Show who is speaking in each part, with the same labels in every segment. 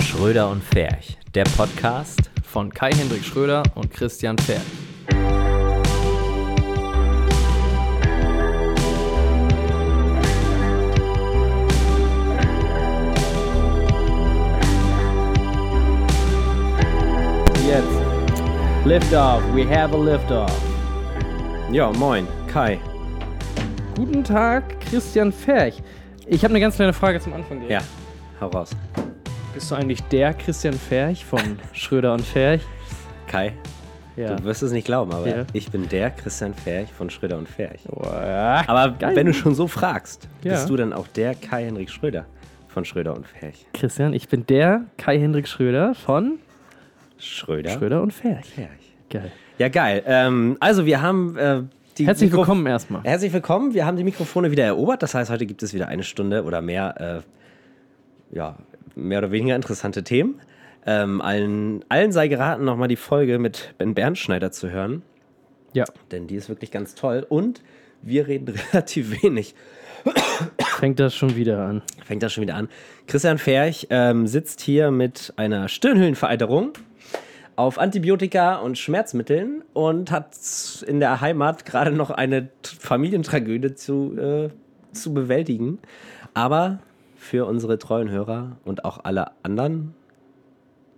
Speaker 1: Schröder und Ferch, der Podcast.
Speaker 2: Von Kai Hendrik Schröder und Christian Pferd.
Speaker 3: Jetzt. Liftoff. We have a liftoff.
Speaker 1: Ja, moin, Kai.
Speaker 3: Guten Tag, Christian Ferch. Ich habe eine ganz kleine Frage zum Anfang. direkt.
Speaker 1: Ja, hau raus.
Speaker 3: Bist du eigentlich der Christian Ferch von Schröder und Ferch?
Speaker 1: Kai,
Speaker 3: Ja.
Speaker 1: du wirst es nicht glauben, aber
Speaker 3: Ja.
Speaker 1: ich bin der Christian Ferch von Schröder und Ferch.
Speaker 3: Boah.
Speaker 1: Aber wenn du schon so fragst,
Speaker 3: Ja.
Speaker 1: bist du dann auch der Kai-Henrik Schröder von Schröder und Ferch.
Speaker 3: Christian, ich bin der Kai-Hendrik Schröder von
Speaker 1: Schröder?
Speaker 3: Schröder und Ferch.
Speaker 1: Ferch.
Speaker 3: Geil.
Speaker 1: Ja, geil. Ähm, also, wir haben äh, die.
Speaker 3: Herzlich
Speaker 1: Mikro- Äh.
Speaker 3: willkommen erstmal.
Speaker 1: Herzlich willkommen. Wir haben die Mikrofone wieder erobert. Das heißt, heute gibt es wieder eine Stunde oder mehr, äh, ja, mehr oder weniger interessante Themen. Ähm, allen, allen sei geraten, nochmal die Folge mit Ben Bernschneider zu hören,
Speaker 3: Ja,
Speaker 1: denn die ist wirklich ganz toll. Und wir reden relativ wenig.
Speaker 3: fängt das schon wieder an.
Speaker 1: Fängt das schon wieder an. Christian Ferch ähm, sitzt hier mit einer Stirnhöhlenvereiterung auf Antibiotika und Schmerzmitteln und hat in der Heimat gerade noch eine T- Familientragödie zu, äh, zu bewältigen. Aber für unsere treuen Hörer und auch alle anderen,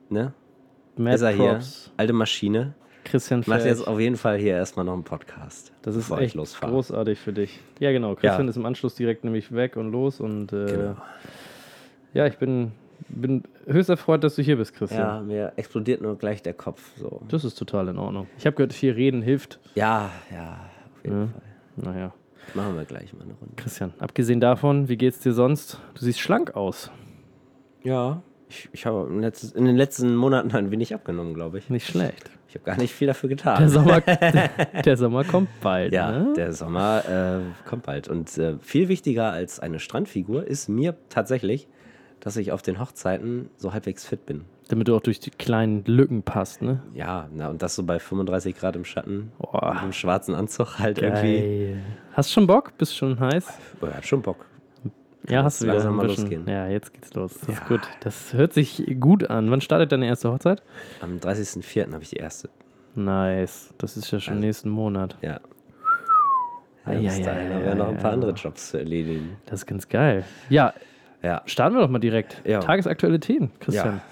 Speaker 1: ne,
Speaker 3: Mad
Speaker 1: ist er
Speaker 3: Props.
Speaker 1: hier. Alte Maschine.
Speaker 3: Christian
Speaker 1: Macht
Speaker 3: Ferch.
Speaker 1: jetzt auf jeden Fall hier erstmal noch einen Podcast.
Speaker 3: Das ist
Speaker 1: bevor ich
Speaker 3: echt
Speaker 1: losfahre.
Speaker 3: großartig für dich. Ja, genau. Christian
Speaker 1: Ja.
Speaker 3: ist im Anschluss direkt nämlich weg und los. Und äh,
Speaker 1: Genau.
Speaker 3: ja, ich bin, bin höchst erfreut, dass du hier bist, Christian.
Speaker 1: Ja, mir explodiert nur gleich der Kopf. So.
Speaker 3: Das ist total in Ordnung. Ich habe gehört, viel reden hilft.
Speaker 1: Ja, ja, auf jeden
Speaker 3: Ja.
Speaker 1: Fall.
Speaker 3: Naja,
Speaker 1: Machen wir gleich mal eine Runde.
Speaker 3: Christian, abgesehen davon, wie geht's dir sonst? Du siehst schlank aus.
Speaker 1: Ja. Ich, ich habe im letztes- in den letzten Monaten ein wenig abgenommen, glaube ich.
Speaker 3: Nicht schlecht.
Speaker 1: Ich habe gar nicht viel dafür
Speaker 3: Der
Speaker 1: getan.
Speaker 3: Sommer, der Sommer kommt bald.
Speaker 1: Ja,
Speaker 3: ne?
Speaker 1: der Sommer äh, kommt bald. Und äh, viel wichtiger als eine Strandfigur ist mir tatsächlich, dass ich auf den Hochzeiten so halbwegs fit bin.
Speaker 3: Damit du auch durch die kleinen Lücken passt, ne?
Speaker 1: Ja, na, und das so bei 35 Grad im Schatten,
Speaker 3: Boah.
Speaker 1: mit einem schwarzen Anzug halt irgendwie.
Speaker 3: Geil. Hast schon Bock? Bist schon heiß?
Speaker 1: Oh, ich hab schon Bock.
Speaker 3: Ja, hast du wieder
Speaker 1: langsam
Speaker 3: ein
Speaker 1: mal
Speaker 3: bisschen.
Speaker 1: losgehen.
Speaker 3: Ja, jetzt geht's los. Das ist gut. Das hört sich gut an. Wann startet deine erste Hochzeit?
Speaker 1: Am 30.04. habe ich die erste.
Speaker 3: Nice. Das ist ja schon
Speaker 1: Also-
Speaker 3: nächsten Monat.
Speaker 1: Ja.
Speaker 3: Ah,
Speaker 1: ja,
Speaker 3: ja,
Speaker 1: bis
Speaker 3: ja,
Speaker 1: dahin
Speaker 3: ja,
Speaker 1: haben wir
Speaker 3: ja,
Speaker 1: noch ein paar
Speaker 3: ja.
Speaker 1: andere Jobs zu erledigen.
Speaker 3: Das ist ganz geil. Ja,
Speaker 1: Ja.
Speaker 3: starten wir doch mal direkt.
Speaker 1: Ja.
Speaker 3: Tagesaktuelle Themen, Christian.
Speaker 1: Ja.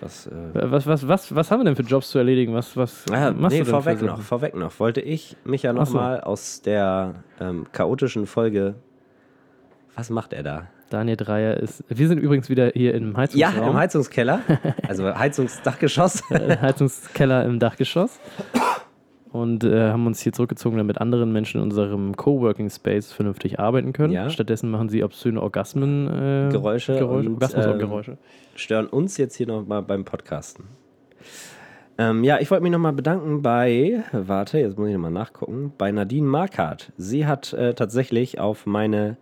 Speaker 1: Das, äh,
Speaker 3: Was, was, was, was haben wir denn für Jobs zu erledigen? Was, was
Speaker 1: Ah,
Speaker 3: machst
Speaker 1: nee,
Speaker 3: du denn
Speaker 1: vorweg
Speaker 3: für
Speaker 1: noch,
Speaker 3: Sachen?
Speaker 1: vorweg noch. Wollte ich mich ja
Speaker 3: Ach so.
Speaker 1: nochmal aus der ähm, chaotischen Folge. Was macht er da?
Speaker 3: Daniel Dreier ist. Wir sind übrigens wieder hier im
Speaker 1: Ja,
Speaker 3: Heizungsraum.
Speaker 1: im Heizungskeller. Also Heizungsdachgeschoss.
Speaker 3: im äh, Heizungskeller im Dachgeschoss. Und äh, haben uns hier zurückgezogen, damit anderen Menschen in unserem Coworking Space vernünftig arbeiten können.
Speaker 1: Ja.
Speaker 3: Stattdessen machen sie obszöne Orgasmen. Äh,
Speaker 1: Geräusche
Speaker 3: Geräusche
Speaker 1: und,
Speaker 3: Orgasmus
Speaker 1: ähm,
Speaker 3: und Geräusche.
Speaker 1: Stören uns jetzt hier nochmal beim Podcasten. Ähm, ja, ich wollte mich nochmal bedanken bei, warte, jetzt muss ich nochmal nachgucken, bei Nadine Markart. Sie hat äh, tatsächlich auf meine,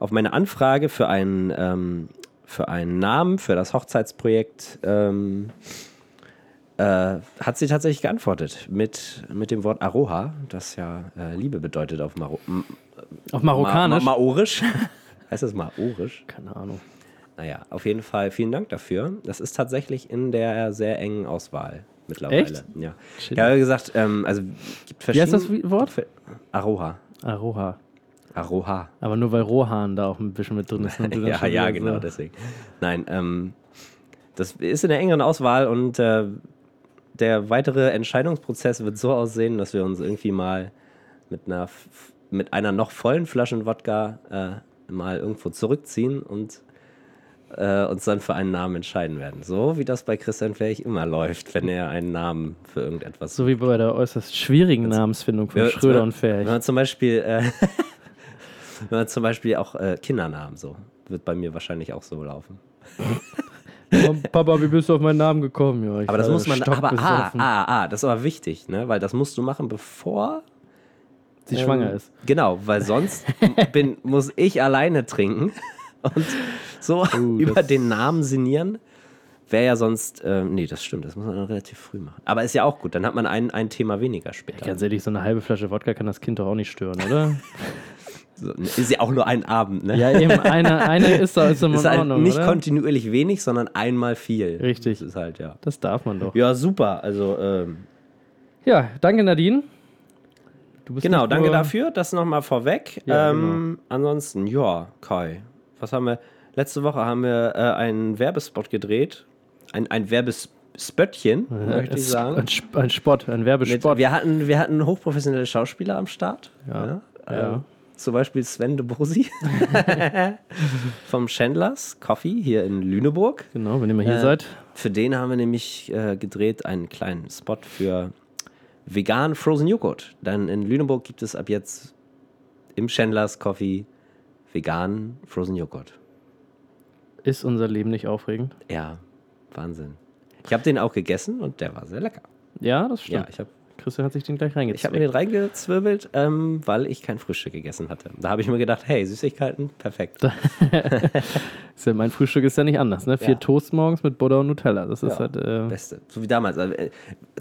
Speaker 1: auf meine Anfrage für einen, ähm, für einen Namen, für das Hochzeitsprojekt, ähm, äh, hat sie tatsächlich geantwortet mit, mit dem Wort Aroha, das ja äh, Liebe bedeutet auf Maro M-
Speaker 3: Auf
Speaker 1: Ma-
Speaker 3: Marokkanisch.
Speaker 1: Ma Maorisch. heißt das Maorisch?
Speaker 3: Keine Ahnung.
Speaker 1: Naja, auf jeden Fall vielen Dank dafür. Das ist tatsächlich in der sehr engen Auswahl mittlerweile.
Speaker 3: Echt?
Speaker 1: Ja.
Speaker 3: Shit.
Speaker 1: Ich habe gesagt, ähm, also gibt verschiedene.
Speaker 3: heißt das Wort?
Speaker 1: Aroha.
Speaker 3: Aroha.
Speaker 1: Aroha.
Speaker 3: Aber nur weil Rohan da auch ein bisschen mit drin ist. und du dann
Speaker 1: Ja,
Speaker 3: schon
Speaker 1: ja,
Speaker 3: wieder
Speaker 1: genau,
Speaker 3: So.
Speaker 1: deswegen. Nein, ähm, das ist in der engeren Auswahl und äh, der weitere Entscheidungsprozess wird so aussehen, dass wir uns irgendwie mal mit einer, f- mit einer noch vollen Flasche Wodka äh, mal irgendwo zurückziehen und äh, uns dann für einen Namen entscheiden werden. So wie das bei Christian Ferch immer läuft, wenn er einen Namen für irgendetwas
Speaker 3: so wie bei der äußerst schwierigen Namensfindung von
Speaker 1: wenn man-
Speaker 3: Schröder und
Speaker 1: Wenn
Speaker 3: Ferch.
Speaker 1: man zum Beispiel, äh, wenn man zum Beispiel auch äh, Kindernamen so, wird bei mir wahrscheinlich auch so laufen.
Speaker 3: Papa, wie bist du auf meinen Namen gekommen? Ja, ich
Speaker 1: Aber das
Speaker 3: war
Speaker 1: muss man, aber ah,
Speaker 3: stockbesoffen.
Speaker 1: ah, ah, das ist aber wichtig, ne? Weil das musst du machen, bevor
Speaker 3: Sie
Speaker 1: ah.
Speaker 3: schwanger ist.
Speaker 1: Genau, weil sonst bin, muss ich alleine trinken und so
Speaker 3: Uh,
Speaker 1: über
Speaker 3: das-
Speaker 1: den Namen sinnieren. Wäre ja sonst, äh, nee, das stimmt, das muss man dann relativ früh machen. Aber ist ja auch gut, dann hat man ein, ein Thema weniger später.
Speaker 3: Ganz ehrlich, so eine halbe Flasche Wodka kann das Kind doch auch nicht stören, oder?
Speaker 1: So, ne, Ist ja auch nur ein Abend, ne?
Speaker 3: Ja, eben, einer, einer ist da ist immer
Speaker 1: ist
Speaker 3: in
Speaker 1: halt
Speaker 3: Ordnung,
Speaker 1: nicht
Speaker 3: oder?
Speaker 1: kontinuierlich wenig, sondern einmal viel.
Speaker 3: Richtig.
Speaker 1: Das ist halt, ja.
Speaker 3: Das darf man doch.
Speaker 1: Ja, super. Also, ähm,
Speaker 3: Ja, danke Nadine. Du bist
Speaker 1: genau,
Speaker 3: nicht
Speaker 1: danke
Speaker 3: nur-
Speaker 1: dafür. Das nochmal vorweg.
Speaker 3: Ja, genau.
Speaker 1: ähm, Ansonsten, ja, Kai. Was haben wir? Letzte Woche haben wir äh, einen Werbespot gedreht. Ein, ein Werbespöttchen, möchte ich
Speaker 3: Es-
Speaker 1: sagen.
Speaker 3: Ein, Sp- ein Spott, ein
Speaker 1: Mit,
Speaker 3: Werbespott.
Speaker 1: wir, hatten, wir hatten hochprofessionelle Schauspieler am Start.
Speaker 3: Ja,
Speaker 1: äh,
Speaker 3: ja.
Speaker 1: Zum Beispiel Sven de Bosi vom Chandlers Coffee hier in Lüneburg.
Speaker 3: genau, wenn ihr mal hier
Speaker 1: Äh,
Speaker 3: seid.
Speaker 1: Für den haben wir nämlich äh, gedreht einen kleinen Spot für vegan Frozen Joghurt. Denn in Lüneburg gibt es ab jetzt im Chandlers Coffee vegan Frozen Joghurt.
Speaker 3: Ist unser Leben nicht aufregend?
Speaker 1: Ja, Wahnsinn. Ich habe den auch gegessen und der war sehr lecker.
Speaker 3: Ja, das
Speaker 1: Ja,
Speaker 3: stimmt.
Speaker 1: ich habe
Speaker 3: Christian hat sich den gleich
Speaker 1: ich hab
Speaker 3: reingezwickt.
Speaker 1: mir den reingezwirbelt, ähm, weil ich kein Frühstück gegessen hatte. Da habe ich mir gedacht, hey, Süßigkeiten, perfekt.
Speaker 3: Ist ja, mein Frühstück ist ja nicht anders, ne? Vier
Speaker 1: Ja.
Speaker 3: Toast morgens mit Butter und Nutella. Das ist
Speaker 1: Ja.
Speaker 3: halt. Äh,
Speaker 1: Beste. So wie damals. Also, äh,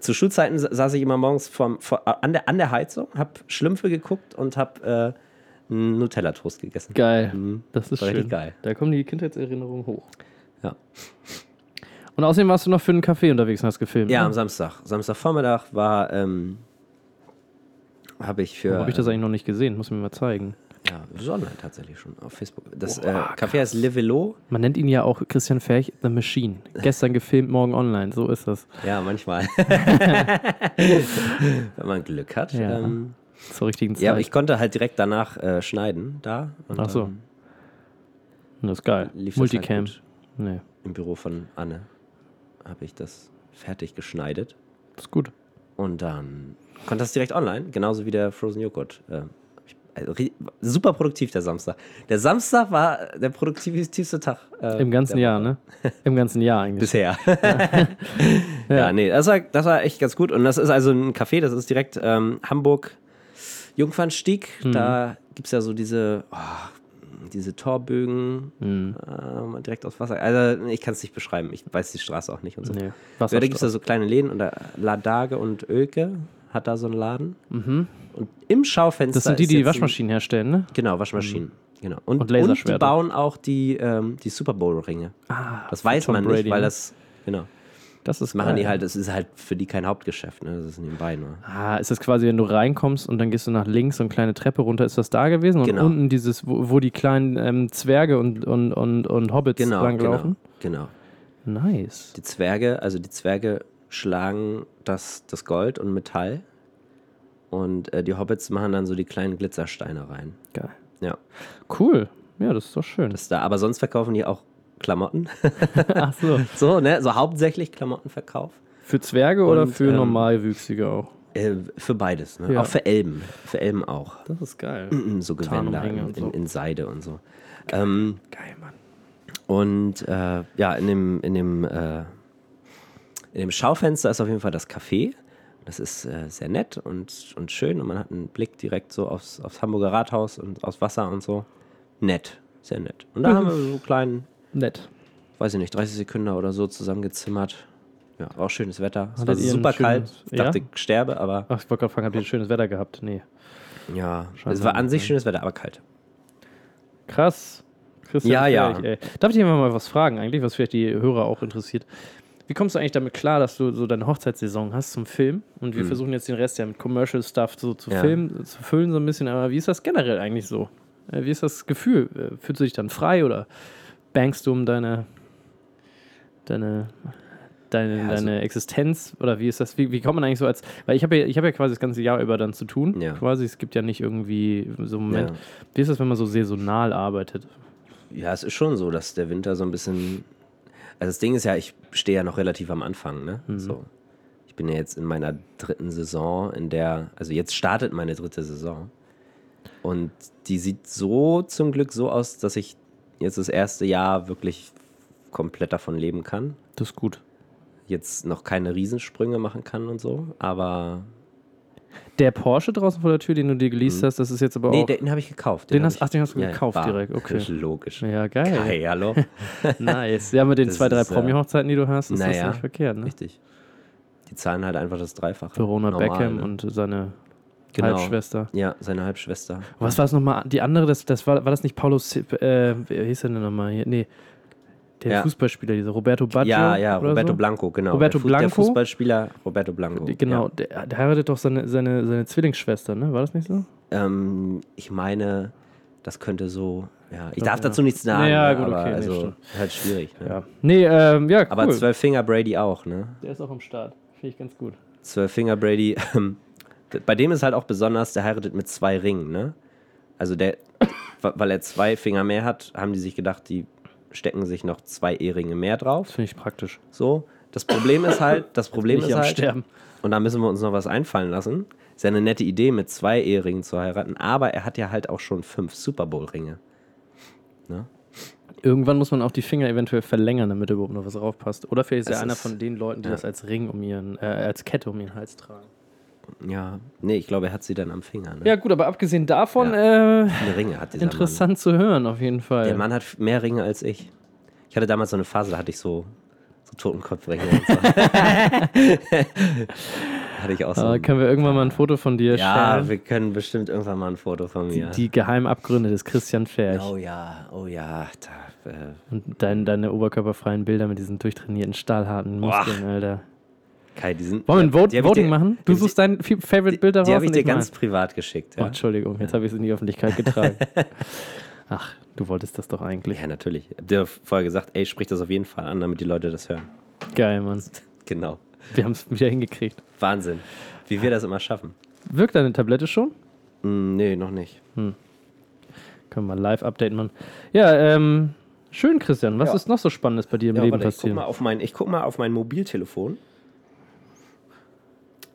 Speaker 1: zu Schulzeiten sa- saß ich immer morgens vorm, vor, an, der, an der Heizung, hab Schlümpfe geguckt und hab äh, einen Nutella-Toast gegessen.
Speaker 3: geil. Das
Speaker 1: Mhm.
Speaker 3: ist
Speaker 1: war richtig
Speaker 3: schön.
Speaker 1: geil.
Speaker 3: Da kommen die Kindheitserinnerungen hoch.
Speaker 1: Ja.
Speaker 3: Und außerdem warst du noch für einen Café unterwegs und hast gefilmt.
Speaker 1: ja,
Speaker 3: ne?
Speaker 1: am Samstag. Samstagvormittag war, ähm, habe ich für.
Speaker 3: Habe ich das eigentlich noch nicht gesehen? Muss mir mal zeigen.
Speaker 1: ja, ist online tatsächlich schon auf Facebook. Das
Speaker 3: Oh,
Speaker 1: äh,
Speaker 3: ah,
Speaker 1: Café heißt Le Velo.
Speaker 3: Man nennt ihn ja auch Christian Ferch The Machine. Gestern gefilmt, morgen online. So ist das.
Speaker 1: Ja, manchmal. Wenn man Glück hat.
Speaker 3: Ja.
Speaker 1: Ja, ähm,
Speaker 3: Zur richtigen Zeit.
Speaker 1: ja aber ich konnte halt direkt danach äh, schneiden, da. Und
Speaker 3: Ach so.
Speaker 1: dann
Speaker 3: das ist geil.
Speaker 1: lief das
Speaker 3: Multicam.
Speaker 1: Halt gut.
Speaker 3: nee,
Speaker 1: im Büro von Anne habe ich das fertig geschneidet
Speaker 3: ist gut.
Speaker 1: und dann konnte das direkt online, genauso wie der Frozen Joghurt. Äh, ich- also, ri- super produktiv der Samstag. Der Samstag war der produktivste Tag. äh,
Speaker 3: Im ganzen
Speaker 1: der
Speaker 3: Jahr,
Speaker 1: Woche.
Speaker 3: ne? Im ganzen Jahr eigentlich.
Speaker 1: Bisher. ja. nee, das war, das war echt ganz gut. Und das ist also ein Café, das ist direkt ähm, Hamburg Jungfernstieg.
Speaker 3: Mhm.
Speaker 1: Da gibt es ja so diese, oh, diese Torbögen
Speaker 3: Mhm.
Speaker 1: ähm, direkt aus Wasser. Also ich kann es nicht beschreiben. Ich weiß die Straße auch nicht und so.
Speaker 3: Nee.
Speaker 1: Ja, da gibt es
Speaker 3: Wasserstraße.
Speaker 1: da so kleine Läden und da Ladage und Ölke hat da so einen Laden. Und im Schaufenster.
Speaker 3: Mhm. Das sind die,
Speaker 1: ist
Speaker 3: die die
Speaker 1: jetzt ein-
Speaker 3: Waschmaschinen herstellen, ne?
Speaker 1: Genau, Waschmaschinen. Genau. Und,
Speaker 3: Und
Speaker 1: und die
Speaker 3: Laserschwerte.
Speaker 1: bauen auch die, ähm, die Super Bowl-Ringe.
Speaker 3: Ah,
Speaker 1: Das weiß
Speaker 3: Tom
Speaker 1: man
Speaker 3: Brady,
Speaker 1: nicht, weil
Speaker 3: ne? Ah,
Speaker 1: das. Genau.
Speaker 3: das ist
Speaker 1: Das machen die
Speaker 3: geil.
Speaker 1: halt, das ist halt für die kein Hauptgeschäft, ne? Das ist nebenbei nur.
Speaker 3: Ah, ist das quasi, wenn du reinkommst und dann gehst du nach links so eine kleine Treppe runter, ist das da gewesen? Und
Speaker 1: Genau.
Speaker 3: unten dieses, wo, wo die kleinen ähm, Zwerge und, und, und, und Hobbits
Speaker 1: Genau, genau,
Speaker 3: langlaufen?
Speaker 1: genau.
Speaker 3: Nice.
Speaker 1: Die Zwerge, also die Zwerge schlagen das, das Gold und Metall. Und äh, die Hobbits machen dann so die kleinen Glitzersteine rein.
Speaker 3: Geil.
Speaker 1: Ja.
Speaker 3: Cool. Ja, das ist doch schön.
Speaker 1: Das ist da. Aber sonst verkaufen die auch Klamotten.
Speaker 3: Ach so.
Speaker 1: so, ne? So hauptsächlich Klamottenverkauf.
Speaker 3: Für Zwerge oder
Speaker 1: Und,
Speaker 3: für
Speaker 1: ähm,
Speaker 3: Normalwüchsige auch?
Speaker 1: Äh, für beides, ne?
Speaker 3: Ja.
Speaker 1: Auch für Elben. Für Elben auch. Mm,
Speaker 3: Das ist geil.
Speaker 1: So Gewänder
Speaker 3: Tarnumhänge
Speaker 1: in,
Speaker 3: und so.
Speaker 1: in, in Seide und so. Ähm,
Speaker 3: Geil, Mann.
Speaker 1: Und äh, ja, in dem, in, dem, äh, in dem Schaufenster ist auf jeden Fall das Café. Das ist äh, sehr nett und, und schön und man hat einen Blick direkt so aufs, aufs Hamburger Rathaus und aufs Wasser und so. Nett, sehr nett. Und da haben wir so einen kleinen,
Speaker 3: Nett.
Speaker 1: weiß ich nicht, 30 Sekunden oder so zusammengezimmert. Ja, war auch schönes Wetter. Es
Speaker 3: Hattet
Speaker 1: war
Speaker 3: ihr ein
Speaker 1: super kalt.
Speaker 3: schönes-
Speaker 1: Ich dachte,
Speaker 3: ja?
Speaker 1: ich sterbe, aber
Speaker 3: Ach, ich wollte gerade fragen, habt ihr schönes Wetter gehabt? Nee.
Speaker 1: ja,
Speaker 3: Scheint
Speaker 1: es war an sich
Speaker 3: sein.
Speaker 1: schönes Wetter, aber kalt.
Speaker 3: Krass. Christian
Speaker 1: Ja, ja.
Speaker 3: Ferch, ey. Darf ich dir mal was fragen, eigentlich, was vielleicht die Hörer auch interessiert? Wie kommst du eigentlich damit klar, dass du so deine Hochzeitssaison hast zum Film? Und wir versuchen jetzt den Rest ja mit Commercial Stuff so zu
Speaker 1: Mhm. Ja.
Speaker 3: filmen, zu füllen so ein bisschen. Aber wie ist das generell eigentlich so? Äh, Wie ist das Gefühl? Äh, Fühlst du dich dann frei oder bangst du um deine, deine, deine,
Speaker 1: Ja, also-
Speaker 3: deine Existenz? Oder wie ist das? Wie, wie kommt man eigentlich so als. Weil ich habe ja, ich hab ja quasi das ganze Jahr über dann zu tun.
Speaker 1: Ja.
Speaker 3: Quasi, es gibt ja nicht irgendwie so einen Moment.
Speaker 1: Ja.
Speaker 3: Wie ist das, wenn man so saisonal arbeitet?
Speaker 1: Ja, es ist schon so, dass der Winter so ein bisschen. Also das Ding ist ja, ich stehe ja noch relativ am Anfang, ne?
Speaker 3: Mhm.
Speaker 1: So. Ich bin ja jetzt in meiner dritten Saison, in der, also jetzt startet meine dritte Saison. Und die sieht so zum Glück so aus, dass ich jetzt das erste Jahr wirklich komplett davon leben kann.
Speaker 3: Das ist gut.
Speaker 1: Jetzt noch keine Riesensprünge machen kann und so, aber.
Speaker 3: Der Porsche draußen vor der Tür, den du dir geleast hast, das ist jetzt aber
Speaker 1: Mhm. Nee,
Speaker 3: auch.
Speaker 1: den habe ich gekauft.
Speaker 3: Den
Speaker 1: hab
Speaker 3: hast-
Speaker 1: ich-
Speaker 3: ach, den hast du
Speaker 1: ja,
Speaker 3: gekauft
Speaker 1: bar.
Speaker 3: direkt, okay.
Speaker 1: Logisch.
Speaker 3: ja, geil.
Speaker 1: Hey, hallo.
Speaker 3: Nice. Ja, mit den
Speaker 1: Das
Speaker 3: zwei, drei
Speaker 1: ist, äh,
Speaker 3: Promi-Hochzeiten, die du hast, ist
Speaker 1: naja,
Speaker 3: das nicht verkehrt, ne?
Speaker 1: Richtig. Die zahlen halt einfach das Dreifache.
Speaker 3: Verona
Speaker 1: Normal,
Speaker 3: Beckham
Speaker 1: ne?
Speaker 3: und seine
Speaker 1: Genau.
Speaker 3: Halbschwester.
Speaker 1: Ja, seine Halbschwester.
Speaker 3: Was war es nochmal? Die andere, das, das war, war das nicht Paulus, Zip- äh, wie hieß der denn nochmal hier? Nee, der
Speaker 1: Ja.
Speaker 3: Fußballspieler, dieser Roberto Baggio.
Speaker 1: Ja, ja,
Speaker 3: oder
Speaker 1: Roberto
Speaker 3: so?
Speaker 1: Blanco, genau.
Speaker 3: Roberto
Speaker 1: der Fu- Der
Speaker 3: Blanco?
Speaker 1: Fußballspieler Roberto Blanco.
Speaker 3: Die- Genau, der, der heiratet doch seine, seine, seine Zwillingsschwester, ne? War das nicht so?
Speaker 1: Ja. Ähm, ich meine, das könnte so. Ja, ich
Speaker 3: glaub,
Speaker 1: darf
Speaker 3: ja.
Speaker 1: dazu nichts sagen.
Speaker 3: Naja,
Speaker 1: ne,
Speaker 3: gut,
Speaker 1: aber
Speaker 3: okay, nee,
Speaker 1: also
Speaker 3: stimmt.
Speaker 1: halt schwierig. Ne?
Speaker 3: Ja. Nee, ähm, ja, cool.
Speaker 1: Aber Zwölf Finger Brady auch, ne?
Speaker 3: der ist auch am Start. Finde ich ganz gut.
Speaker 1: Zwölf Finger Brady. ähm, bei dem ist halt auch besonders, der heiratet mit zwei Ringen, ne? Also der, wa- weil er zwei Finger mehr hat, haben die sich gedacht, die stecken sich noch zwei Ehringe mehr drauf.
Speaker 3: Finde ich praktisch.
Speaker 1: So. Das Problem ist halt, das Problem
Speaker 3: Nicht
Speaker 1: ist
Speaker 3: am
Speaker 1: halt,
Speaker 3: Sterben.
Speaker 1: Und da müssen wir uns noch was einfallen lassen. Ist ja eine nette Idee, mit zwei Eheringen zu heiraten, aber er hat ja halt auch schon fünf Super Bowl-Ringe.
Speaker 3: Irgendwann muss man auch die Finger eventuell verlängern, damit überhaupt noch was raufpasst. Oder vielleicht ist
Speaker 1: Es
Speaker 3: er einer
Speaker 1: ist-
Speaker 3: von den Leuten, die
Speaker 1: ja.
Speaker 3: das als Ring um ihren, äh, als Kette um ihren Hals tragen.
Speaker 1: Ja. Nee, ich glaube, er hat sie dann am Finger. Ne?
Speaker 3: Ja, gut, aber abgesehen davon, äh,
Speaker 1: Viele Ringe hat dieser
Speaker 3: interessant zu hören auf jeden Fall.
Speaker 1: Mann. Der Mann hat mehr Ringe als ich. Ich hatte damals so eine Phase, da hatte ich so, so Totenkopfringe. und so. hatte ich auch so.
Speaker 3: Äh, können wir irgendwann mal ein Foto von dir
Speaker 1: ja,
Speaker 3: stellen?
Speaker 1: wir können bestimmt irgendwann mal ein Foto von mir.
Speaker 3: Die geheimen Abgründe des Christian Ferch
Speaker 1: oh ja, oh ja. Da, äh,
Speaker 3: und dein, deine oberkörperfreien Bilder mit diesen durchtrainierten, stahlharten
Speaker 1: Boah.
Speaker 3: Muskeln, Alter.
Speaker 1: Kai, die sind.
Speaker 3: Wollen wir ein Vote,
Speaker 1: die hab ich
Speaker 3: Voting
Speaker 1: dir-
Speaker 3: machen?
Speaker 1: die
Speaker 3: Du
Speaker 1: hab ich-
Speaker 3: suchst dein Fi- Favorite Bild daraus
Speaker 1: Die habe ich
Speaker 3: und
Speaker 1: dir
Speaker 3: mein.
Speaker 1: ganz privat geschickt.
Speaker 3: Oh,
Speaker 1: Ja.
Speaker 3: Entschuldigung, jetzt habe ich es in die Öffentlichkeit getragen. Ach, du wolltest das doch eigentlich.
Speaker 1: Ja, natürlich. Ich hab dir vorher gesagt, ey, sprich das auf jeden Fall an, damit die Leute das hören.
Speaker 3: Geil, Mann.
Speaker 1: Genau.
Speaker 3: Wir haben es wieder hingekriegt.
Speaker 1: Wahnsinn. Wie wir das immer schaffen.
Speaker 3: Wirkt deine Tablette schon?
Speaker 1: Hm, nee, noch nicht.
Speaker 3: Können wir live updaten, Mann. Ja, ähm, schön, Christian. Was
Speaker 1: Ja.
Speaker 3: ist noch so Spannendes bei dir im
Speaker 1: Ja,
Speaker 3: Leben
Speaker 1: warte, ich, guck
Speaker 3: passiert?
Speaker 1: mal auf mein, ich guck mal auf mein Mobiltelefon.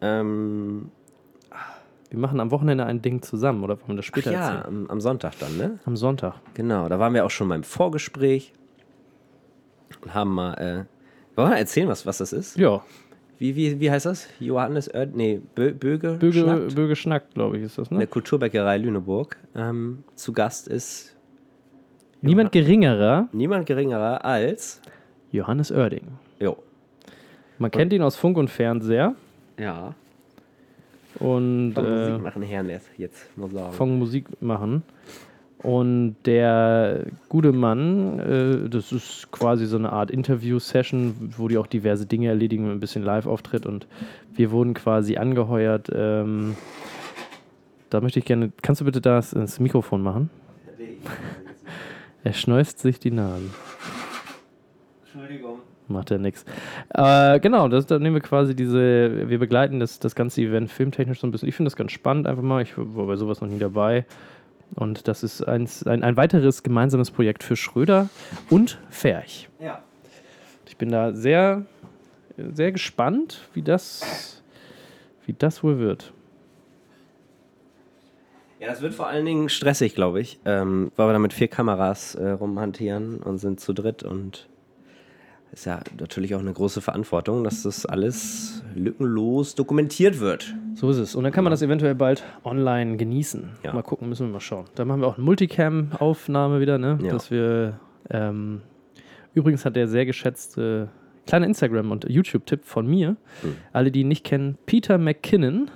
Speaker 1: Ähm,
Speaker 3: Wir machen am Wochenende ein Ding zusammen, oder wollen wir das
Speaker 1: ach
Speaker 3: später
Speaker 1: ja,
Speaker 3: erzählen?
Speaker 1: am, am Sonntag dann, ne?
Speaker 3: Am Sonntag.
Speaker 1: Genau, da waren wir auch schon beim Vorgespräch und haben mal. Äh, wollen wir mal erzählen, was, was das ist?
Speaker 3: Ja,
Speaker 1: Wie, wie, wie heißt das? Johannes Erd, nee, Bö, Böge?
Speaker 3: Böge, ne?
Speaker 1: Schnackt?
Speaker 3: Böge Schnack, glaube ich, ist das,
Speaker 1: in der
Speaker 3: ne?
Speaker 1: Kulturbäckerei Lüneburg. Ähm, zu Gast ist
Speaker 3: Niemand geringerer,
Speaker 1: niemand geringerer als.
Speaker 3: Johannes Oerding.
Speaker 1: Jo.
Speaker 3: Man kennt ihn aus Funk und Fernseher
Speaker 1: Ja.
Speaker 3: und
Speaker 1: Von Musik
Speaker 3: äh,
Speaker 1: machen Herrenlässt jetzt, muss sagen.
Speaker 3: von Musik machen. Und der gute Mann, äh, das ist quasi so eine Art Interview-Session, wo die auch diverse Dinge erledigen, ein bisschen Live-Auftritt. Und wir wurden quasi angeheuert. Ähm, da möchte ich gerne. Kannst du bitte das ins Mikrofon machen? Er schneuzt sich die Nase.
Speaker 1: Entschuldigung.
Speaker 3: Macht ja nichts. Äh, genau, das, dann nehmen wir quasi diese, wir begleiten das, das ganze Event filmtechnisch so ein bisschen. Ich finde das ganz spannend einfach mal. Ich war bei sowas noch nie dabei. Und das ist eins, ein, ein weiteres gemeinsames Projekt für Schröder und Ferch.
Speaker 1: Ja.
Speaker 3: Ich bin da sehr, sehr gespannt, wie das, wie das wohl wird.
Speaker 1: Ja, das wird vor allen Dingen stressig, glaube ich, ähm, weil wir da mit vier Kameras äh, rumhantieren und sind zu dritt und ist ja natürlich auch eine große Verantwortung, dass das alles lückenlos dokumentiert wird.
Speaker 3: So ist es. Und dann kann man das eventuell bald online genießen.
Speaker 1: Ja.
Speaker 3: Mal gucken, müssen wir mal schauen. Dann machen wir auch eine Multicam-Aufnahme wieder, ne?
Speaker 1: Ja.
Speaker 3: Dass wir. Ähm, übrigens hat der sehr geschätzte kleine Instagram- und YouTube-Tipp von mir.
Speaker 1: Hm.
Speaker 3: Alle, die ihn nicht kennen, Peter McKinnon.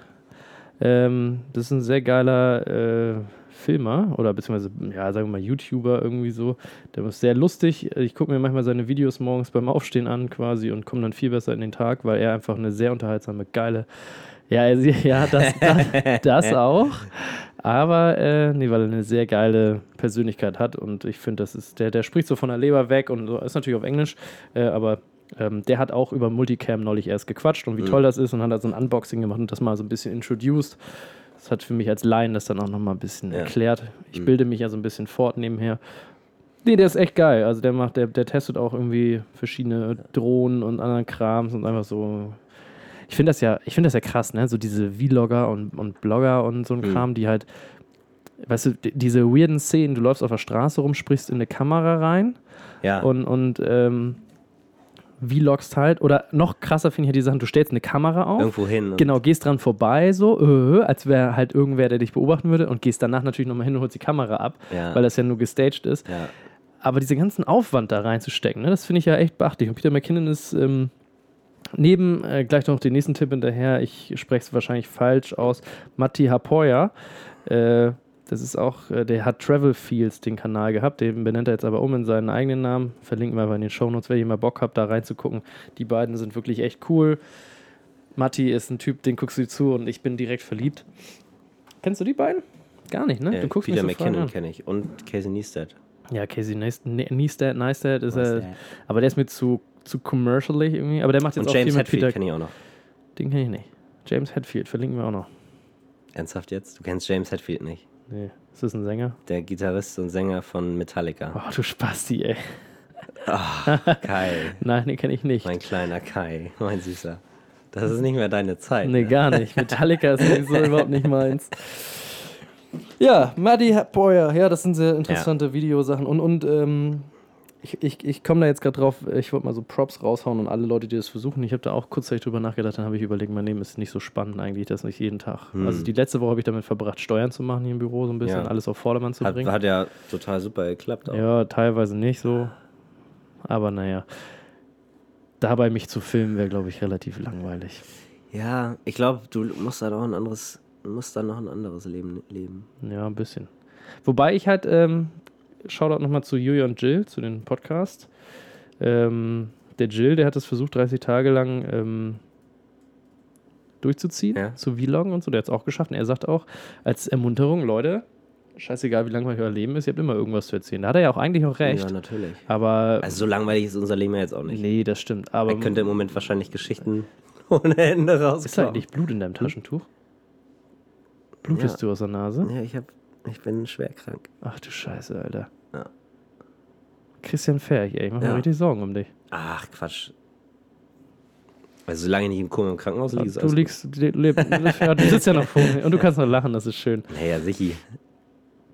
Speaker 3: Ähm, das ist ein sehr geiler äh, Filmer oder beziehungsweise, ja, sagen wir mal, YouTuber irgendwie so. Der ist sehr lustig. Ich gucke mir manchmal seine Videos morgens beim Aufstehen an quasi und komme dann viel besser in den Tag, weil er einfach eine sehr unterhaltsame, geile. Ja, er- ja das, das, das auch. Aber, äh, nee, weil er eine sehr geile Persönlichkeit hat und ich finde, das ist, der, der spricht so von der Leber weg und so, ist natürlich auf Englisch, äh, aber ähm, der hat auch über Multicam neulich erst gequatscht und wie toll das ist und hat da so ein Unboxing gemacht und das mal so ein bisschen introduced. Das hat für mich als Laien das dann auch nochmal ein bisschen
Speaker 1: Ja.
Speaker 3: erklärt. Ich bilde mich ja so ein bisschen fort nebenher. Nee, der ist echt geil. Also der macht, der, der testet auch irgendwie verschiedene Drohnen und anderen Krams und einfach so. Ich finde das ja, ich finde das ja krass, ne? So diese Vlogger und, und Blogger und so ein Kram, die halt, weißt du, di- diese weirden Szenen, du läufst auf der Straße rum, sprichst in eine Kamera rein
Speaker 1: Ja.
Speaker 3: und, und ähm, vlogst halt. Oder noch krasser finde ich ja die Sachen, du stellst eine Kamera auf.
Speaker 1: Irgendwo hin. und-
Speaker 3: Genau, gehst dran vorbei, so, äh, als wäre halt irgendwer, der dich beobachten würde, und gehst danach natürlich nochmal hin und holst die Kamera ab,
Speaker 1: Ja.
Speaker 3: weil das ja nur gestaged ist.
Speaker 1: Ja.
Speaker 3: Aber diesen ganzen Aufwand da reinzustecken, ne, das finde ich ja echt beachtlich. Und Peter McKinnon ist, ähm, Neben, äh, gleich noch den nächsten Tipp hinterher, ich spreche es wahrscheinlich falsch aus, Matti Hapoya. Äh, das ist auch, äh, der hat Travel Fields den Kanal gehabt, den benennt er jetzt aber um in seinen eigenen Namen. Verlinken wir aber in den Shownotes, wenn ihr mal Bock habt, da reinzugucken. Die beiden sind wirklich echt cool. Matti ist ein Typ, den guckst du zu und ich bin direkt verliebt. Kennst du die beiden? Gar nicht, ne?
Speaker 1: Äh,
Speaker 3: du guckst
Speaker 1: Peter
Speaker 3: mich so
Speaker 1: McKinnon
Speaker 3: an.
Speaker 1: kenne ich und Casey Neistat.
Speaker 3: Ja, Casey Neistat, Neistat, Neistat ist
Speaker 1: Neistat.
Speaker 3: er, aber der ist mir zu, zu commercially irgendwie. Aber der macht jetzt
Speaker 1: Und
Speaker 3: auch
Speaker 1: James
Speaker 3: viel mit Peter
Speaker 1: Hetfield kenne ich auch noch.
Speaker 3: Den kenne ich nicht. James Hetfield, verlinken wir auch noch.
Speaker 1: Ernsthaft jetzt? Du kennst James Hetfield nicht.
Speaker 3: Nee, ist das ein Sänger?
Speaker 1: Der Gitarrist und Sänger von Metallica.
Speaker 3: Oh, du Spasti, ey.
Speaker 1: Kai,
Speaker 3: Nein, den kenne ich nicht.
Speaker 1: mein kleiner Kai, mein Süßer. Das ist nicht mehr deine Zeit.
Speaker 3: Nee,
Speaker 1: ne?
Speaker 3: gar nicht. Metallica ist sowieso überhaupt nicht meins. Ja, Maddie Boyer. Ja, das sind sehr interessante Videosachen. Und, und ähm, ich, ich, ich komme da jetzt gerade drauf, ich wollte mal so Props raushauen und alle Leute, die das versuchen. Ich habe da auch kurzzeitig drüber nachgedacht, dann habe ich überlegt, mein Leben ist nicht so spannend eigentlich, das nicht jeden Tag. Also die letzte Woche habe ich damit verbracht, Steuern zu machen hier im Büro, so ein bisschen
Speaker 1: Hm. Ja.
Speaker 3: alles auf Vordermann zu
Speaker 1: Hat,
Speaker 3: bringen.
Speaker 1: hat ja total super geklappt. Auch.
Speaker 3: Ja, teilweise nicht so. Aber naja. Dabei mich zu filmen wäre, glaube ich, relativ langweilig.
Speaker 1: Ja, ich glaube, du musst da noch ein anderes, musst da noch ein anderes Leben leben.
Speaker 3: Ja, ein bisschen. Wobei ich halt, ähm, Shoutout nochmal zu Julia und Jill, zu den Podcast. Ähm, der Jill, der hat das versucht, 30 Tage lang ähm, durchzuziehen,
Speaker 1: Ja.
Speaker 3: zu Vloggen und so. Der hat es auch geschafft. Und er sagt auch als Ermunterung, Leute, scheißegal, wie langweilig euer Leben ist, ihr habt immer irgendwas zu erzählen. Da hat er ja auch eigentlich auch recht.
Speaker 1: Ja, natürlich.
Speaker 3: Aber,
Speaker 1: Also so langweilig ist unser Leben ja jetzt auch nicht.
Speaker 3: nee, das stimmt. Aber
Speaker 1: Man könnte im Moment wahrscheinlich Geschichten ohne Ende
Speaker 3: Ist halt
Speaker 1: rauskommen.
Speaker 3: da eigentlich Blut in deinem Taschentuch? Blutest
Speaker 1: Hm? Ja.
Speaker 3: du aus der Nase?
Speaker 1: Ja, ich, hab, ich bin schwer krank.
Speaker 3: Ach du Scheiße, Alter.
Speaker 1: Ja.
Speaker 3: Christian Ferch, ey, ich mach mir
Speaker 1: Ja.
Speaker 3: richtig Sorgen um dich.
Speaker 1: Ach, Quatsch. Also solange nicht im Koma im Krankenhaus liege, ist
Speaker 3: du
Speaker 1: alles gut.
Speaker 3: liegst, le- le- ja, du sitzt ja noch vor mir und du kannst noch lachen, das ist schön.
Speaker 1: Naja, sicher.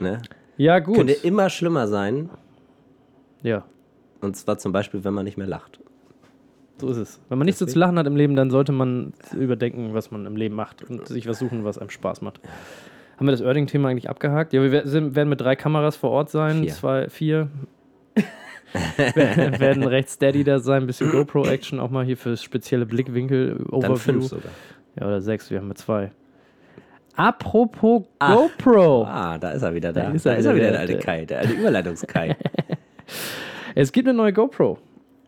Speaker 1: Ne?
Speaker 3: Ja, gut.
Speaker 1: Könnte immer schlimmer sein.
Speaker 3: ja,
Speaker 1: Und zwar zum Beispiel, wenn man nicht mehr lacht.
Speaker 3: so ist es. Wenn man nichts so zu
Speaker 1: Deswegen-
Speaker 3: lachen hat im Leben, dann sollte man überdenken, was man im Leben macht und sich was suchen, was einem Spaß macht. Haben wir das Erding-Thema eigentlich abgehakt? Ja, wir wer- sind, werden mit drei Kameras vor Ort sein,
Speaker 1: Vier.
Speaker 3: zwei, vier. Wir werden recht steady da sein, ein bisschen GoPro-Action auch mal hier für spezielle Blickwinkel, Overview.
Speaker 1: Dann fünf sogar.
Speaker 3: Ja, oder sechs, wir haben mit zwei. Apropos GoPro.
Speaker 1: Ah, da ist er wieder da.
Speaker 3: Da
Speaker 1: Da
Speaker 3: ist
Speaker 1: ist
Speaker 3: er
Speaker 1: er, wieder,
Speaker 3: wieder,
Speaker 1: der alte
Speaker 3: der-
Speaker 1: Kai, der alte Überleitungskai.
Speaker 3: Es gibt eine neue GoPro.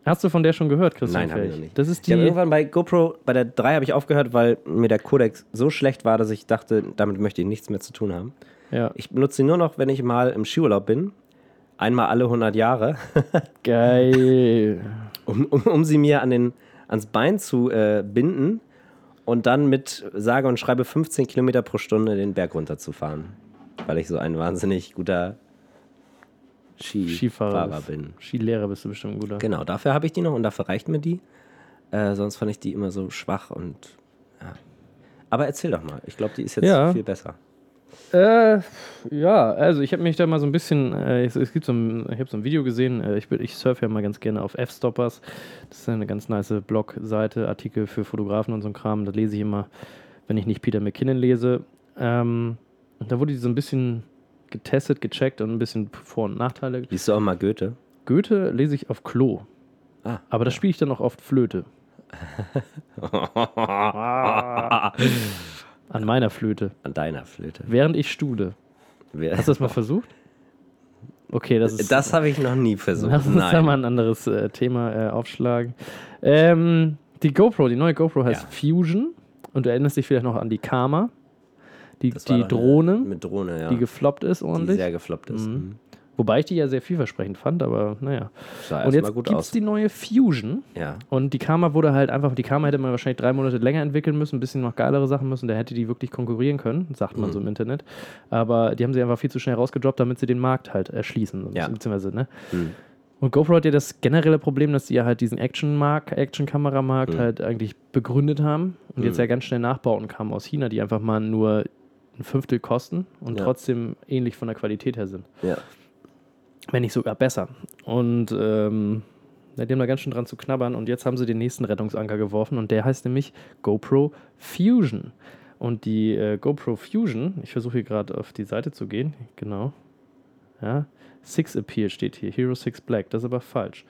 Speaker 3: Hast du von der schon gehört, Christian?
Speaker 1: Nein, habe ich
Speaker 3: Ferch?
Speaker 1: noch nicht.
Speaker 3: Das ist
Speaker 1: Ich habe
Speaker 3: die.
Speaker 1: irgendwann bei GoPro, bei der 3 habe ich aufgehört, weil mir der Codex so schlecht war, dass ich dachte, damit möchte ich nichts mehr zu tun haben.
Speaker 3: Ja,
Speaker 1: Ich benutze ihn nur noch, wenn ich mal im Skiurlaub bin. Einmal alle 100 Jahre,
Speaker 3: geil.
Speaker 1: um, um, um sie mir an den, ans Bein zu äh, binden und dann mit sage und schreibe 15 Kilometer pro Stunde den Berg runterzufahren. Weil ich so ein wahnsinnig guter Skifahrer
Speaker 3: Skifahrer. bist-
Speaker 1: bin.
Speaker 3: Skilehrer bist du bestimmt ein guter.
Speaker 1: Genau, dafür habe ich die noch und dafür reicht mir die. Äh, sonst fand ich die immer so schwach und ja. Aber erzähl doch mal. Ich glaube, die ist jetzt
Speaker 3: Ja.
Speaker 1: viel besser.
Speaker 3: Äh, ja, also ich habe mich da mal so ein bisschen, äh, es, es gibt so ein, ich habe so ein Video gesehen, äh, ich, bin- ich surfe ja mal ganz gerne auf F-Stoppers. Das ist eine ganz nice Blogseite, Artikel für Fotografen und so ein Kram. Da lese ich immer, wenn ich nicht Peter McKinnon lese. Ähm, und da wurde die so ein bisschen getestet, gecheckt und ein bisschen Vor- und Nachteile.
Speaker 1: Liest du auch mal Goethe?
Speaker 3: Goethe lese ich auf Klo.
Speaker 1: Ah.
Speaker 3: Aber das spiele ich dann auch oft Flöte. An meiner Flöte.
Speaker 1: An deiner Flöte.
Speaker 3: Während ich stude.
Speaker 1: Wer-
Speaker 3: Hast du das mal versucht? Okay, das ist.
Speaker 1: Das habe ich noch nie versucht.
Speaker 3: Lass uns da
Speaker 1: Nein.
Speaker 3: mal ein anderes äh, Thema äh, aufschlagen. Ähm, die GoPro, die neue GoPro heißt
Speaker 1: Ja.
Speaker 3: Fusion. Und du erinnerst dich vielleicht noch an die Karma, die,
Speaker 1: Das war doch
Speaker 3: die
Speaker 1: eine-
Speaker 3: Drohne,
Speaker 1: Mit Drohne, ja.
Speaker 3: die gefloppt ist
Speaker 1: die
Speaker 3: ordentlich.
Speaker 1: sehr gefloppt ist. Mhm.
Speaker 3: Wobei ich die ja sehr vielversprechend fand, aber naja.
Speaker 1: Sah
Speaker 3: Und
Speaker 1: erstmal
Speaker 3: jetzt
Speaker 1: gut
Speaker 3: gibt es
Speaker 1: aus.
Speaker 3: die neue Fusion.
Speaker 1: Ja.
Speaker 3: Und die Karma wurde halt einfach, die Karma hätte man wahrscheinlich drei Monate länger entwickeln müssen, ein bisschen noch geilere Sachen müssen, da hätte die wirklich konkurrieren können, sagt man so
Speaker 1: Mhm.
Speaker 3: im Internet. Aber die haben sie einfach viel zu schnell rausgedroppt, damit sie den Markt halt erschließen, so ein
Speaker 1: Ja.
Speaker 3: bisschen, beziehungsweise, ne?
Speaker 1: Mhm.
Speaker 3: Und GoPro hat ja das generelle Problem, dass sie ja halt diesen Action-Markt, Action-Kameramarkt
Speaker 1: Mhm.
Speaker 3: halt eigentlich begründet haben und jetzt
Speaker 1: Mhm.
Speaker 3: ja ganz schnell Nachbauten kamen aus China, die einfach mal nur ein Fünftel kosten und
Speaker 1: Ja.
Speaker 3: trotzdem ähnlich von der Qualität her sind
Speaker 1: ja.
Speaker 3: wenn nicht sogar besser. Und ähm, ja, die haben da ganz schön dran zu knabbern und jetzt haben sie den nächsten Rettungsanker geworfen und der heißt nämlich GoPro Fusion. Und die äh, GoPro Fusion, ich versuche hier gerade auf die Seite zu gehen, genau. Ja, Six Appeal steht hier, Hero Six Black, das ist aber falsch.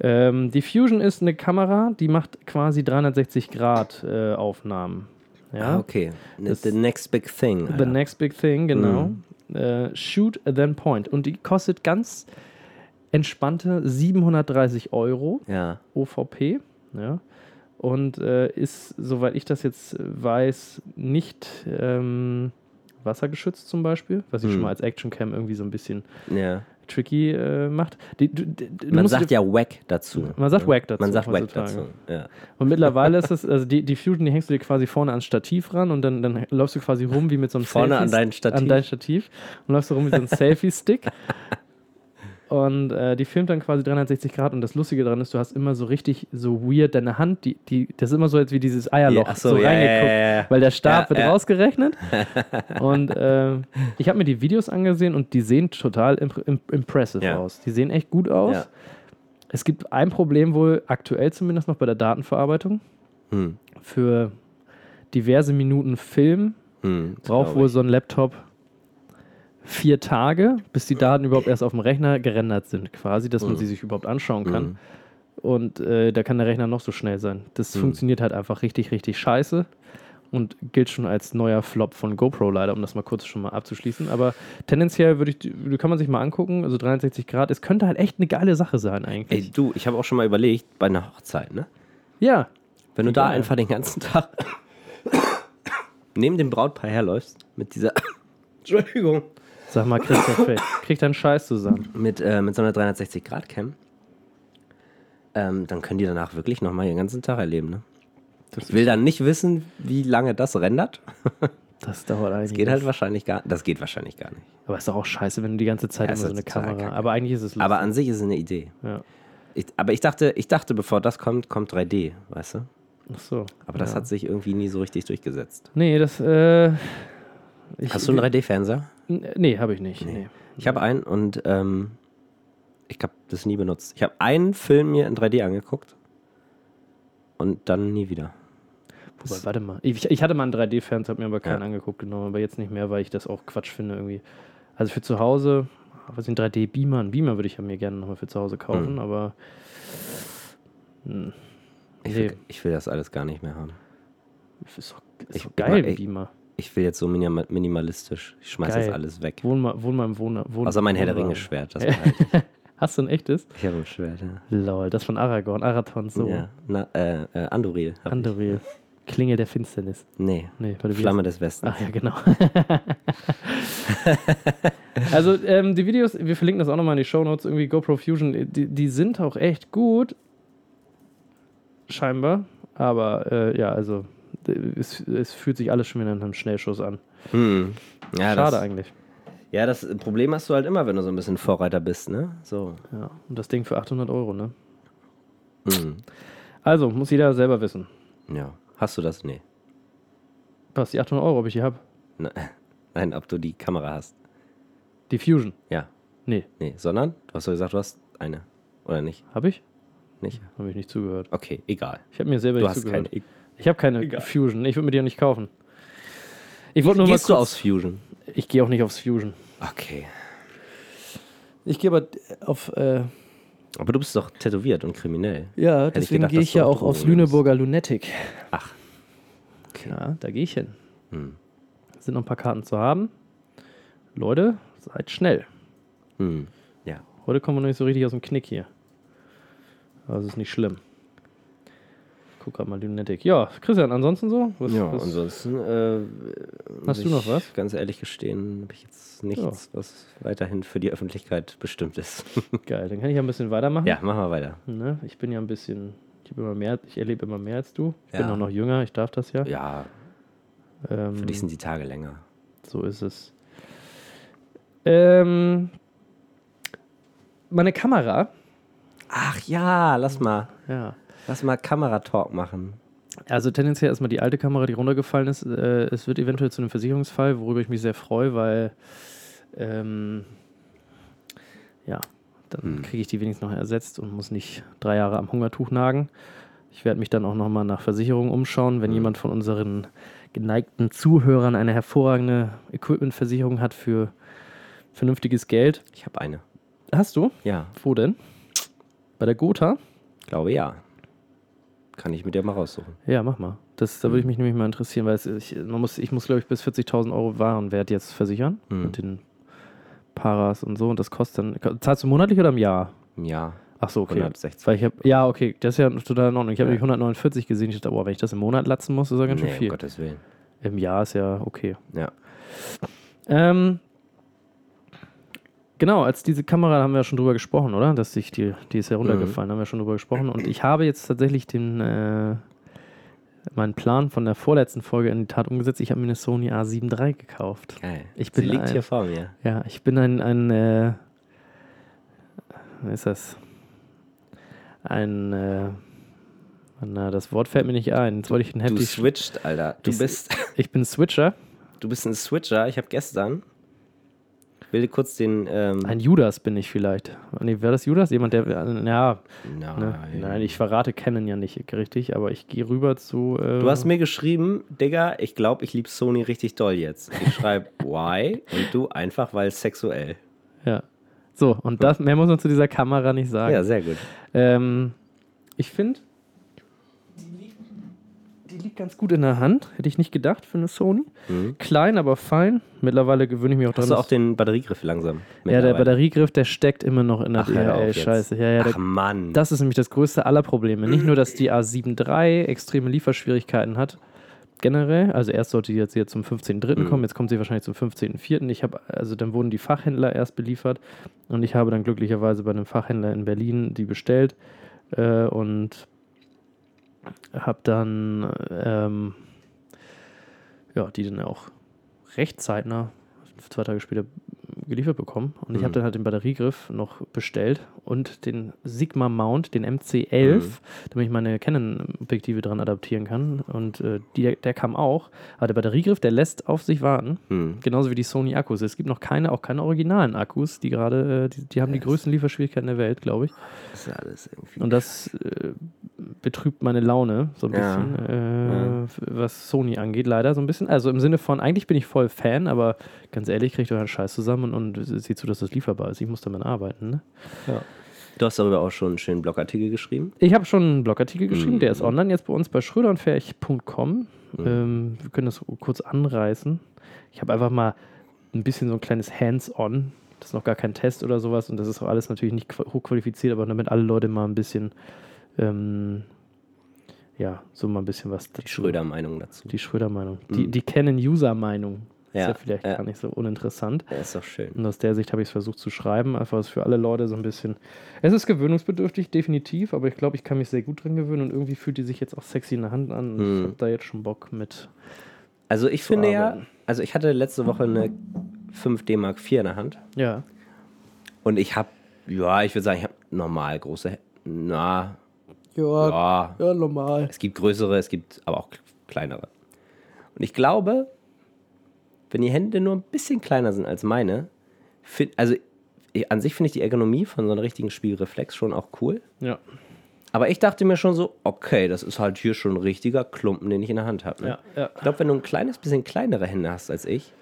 Speaker 3: Ähm, die Fusion ist eine Kamera, die macht quasi 360 Grad äh, Aufnahmen. Ja?
Speaker 1: Ah, okay. The,
Speaker 3: Das-
Speaker 1: the next big thing.
Speaker 3: The
Speaker 1: Alter.
Speaker 3: next big thing, genau.
Speaker 1: Mhm.
Speaker 3: Äh, shoot then point. Und die kostet ganz entspannte 730 Euro
Speaker 1: ja.
Speaker 3: OVP. Ja. Und äh, ist, soweit ich das jetzt weiß, nicht ähm, wassergeschützt zum Beispiel, was ich
Speaker 1: Hm.
Speaker 3: schon mal als Actioncam irgendwie so ein bisschen
Speaker 1: ja.
Speaker 3: tricky äh, macht. Die, du, du, du
Speaker 1: Man
Speaker 3: musst
Speaker 1: sagt ja
Speaker 3: dir-
Speaker 1: Wack dazu.
Speaker 3: Man sagt
Speaker 1: ne?
Speaker 3: Wack dazu
Speaker 1: Man sagt Wack
Speaker 3: heutzutage.
Speaker 1: dazu. Ja.
Speaker 3: Und mittlerweile ist es, also die, die Fusion, die hängst du dir quasi vorne ans Stativ ran und dann, dann läufst du quasi rum wie mit so einem
Speaker 1: Vorne an dein Stativ.
Speaker 3: an dein Stativ und läufst du rum wie so ein Selfie-Stick. Und äh, die filmt dann quasi 360 Grad und das Lustige daran ist, du hast immer so richtig so weird deine Hand, die, die, das ist immer so als wie dieses Eierloch
Speaker 1: Ja, ach so,
Speaker 3: so
Speaker 1: ja,
Speaker 3: reingeguckt,
Speaker 1: ja, ja, ja.
Speaker 3: weil der Stab
Speaker 1: Ja,
Speaker 3: wird
Speaker 1: ja.
Speaker 3: rausgerechnet. und äh, ich habe mir die Videos angesehen und die sehen total impr imp- impressive
Speaker 1: Ja.
Speaker 3: aus. Die sehen echt gut aus.
Speaker 1: Ja.
Speaker 3: Es gibt ein Problem wohl aktuell zumindest noch bei der Datenverarbeitung.
Speaker 1: Hm.
Speaker 3: Für diverse Minuten Film
Speaker 1: Hm. das
Speaker 3: braucht
Speaker 1: glaub
Speaker 3: wohl
Speaker 1: ich.
Speaker 3: so ein Laptop vier Tage, bis die Daten überhaupt erst auf dem Rechner gerendert sind, quasi,
Speaker 1: Mhm.
Speaker 3: dass man sie sich überhaupt anschauen kann. Und äh, da kann der Rechner noch so schnell sein. Das
Speaker 1: Mhm.
Speaker 3: funktioniert halt einfach richtig, richtig scheiße. Und gilt schon als neuer Flop von GoPro leider, um das mal kurz schon mal abzuschließen. Aber tendenziell würde ich, die- kann man sich mal angucken, also 360 Grad. Es könnte halt echt eine geile Sache sein eigentlich.
Speaker 1: Ey, du, ich habe auch schon mal überlegt, bei einer Hochzeit, ne?
Speaker 3: ja,
Speaker 1: Wenn du da
Speaker 3: Egal.
Speaker 1: einfach den ganzen Tag neben dem Brautpaar herläufst, mit dieser. Entschuldigung.
Speaker 3: sag mal, Christian Feld, krieg deinen Scheiß zusammen.
Speaker 1: Mit, äh, mit so einer 360-Grad-Cam, ähm, dann können die danach wirklich nochmal ihren ganzen Tag erleben, ne? Ich will dann nicht wissen, wie lange das rendert.
Speaker 3: Das dauert eigentlich.
Speaker 1: Geht halt wahrscheinlich gar Das geht wahrscheinlich gar nicht.
Speaker 3: Aber ist doch auch scheiße, wenn du die ganze Zeit
Speaker 1: Ja,
Speaker 3: immer
Speaker 1: ist
Speaker 3: so eine
Speaker 1: total
Speaker 3: Kamera.
Speaker 1: kacke.
Speaker 3: Aber eigentlich ist es lustig.
Speaker 1: Aber an sich ist es eine Idee.
Speaker 3: ja.
Speaker 1: Ich, aber ich dachte, ich dachte, bevor das kommt, kommt 3D, weißt du?
Speaker 3: Ach so.
Speaker 1: Aber das
Speaker 3: ja.
Speaker 1: hat sich irgendwie nie so richtig durchgesetzt.
Speaker 3: Nee, das. Äh, ich,
Speaker 1: Hast du einen 3D-Fernseher?
Speaker 3: N- Nee, habe ich nicht. Nee.
Speaker 1: Ich habe einen und ähm, ich habe das nie benutzt. Ich habe einen Film mir in 3D angeguckt und dann nie wieder.
Speaker 3: Wobei, warte mal. Ich, ich hatte mal einen 3D-Fernseher, habe mir aber keinen
Speaker 1: Ja.
Speaker 3: angeguckt genommen, aber jetzt nicht mehr, weil ich das auch Quatsch finde irgendwie. Also für zu Hause, was sind 3D-Beamer? Einen Beamer würde ich ja mir gerne nochmal für zu Hause kaufen,
Speaker 1: Mhm.
Speaker 3: aber hm,
Speaker 1: Ich will,
Speaker 3: Nee.
Speaker 1: ich will das alles gar nicht mehr haben.
Speaker 3: ist doch, ist
Speaker 1: Ich-
Speaker 3: doch geil,
Speaker 1: ich-
Speaker 3: Beamer.
Speaker 1: Ich will jetzt so minima- minimalistisch. Ich schmeiß
Speaker 3: Geil.
Speaker 1: das alles weg.
Speaker 3: Wohn mal, wohn mal im Wohn, wohn
Speaker 1: Außer mein Herr der
Speaker 3: Wohnwagen.
Speaker 1: Ringe-Schwert. das behalte Ich
Speaker 3: Hast du ein echtes?
Speaker 1: Ich habe ein Schwert, ja.
Speaker 3: Lol, das von Aragorn, Arathon, so.
Speaker 1: ja. Na, äh, äh, Andoril. hab ich.
Speaker 3: Andoril. Klinge der Finsternis.
Speaker 1: Nee.
Speaker 3: Nee, warte, wie
Speaker 1: Flamme des Westens.
Speaker 3: Ach ja, genau. also ähm, die Videos, wir verlinken das auch nochmal in die Shownotes, irgendwie GoPro Fusion, die, die sind auch echt gut. Scheinbar. Aber äh, ja, also d- es, es fühlt sich alles schon wieder nach einem Schnellschuss an.
Speaker 1: Hm. Ja,
Speaker 3: Schade
Speaker 1: das,
Speaker 3: eigentlich.
Speaker 1: ja, das Problem hast du halt immer, wenn du so ein bisschen Vorreiter bist, ne? So.
Speaker 3: Ja. Und das Ding für 800 Euro, ne?
Speaker 1: Hm.
Speaker 3: Also, muss jeder selber wissen.
Speaker 1: Ja. Hast du das? Nee.
Speaker 3: Was, die 800 Euro, ob ich die habe?
Speaker 1: Ne- Nein, ob du die Kamera hast.
Speaker 3: Die Fusion?
Speaker 1: Ja.
Speaker 3: Nee,
Speaker 1: Nee, sondern du hast doch gesagt, du hast eine. Oder nicht?
Speaker 3: habe ich?
Speaker 1: Nicht?
Speaker 3: Habe ich nicht zugehört.
Speaker 1: Okay, egal.
Speaker 3: Ich habe mir selber
Speaker 1: Du
Speaker 3: nicht
Speaker 1: hast
Speaker 3: zugehört.
Speaker 1: keine.
Speaker 3: Ich habe keine
Speaker 1: Egal.
Speaker 3: Fusion. Ich würde mir die auch nicht kaufen. Ich wollte nur mal kurz,
Speaker 1: Gehst du aufs Fusion?
Speaker 3: Ich gehe auch nicht aufs Fusion.
Speaker 1: Okay.
Speaker 3: Ich gehe aber auf. Äh,
Speaker 1: Aber du bist doch tätowiert und kriminell.
Speaker 3: ja,
Speaker 1: Hätte ich
Speaker 3: deswegen
Speaker 1: gedacht,
Speaker 3: gehe
Speaker 1: dass
Speaker 3: ich
Speaker 1: du
Speaker 3: ja
Speaker 1: auf
Speaker 3: auch aufs
Speaker 1: Drogen bist.
Speaker 3: Lüneburger Lunatic.
Speaker 1: Ach.
Speaker 3: Ja, da gehe ich hin.
Speaker 1: Hm.
Speaker 3: Sind noch ein paar Karten zu haben. Leute, seid schnell.
Speaker 1: Hm. Ja.
Speaker 3: Heute kommen wir noch nicht so richtig aus dem Knick hier. Also ist nicht schlimm. Guck grad mal, Lunatic. Ja, Christian, ansonsten so? Was,
Speaker 1: Ja,
Speaker 3: was,
Speaker 1: ansonsten. Äh, muss
Speaker 3: Hast du
Speaker 1: ich
Speaker 3: noch was?
Speaker 1: Ganz ehrlich gestehen, habe ich jetzt nichts, was weiterhin für die Öffentlichkeit bestimmt ist.
Speaker 3: Geil, dann kann ich ja ein bisschen weitermachen.
Speaker 1: ja, machen wir weiter.
Speaker 3: Ne? Ich bin ja ein bisschen. Ich, hab immer mehr, ich erlebe immer mehr als du. Ich bin
Speaker 1: Ja.
Speaker 3: auch noch jünger, ich darf das ja.
Speaker 1: Ja,
Speaker 3: Ähm,
Speaker 1: für dich sind die Tage länger.
Speaker 3: So ist es. Ähm, meine Kamera.
Speaker 1: Ach ja, lass mal.
Speaker 3: Ja.
Speaker 1: Lass mal Kameratalk machen.
Speaker 3: Also tendenziell erstmal die alte Kamera, die runtergefallen ist. Äh, es wird eventuell zu einem Versicherungsfall, worüber ich mich sehr freue, weil ähm, ja, dann kriege ich die wenigstens noch ersetzt und muss nicht drei Jahre am Hungertuch nagen. Ich werde mich dann auch nochmal nach Versicherungen umschauen. Wenn jemand von unseren geneigten Zuhörern eine hervorragende Equipmentversicherung hat für vernünftiges Geld.
Speaker 1: Ich habe eine.
Speaker 3: Hast du?
Speaker 1: Ja.
Speaker 3: Wo denn? Bei der Gotha?
Speaker 1: glaube ja. Kann ich mit dir mal raussuchen.
Speaker 3: Ja, mach mal. Das, da würde ich mich nämlich mal interessieren, weil es, ich, man muss, ich muss, glaube ich, bis 40.000 Euro Warenwert jetzt versichern mit den Paras und so. Und das kostet dann, zahlst du monatlich oder im Jahr?
Speaker 1: Ja.
Speaker 3: Ach so, okay.
Speaker 1: 160.
Speaker 3: Weil ich hab, ja, okay, das ist ja oh total in Ordnung. Ich habe nämlich 149 gesehen. Ich dachte, boah, wenn ich das im Monat latzen muss, ist ja ganz schön
Speaker 1: Nee, um
Speaker 3: viel.
Speaker 1: Gottes Willen.
Speaker 3: Im Jahr ist ja okay.
Speaker 1: Ja.
Speaker 3: Ähm, genau, als diese Kamera da haben wir ja schon drüber gesprochen, oder? Dass ich die, die ist ja runtergefallen, haben wir schon drüber gesprochen. Und ich habe jetzt tatsächlich den, äh, meinen Plan von der vorletzten Folge in die Tat umgesetzt. Ich habe mir eine Sony A7 III gekauft.
Speaker 1: Geil.
Speaker 3: Ich
Speaker 1: Sie
Speaker 3: bin
Speaker 1: liegt
Speaker 3: ein-
Speaker 1: hier vor mir.
Speaker 3: Ja, ich bin ein, ein äh, was ist das? Ein, äh, na, das Wort fällt mir nicht ein. Jetzt wollte ich ein
Speaker 1: Du
Speaker 3: Happy.
Speaker 1: switcht, Alter. Du
Speaker 3: Ich-
Speaker 1: bist,
Speaker 3: Ich bin Switcher,
Speaker 1: du bist ein Switcher. Ich habe gestern, ich will dir kurz den, ähm,
Speaker 3: ein Judas bin ich vielleicht. Nee, wäre das Judas? Jemand, der, ja, Ne?
Speaker 1: nein.
Speaker 3: Nein, ich verrate Canon ja nicht richtig, aber ich gehe rüber zu. Äh,
Speaker 1: Du hast mir geschrieben, Digga, ich glaube, ich liebe Sony richtig doll jetzt. Ich schreibe, why? Und du einfach, weil sexuell.
Speaker 3: Ja. So, und das, mehr muss man zu dieser Kamera nicht sagen.
Speaker 1: Ja, sehr gut.
Speaker 3: Ähm, ich finde, die, liegt- die liegt ganz gut in der Hand. Hätte ich nicht gedacht für eine Sony. Klein, aber fein. Mittlerweile gewöhne ich mich auch
Speaker 1: Mhm. Hast du
Speaker 3: dran.
Speaker 1: auch den Batteriegriff langsam?
Speaker 3: ja, der
Speaker 1: mittlerweile?
Speaker 3: Batteriegriff, der steckt immer noch in der
Speaker 1: Ach, hör auf
Speaker 3: DRL.
Speaker 1: jetzt.
Speaker 3: Scheiße. Ja, ja, der,
Speaker 1: Ach Mann.
Speaker 3: Das ist nämlich das größte aller Probleme. Nicht nur, dass die A7 III extreme Lieferschwierigkeiten hat, generell. Also erst sollte die jetzt hier zum 15.3. kommen, jetzt kommt sie wahrscheinlich zum 15.4. Ich habe, also dann wurden die Fachhändler erst beliefert und ich habe dann glücklicherweise bei einem Fachhändler in Berlin die bestellt äh, und habe dann ähm, ja, die dann auch recht zeitnah, zwei Tage später, geliefert bekommen. Und ich habe dann halt den Batteriegriff noch bestellt und den Sigma Mount, den MC11, damit ich meine Canon-Objektive dran adaptieren kann. Und äh, die, der kam auch. Aber der Batteriegriff, der lässt auf sich warten.
Speaker 1: Hm.
Speaker 3: Genauso wie die Sony-Akkus. Es gibt noch keine, auch keine originalen Akkus, die gerade, äh, die, die haben die größten Lieferschwierigkeiten der Welt, glaube ich.
Speaker 1: Das ist alles irgendwie.
Speaker 3: Und das äh, betrübt meine Laune so ein
Speaker 1: Ja.
Speaker 3: bisschen, äh, f- was Sony angeht, leider so ein bisschen. Also im Sinne von, eigentlich bin ich voll Fan, aber ganz ehrlich, kriegt euren Scheiß zusammen und, und seht zu, dass das lieferbar ist. Ich muss damit arbeiten. Ne?
Speaker 1: Du hast darüber auch schon einen schönen Blogartikel geschrieben.
Speaker 3: Ich habe schon einen Blogartikel geschrieben, der
Speaker 1: Mhm.
Speaker 3: ist online jetzt bei uns bei schröderundferch.com. Ähm, wir können das kurz anreißen. Ich habe einfach mal ein bisschen so ein kleines Hands-on. Das ist noch gar kein Test oder sowas und das ist auch alles natürlich nicht qua- hochqualifiziert, aber damit alle Leute mal ein bisschen, ähm, ja, so mal ein bisschen was dazu.
Speaker 1: Die Schröder-Meinung dazu.
Speaker 3: Die Schröder-Meinung. Die, die Canon-User-Meinung. Ist
Speaker 1: Ja,
Speaker 3: ja vielleicht
Speaker 1: ja.
Speaker 3: gar nicht so uninteressant.
Speaker 1: Ja, ist doch schön.
Speaker 3: Und aus der Sicht habe ich es versucht zu schreiben, einfach es für alle Leute so ein bisschen. Es ist gewöhnungsbedürftig, definitiv, aber ich glaube, ich kann mich sehr gut dran gewöhnen und irgendwie fühlt die sich jetzt auch sexy in der Hand an. Und
Speaker 1: Hm.
Speaker 3: Ich habe da jetzt schon Bock mit.
Speaker 1: Also ich finde ja,
Speaker 3: arbeiten.
Speaker 1: also ich hatte letzte Woche eine 5D Mark IV in der Hand.
Speaker 3: Ja.
Speaker 1: Und ich habe, ja, ich würde sagen, ich habe normal große, Hä- na,
Speaker 3: Ja,
Speaker 1: ja,
Speaker 3: normal.
Speaker 1: Es gibt größere, es gibt aber auch kleinere. Und ich glaube, wenn die Hände nur ein bisschen kleiner sind als meine, fin- also ich, an sich finde ich die Ergonomie von so einem richtigen Spielreflex schon auch cool.
Speaker 3: Ja.
Speaker 1: Aber ich dachte mir schon so, okay, das ist halt hier schon ein richtiger Klumpen, den ich in der Hand habe. Ne?
Speaker 3: Ja, ja.
Speaker 1: Ich glaube, wenn du ein kleines bisschen kleinere Hände hast als ich,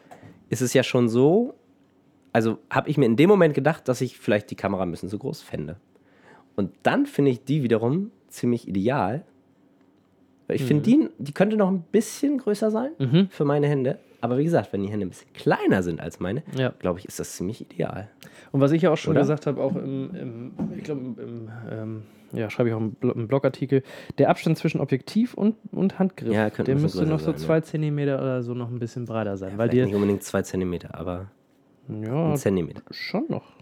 Speaker 1: ist es ja schon so, also habe ich mir in dem Moment gedacht, dass ich vielleicht die Kamera ein bisschen zu groß fände. Und dann finde ich die wiederum ziemlich ideal. Weil Ich
Speaker 3: Mhm.
Speaker 1: finde, die, die könnte noch ein bisschen größer sein für meine Hände. Aber wie gesagt, wenn die Hände ein bisschen kleiner sind als meine,
Speaker 3: Ja.
Speaker 1: glaube ich, ist das ziemlich ideal.
Speaker 3: Und was ich ja auch schon
Speaker 1: Oder?
Speaker 3: gesagt habe, auch im, im ich glaube, im, im ähm, ja, schreibe ich auch im, Blo- im Blogartikel, der Abstand zwischen Objektiv und, und Handgriff,
Speaker 1: Ja, könnte
Speaker 3: der
Speaker 1: ein bisschen
Speaker 3: müsste
Speaker 1: größer
Speaker 3: noch so
Speaker 1: sein,
Speaker 3: zwei Zentimeter oder so noch ein bisschen breiter sein. weil
Speaker 1: Vielleicht
Speaker 3: dir,
Speaker 1: nicht unbedingt zwei Zentimeter, aber
Speaker 3: ja,
Speaker 1: ein Zentimeter.
Speaker 3: Schon noch.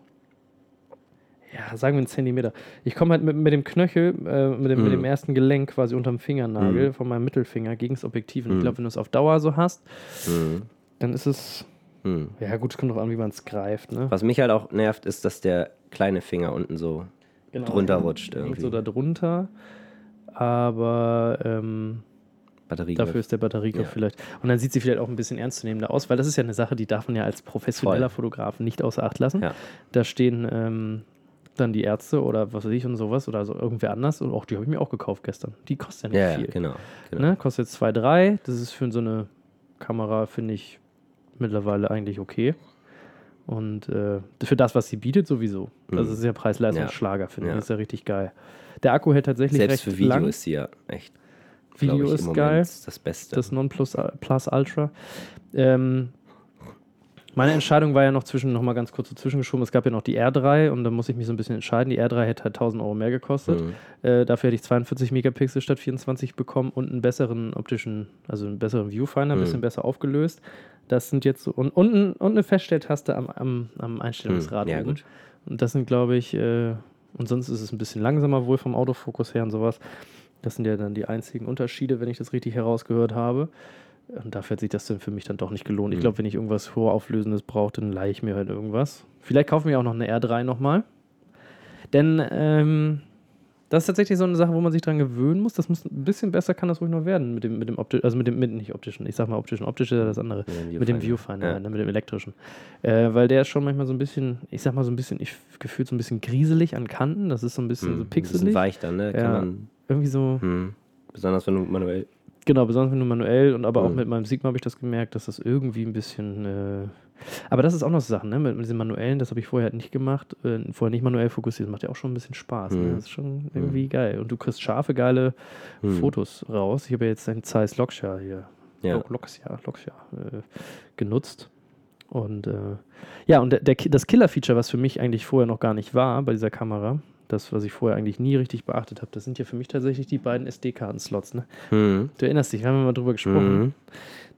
Speaker 3: Ja, sagen wir einen Zentimeter. Ich komme halt mit, mit dem Knöchel, äh, mit, dem, mit
Speaker 1: Mm.
Speaker 3: dem ersten Gelenk quasi unterm Fingernagel von meinem Mittelfinger gegen das Objektiv. Und
Speaker 1: Mm.
Speaker 3: ich glaube, wenn du es auf Dauer so hast,
Speaker 1: Mhm.
Speaker 3: dann ist es.
Speaker 1: Hm.
Speaker 3: Ja, gut, es kommt drauf an, wie man es greift. Ne?
Speaker 1: Was mich halt auch nervt, ist, dass der kleine Finger unten so
Speaker 3: Genau.
Speaker 1: drunter rutscht irgendwie.
Speaker 3: Hängt so da drunter. Aber ähm,
Speaker 1: Batterie
Speaker 3: dafür ist der Batteriegriff
Speaker 1: Ja.
Speaker 3: vielleicht. Und dann sieht sie vielleicht auch ein bisschen ernstzunehmender aus, weil das ist ja eine Sache, die darf man ja als professioneller
Speaker 1: Voll.
Speaker 3: Fotograf nicht außer Acht lassen.
Speaker 1: Ja.
Speaker 3: Da stehen ähm, dann die Ärzte oder was weiß ich und sowas oder so irgendwer anders. Und auch die habe ich mir auch gekauft gestern. Die kostet ja nicht
Speaker 1: Ja, ja,
Speaker 3: viel.
Speaker 1: genau. genau.
Speaker 3: Ne? Kostet jetzt 2,3. Das ist für so eine Kamera, finde ich, mittlerweile eigentlich okay. Und äh, für das, was sie bietet, sowieso. Also
Speaker 1: Mhm.
Speaker 3: es ist ja Preis-Leistungs-Schlager, finde ich.
Speaker 1: Ja.
Speaker 3: Ist ja richtig geil. Der Akku hält tatsächlich
Speaker 1: Selbst
Speaker 3: recht
Speaker 1: für Video
Speaker 3: lang.
Speaker 1: ist sie ja echt. glaub
Speaker 3: Video
Speaker 1: ich, im
Speaker 3: ist
Speaker 1: Moment
Speaker 3: geil.
Speaker 1: Das Beste.
Speaker 3: Das Nonplus Plus Ultra. Ähm, meine Entscheidung war ja noch zwischen, noch mal ganz kurz dazwischen geschoben. Es gab ja noch die R3 und da muss ich mich so ein bisschen entscheiden. Die R3 hätte halt 1000 Euro mehr gekostet.
Speaker 1: Mhm.
Speaker 3: Äh, dafür hätte ich 42 Megapixel statt 24 bekommen und einen besseren optischen, also einen besseren Viewfinder, ein
Speaker 1: Mhm.
Speaker 3: bisschen besser aufgelöst. Das sind jetzt so, und, und, ein- und eine Feststelltaste am, am, am Einstellungsrad
Speaker 1: Mhm. Ja,
Speaker 3: oben.
Speaker 1: gut.
Speaker 3: Und das sind, glaube ich, äh, und sonst ist es ein bisschen langsamer wohl vom Autofokus her und sowas. Das sind ja dann die einzigen Unterschiede, wenn ich das richtig herausgehört habe. Und dafür hat sich das dann für mich dann doch nicht gelohnt. Ich
Speaker 1: Mhm.
Speaker 3: glaube, wenn ich irgendwas Hochauflösendes brauche, dann leihe ich mir halt irgendwas. Vielleicht kaufen wir auch noch eine R3 nochmal. Denn ähm, das ist tatsächlich so eine Sache, wo man sich dran gewöhnen muss. Das muss ein bisschen besser kann das ruhig noch werden mit dem, mit dem optischen, also mit dem, mit nicht optischen, ich sag mal optischen, optisch ist ja das andere.
Speaker 1: Mit dem
Speaker 3: Mit dem
Speaker 1: Viewfinder.
Speaker 3: Viewfinder,
Speaker 1: Ja.
Speaker 3: ne, mit dem elektrischen. Äh, weil der ist schon manchmal so ein bisschen, ich sag mal so ein bisschen, ich gefühlt so ein bisschen grieselig an Kanten. Das ist so ein bisschen
Speaker 1: Mhm.
Speaker 3: so
Speaker 1: Ein bisschen
Speaker 3: pixelig.
Speaker 1: weich dann, ne? Kann
Speaker 3: Ja.
Speaker 1: man,
Speaker 3: Irgendwie so,
Speaker 1: mhm. Besonders wenn du manuell.
Speaker 3: genau, besonders wenn du manuell und aber auch
Speaker 1: Mhm.
Speaker 3: mit meinem Sigma habe ich das gemerkt, dass das irgendwie ein bisschen. Äh, aber das ist auch noch so Sachen, ne? Mit, mit diesen manuellen, das habe ich vorher halt nicht gemacht, äh, vorher nicht manuell fokussiert. Das macht ja auch schon ein bisschen Spaß. Ne?
Speaker 1: Mhm.
Speaker 3: Das ist schon irgendwie geil. Und du kriegst scharfe, geile
Speaker 1: Mhm.
Speaker 3: Fotos raus. Ich habe ja jetzt ein Zeiss Loksha hier
Speaker 1: Ja.
Speaker 3: Lok- Loxia, Loxia äh, genutzt. Und äh, ja, und der, der, Ki- das Killer-Feature, was für mich eigentlich vorher noch gar nicht war bei dieser Kamera, das, was ich vorher eigentlich nie richtig beachtet habe, das sind ja für mich tatsächlich die beiden SD-Karten-Slots. Ne?
Speaker 1: Mhm.
Speaker 3: Du erinnerst dich, wir haben ja mal drüber gesprochen.
Speaker 1: Mhm.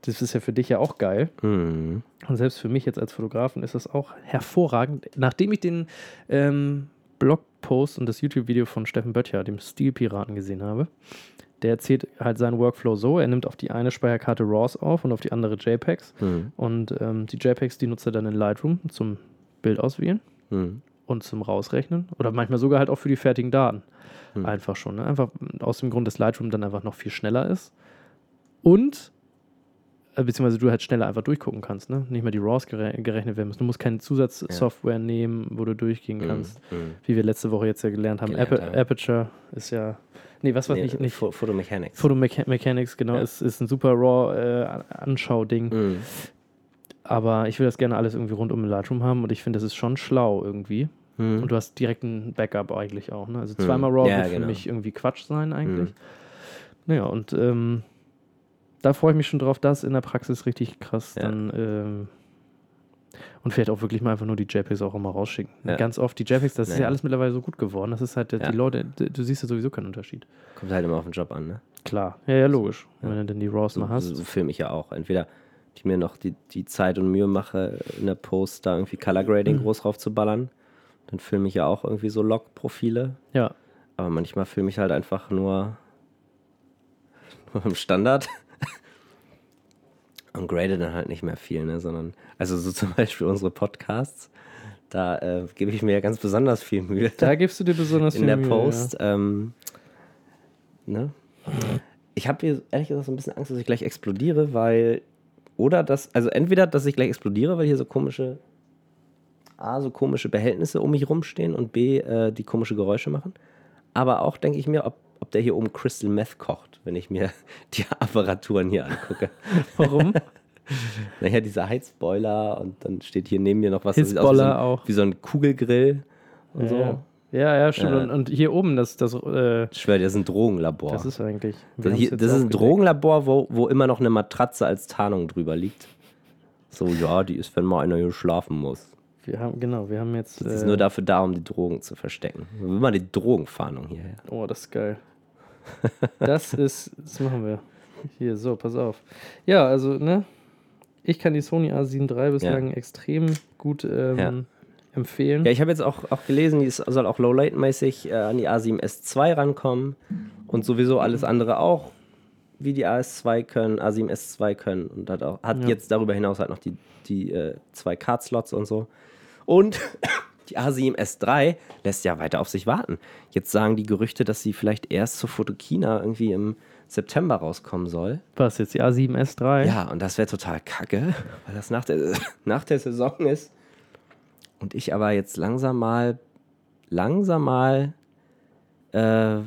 Speaker 3: Das ist ja für dich ja auch geil.
Speaker 1: Mhm.
Speaker 3: Und selbst für mich jetzt als Fotografen ist das auch hervorragend. Nachdem ich den ähm, Blogpost und das YouTube-Video von Steffen Böttcher, dem Stilpiraten, gesehen habe, der erzählt halt seinen Workflow so: Er nimmt auf die eine Speicherkarte RAWs auf und auf die andere JPEGs.
Speaker 1: Mhm.
Speaker 3: Und ähm, die JPEGs, die nutzt er dann in Lightroom zum Bild auswählen
Speaker 1: Mhm.
Speaker 3: und zum Rausrechnen. Oder manchmal sogar halt auch für die fertigen Daten.
Speaker 1: Hm.
Speaker 3: Einfach schon. Ne? Einfach aus dem Grund, dass Lightroom dann einfach noch viel schneller ist. Und, äh, beziehungsweise du halt schneller einfach durchgucken kannst. Ne? Nicht mehr die RAWs gere gerechnet werden müssen. Du musst keine Zusatzsoftware nehmen, wo du durchgehen kannst.
Speaker 1: Mhm.
Speaker 3: Wie wir letzte Woche jetzt ja gelernt haben.
Speaker 1: Gelernt
Speaker 3: Aper-
Speaker 1: haben.
Speaker 3: Aperture ist ja. Nee, was war
Speaker 1: Nee,
Speaker 3: nicht? nicht
Speaker 1: Pho- Photomechanics.
Speaker 3: Photomechanics, genau.
Speaker 1: Ja.
Speaker 3: Ist, ist ein super äh, RAW-Anschau-Ding.
Speaker 1: Mhm.
Speaker 3: Aber ich will das gerne alles irgendwie rund um Lightroom haben und ich finde, das ist schon schlau irgendwie.
Speaker 1: Mhm.
Speaker 3: Und du hast direkt ein Backup eigentlich auch. Ne? Also
Speaker 1: Hm.
Speaker 3: zweimal RAW
Speaker 1: Ja,
Speaker 3: wird für
Speaker 1: genau. Hm.
Speaker 3: mich irgendwie Quatsch sein eigentlich. Naja, und ähm, da freue ich mich schon drauf, das in der Praxis richtig krass
Speaker 1: Ja.
Speaker 3: dann. Ähm, und vielleicht auch wirklich mal einfach nur die JPEGs auch immer rausschicken.
Speaker 1: Ja.
Speaker 3: Ganz oft die JPEGs, das ist
Speaker 1: Ja.
Speaker 3: ja alles mittlerweile so gut geworden. Das ist halt,
Speaker 1: Ja.
Speaker 3: die Leute, d- du siehst ja sowieso keinen Unterschied.
Speaker 1: Kommt halt immer auf den Job an, ne?
Speaker 3: Klar. Ja, ja, logisch.
Speaker 1: Ja.
Speaker 3: Wenn du denn die RAWs mal
Speaker 1: So,
Speaker 3: hast.
Speaker 1: so filme ich ja auch. Entweder ich mir noch die, die Zeit und Mühe mache, in der Post da irgendwie Color
Speaker 3: Mhm.
Speaker 1: Grading groß drauf zu ballern. Dann filme ich ja auch irgendwie so Log-Profile.
Speaker 3: Ja.
Speaker 1: Aber manchmal filme ich halt einfach nur, nur im Standard. Und grade dann halt nicht mehr viel, ne? Sondern, also so zum Beispiel unsere Podcasts, da äh, gebe ich mir ja ganz besonders viel Mühe
Speaker 3: Da gibst du dir besonders
Speaker 1: in
Speaker 3: viel
Speaker 1: der
Speaker 3: Mühe,
Speaker 1: Post. Ähm, ne? Ich habe hier ehrlich gesagt so ein bisschen Angst, dass ich gleich explodiere, weil. Oder dass. Also entweder, dass ich gleich explodiere, weil hier so komische. A, so komische Behältnisse um mich rumstehen und B, äh, die komische Geräusche machen. Aber auch denke ich mir, ob, ob der hier oben Crystal Meth kocht, wenn ich mir die Apparaturen hier angucke.
Speaker 3: Ja. Warum?
Speaker 1: Naja, dieser Heizboiler und dann steht hier neben mir noch was. das sieht
Speaker 3: Hitzboiler
Speaker 1: aus
Speaker 3: auch.
Speaker 1: wie so ein, Wie so ein Kugelgrill und
Speaker 3: ja,
Speaker 1: so.
Speaker 3: ja. ja, ja, stimmt.
Speaker 1: Ja.
Speaker 3: Und, und hier oben, das, das, äh,
Speaker 1: Ich schwöre, das ist ein Drogenlabor.
Speaker 3: das ist eigentlich. wir
Speaker 1: Das,
Speaker 3: haben's
Speaker 1: hier,
Speaker 3: jetzt
Speaker 1: das ist ein
Speaker 3: aufgedeckt.
Speaker 1: Drogenlabor, wo, wo immer noch eine Matratze als Tarnung drüber liegt. So, ja, die ist, wenn mal einer hier schlafen muss.
Speaker 3: Wir haben, genau, wir haben jetzt.
Speaker 1: Das ist
Speaker 3: äh,
Speaker 1: nur dafür da, um die Drogen zu verstecken. Will mal die Drogenfahndung hierher.
Speaker 3: Oh, das ist geil. Das ist, das machen wir. Hier, so, pass auf. Ja, also, ne? Ich kann die Sony A7 III bislang extrem gut ähm,
Speaker 1: Ja.
Speaker 3: empfehlen.
Speaker 1: Ja, ich habe jetzt auch, auch gelesen, die ist- soll auch Low-Light-mäßig äh, an die A7S2 rankommen und sowieso alles andere auch, wie die AS2 können, A7S2 können und hat, auch, hat
Speaker 3: Ja.
Speaker 1: jetzt darüber hinaus halt noch die, die äh, zwei Card-Slots und so. Und die A7S3 lässt ja weiter auf sich warten. Jetzt sagen die Gerüchte, dass sie vielleicht erst zur Fotokina irgendwie im September rauskommen soll.
Speaker 3: Was jetzt, die A7S III?
Speaker 1: Ja, und das wäre total kacke, weil das nach der, nach der Saison ist. Und ich aber jetzt langsam mal, langsam mal äh, äh,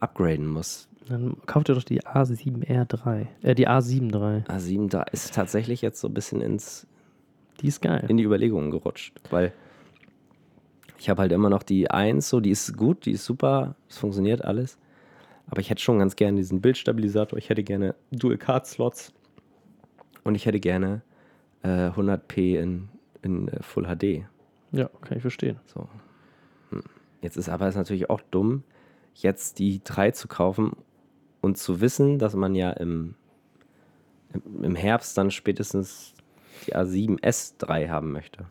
Speaker 1: upgraden muss.
Speaker 3: Dann kauft ihr doch die A7R3. Äh, die A7 III.
Speaker 1: Ah, A7 da ist tatsächlich jetzt so ein bisschen ins,
Speaker 3: Die ist geil.
Speaker 1: in die Überlegungen gerutscht, weil ich habe halt immer noch die 1, so die ist gut, die ist super, es funktioniert alles. Aber ich hätte schon ganz gerne diesen Bildstabilisator, ich hätte gerne Dual Card Slots und ich hätte gerne äh, 100p in, in äh, Full HD.
Speaker 3: ja, kann ich verstehen.
Speaker 1: So. Hm. Jetzt ist aber es natürlich auch dumm, jetzt die 3 zu kaufen und zu wissen, dass man ja im, im, im Herbst dann spätestens die A7S3 haben möchte.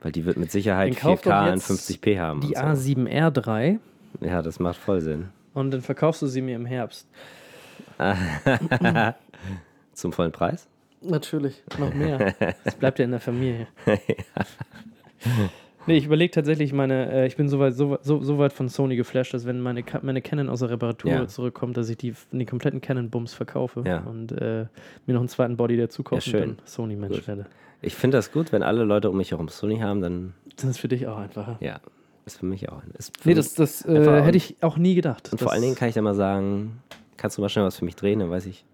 Speaker 1: Weil die wird mit Sicherheit
Speaker 3: Dann kauf doch
Speaker 1: 4K und
Speaker 3: jetzt
Speaker 1: 50p haben.
Speaker 3: Die
Speaker 1: und
Speaker 3: A7R3
Speaker 1: so. Ja, das macht voll Sinn.
Speaker 3: und dann verkaufst du sie mir im Herbst.
Speaker 1: Zum vollen Preis?
Speaker 3: Natürlich, noch mehr. Das bleibt ja in der Familie. Nee, ich überlege tatsächlich meine, äh, ich bin so weit, so, weit- so, so weit von Sony geflasht, dass wenn meine, Ka- meine Canon aus der Reparatur
Speaker 1: Ja.
Speaker 3: zurückkommt, dass ich die, den kompletten Canon-Bums verkaufe
Speaker 1: Ja.
Speaker 3: und äh, mir noch einen zweiten Body dazu kaufe
Speaker 1: schön.
Speaker 3: und dann Sony-Mensch
Speaker 1: Gut.
Speaker 3: werde.
Speaker 1: Ich finde das gut, wenn alle Leute um mich herum Sony haben, dann
Speaker 3: Das ist für dich auch einfacher.
Speaker 1: ja, ist für mich auch ein. Ist für
Speaker 3: Nee,
Speaker 1: mich-
Speaker 3: das, das
Speaker 1: Einfach
Speaker 3: äh, hätte ich auch nie gedacht.
Speaker 1: und vor
Speaker 3: Das-
Speaker 1: allen Dingen kann ich dann mal sagen, kannst du mal schnell was für mich drehen, dann weiß ich,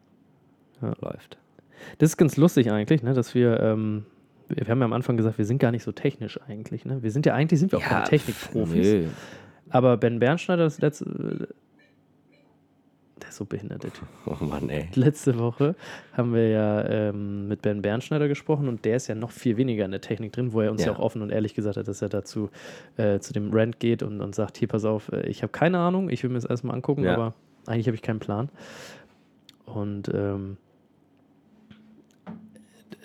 Speaker 3: Ja.
Speaker 1: läuft.
Speaker 3: Das ist ganz lustig eigentlich, ne, dass wir, ähm, wir wir haben ja am Anfang gesagt, wir sind gar nicht so technisch eigentlich. Ne? Wir sind ja eigentlich, sind wir auch keine Technikprofis.
Speaker 1: nö.
Speaker 3: Aber Ben Bernschneider, das letzte, der ist so behindert, der Typ.
Speaker 1: Oh Mann, ey.
Speaker 3: Letzte Woche haben wir ja ähm, mit Ben Bernschneider gesprochen und der ist ja noch viel weniger in der Technik drin, wo er uns ja,
Speaker 1: Ja.
Speaker 3: auch offen und ehrlich gesagt hat, dass er dazu äh, zu dem Rant geht und, und sagt, hier, pass auf, äh, ich habe keine Ahnung, ich will mir das erstmal angucken,
Speaker 1: Ja.
Speaker 3: aber eigentlich habe ich keinen Plan. Und ähm,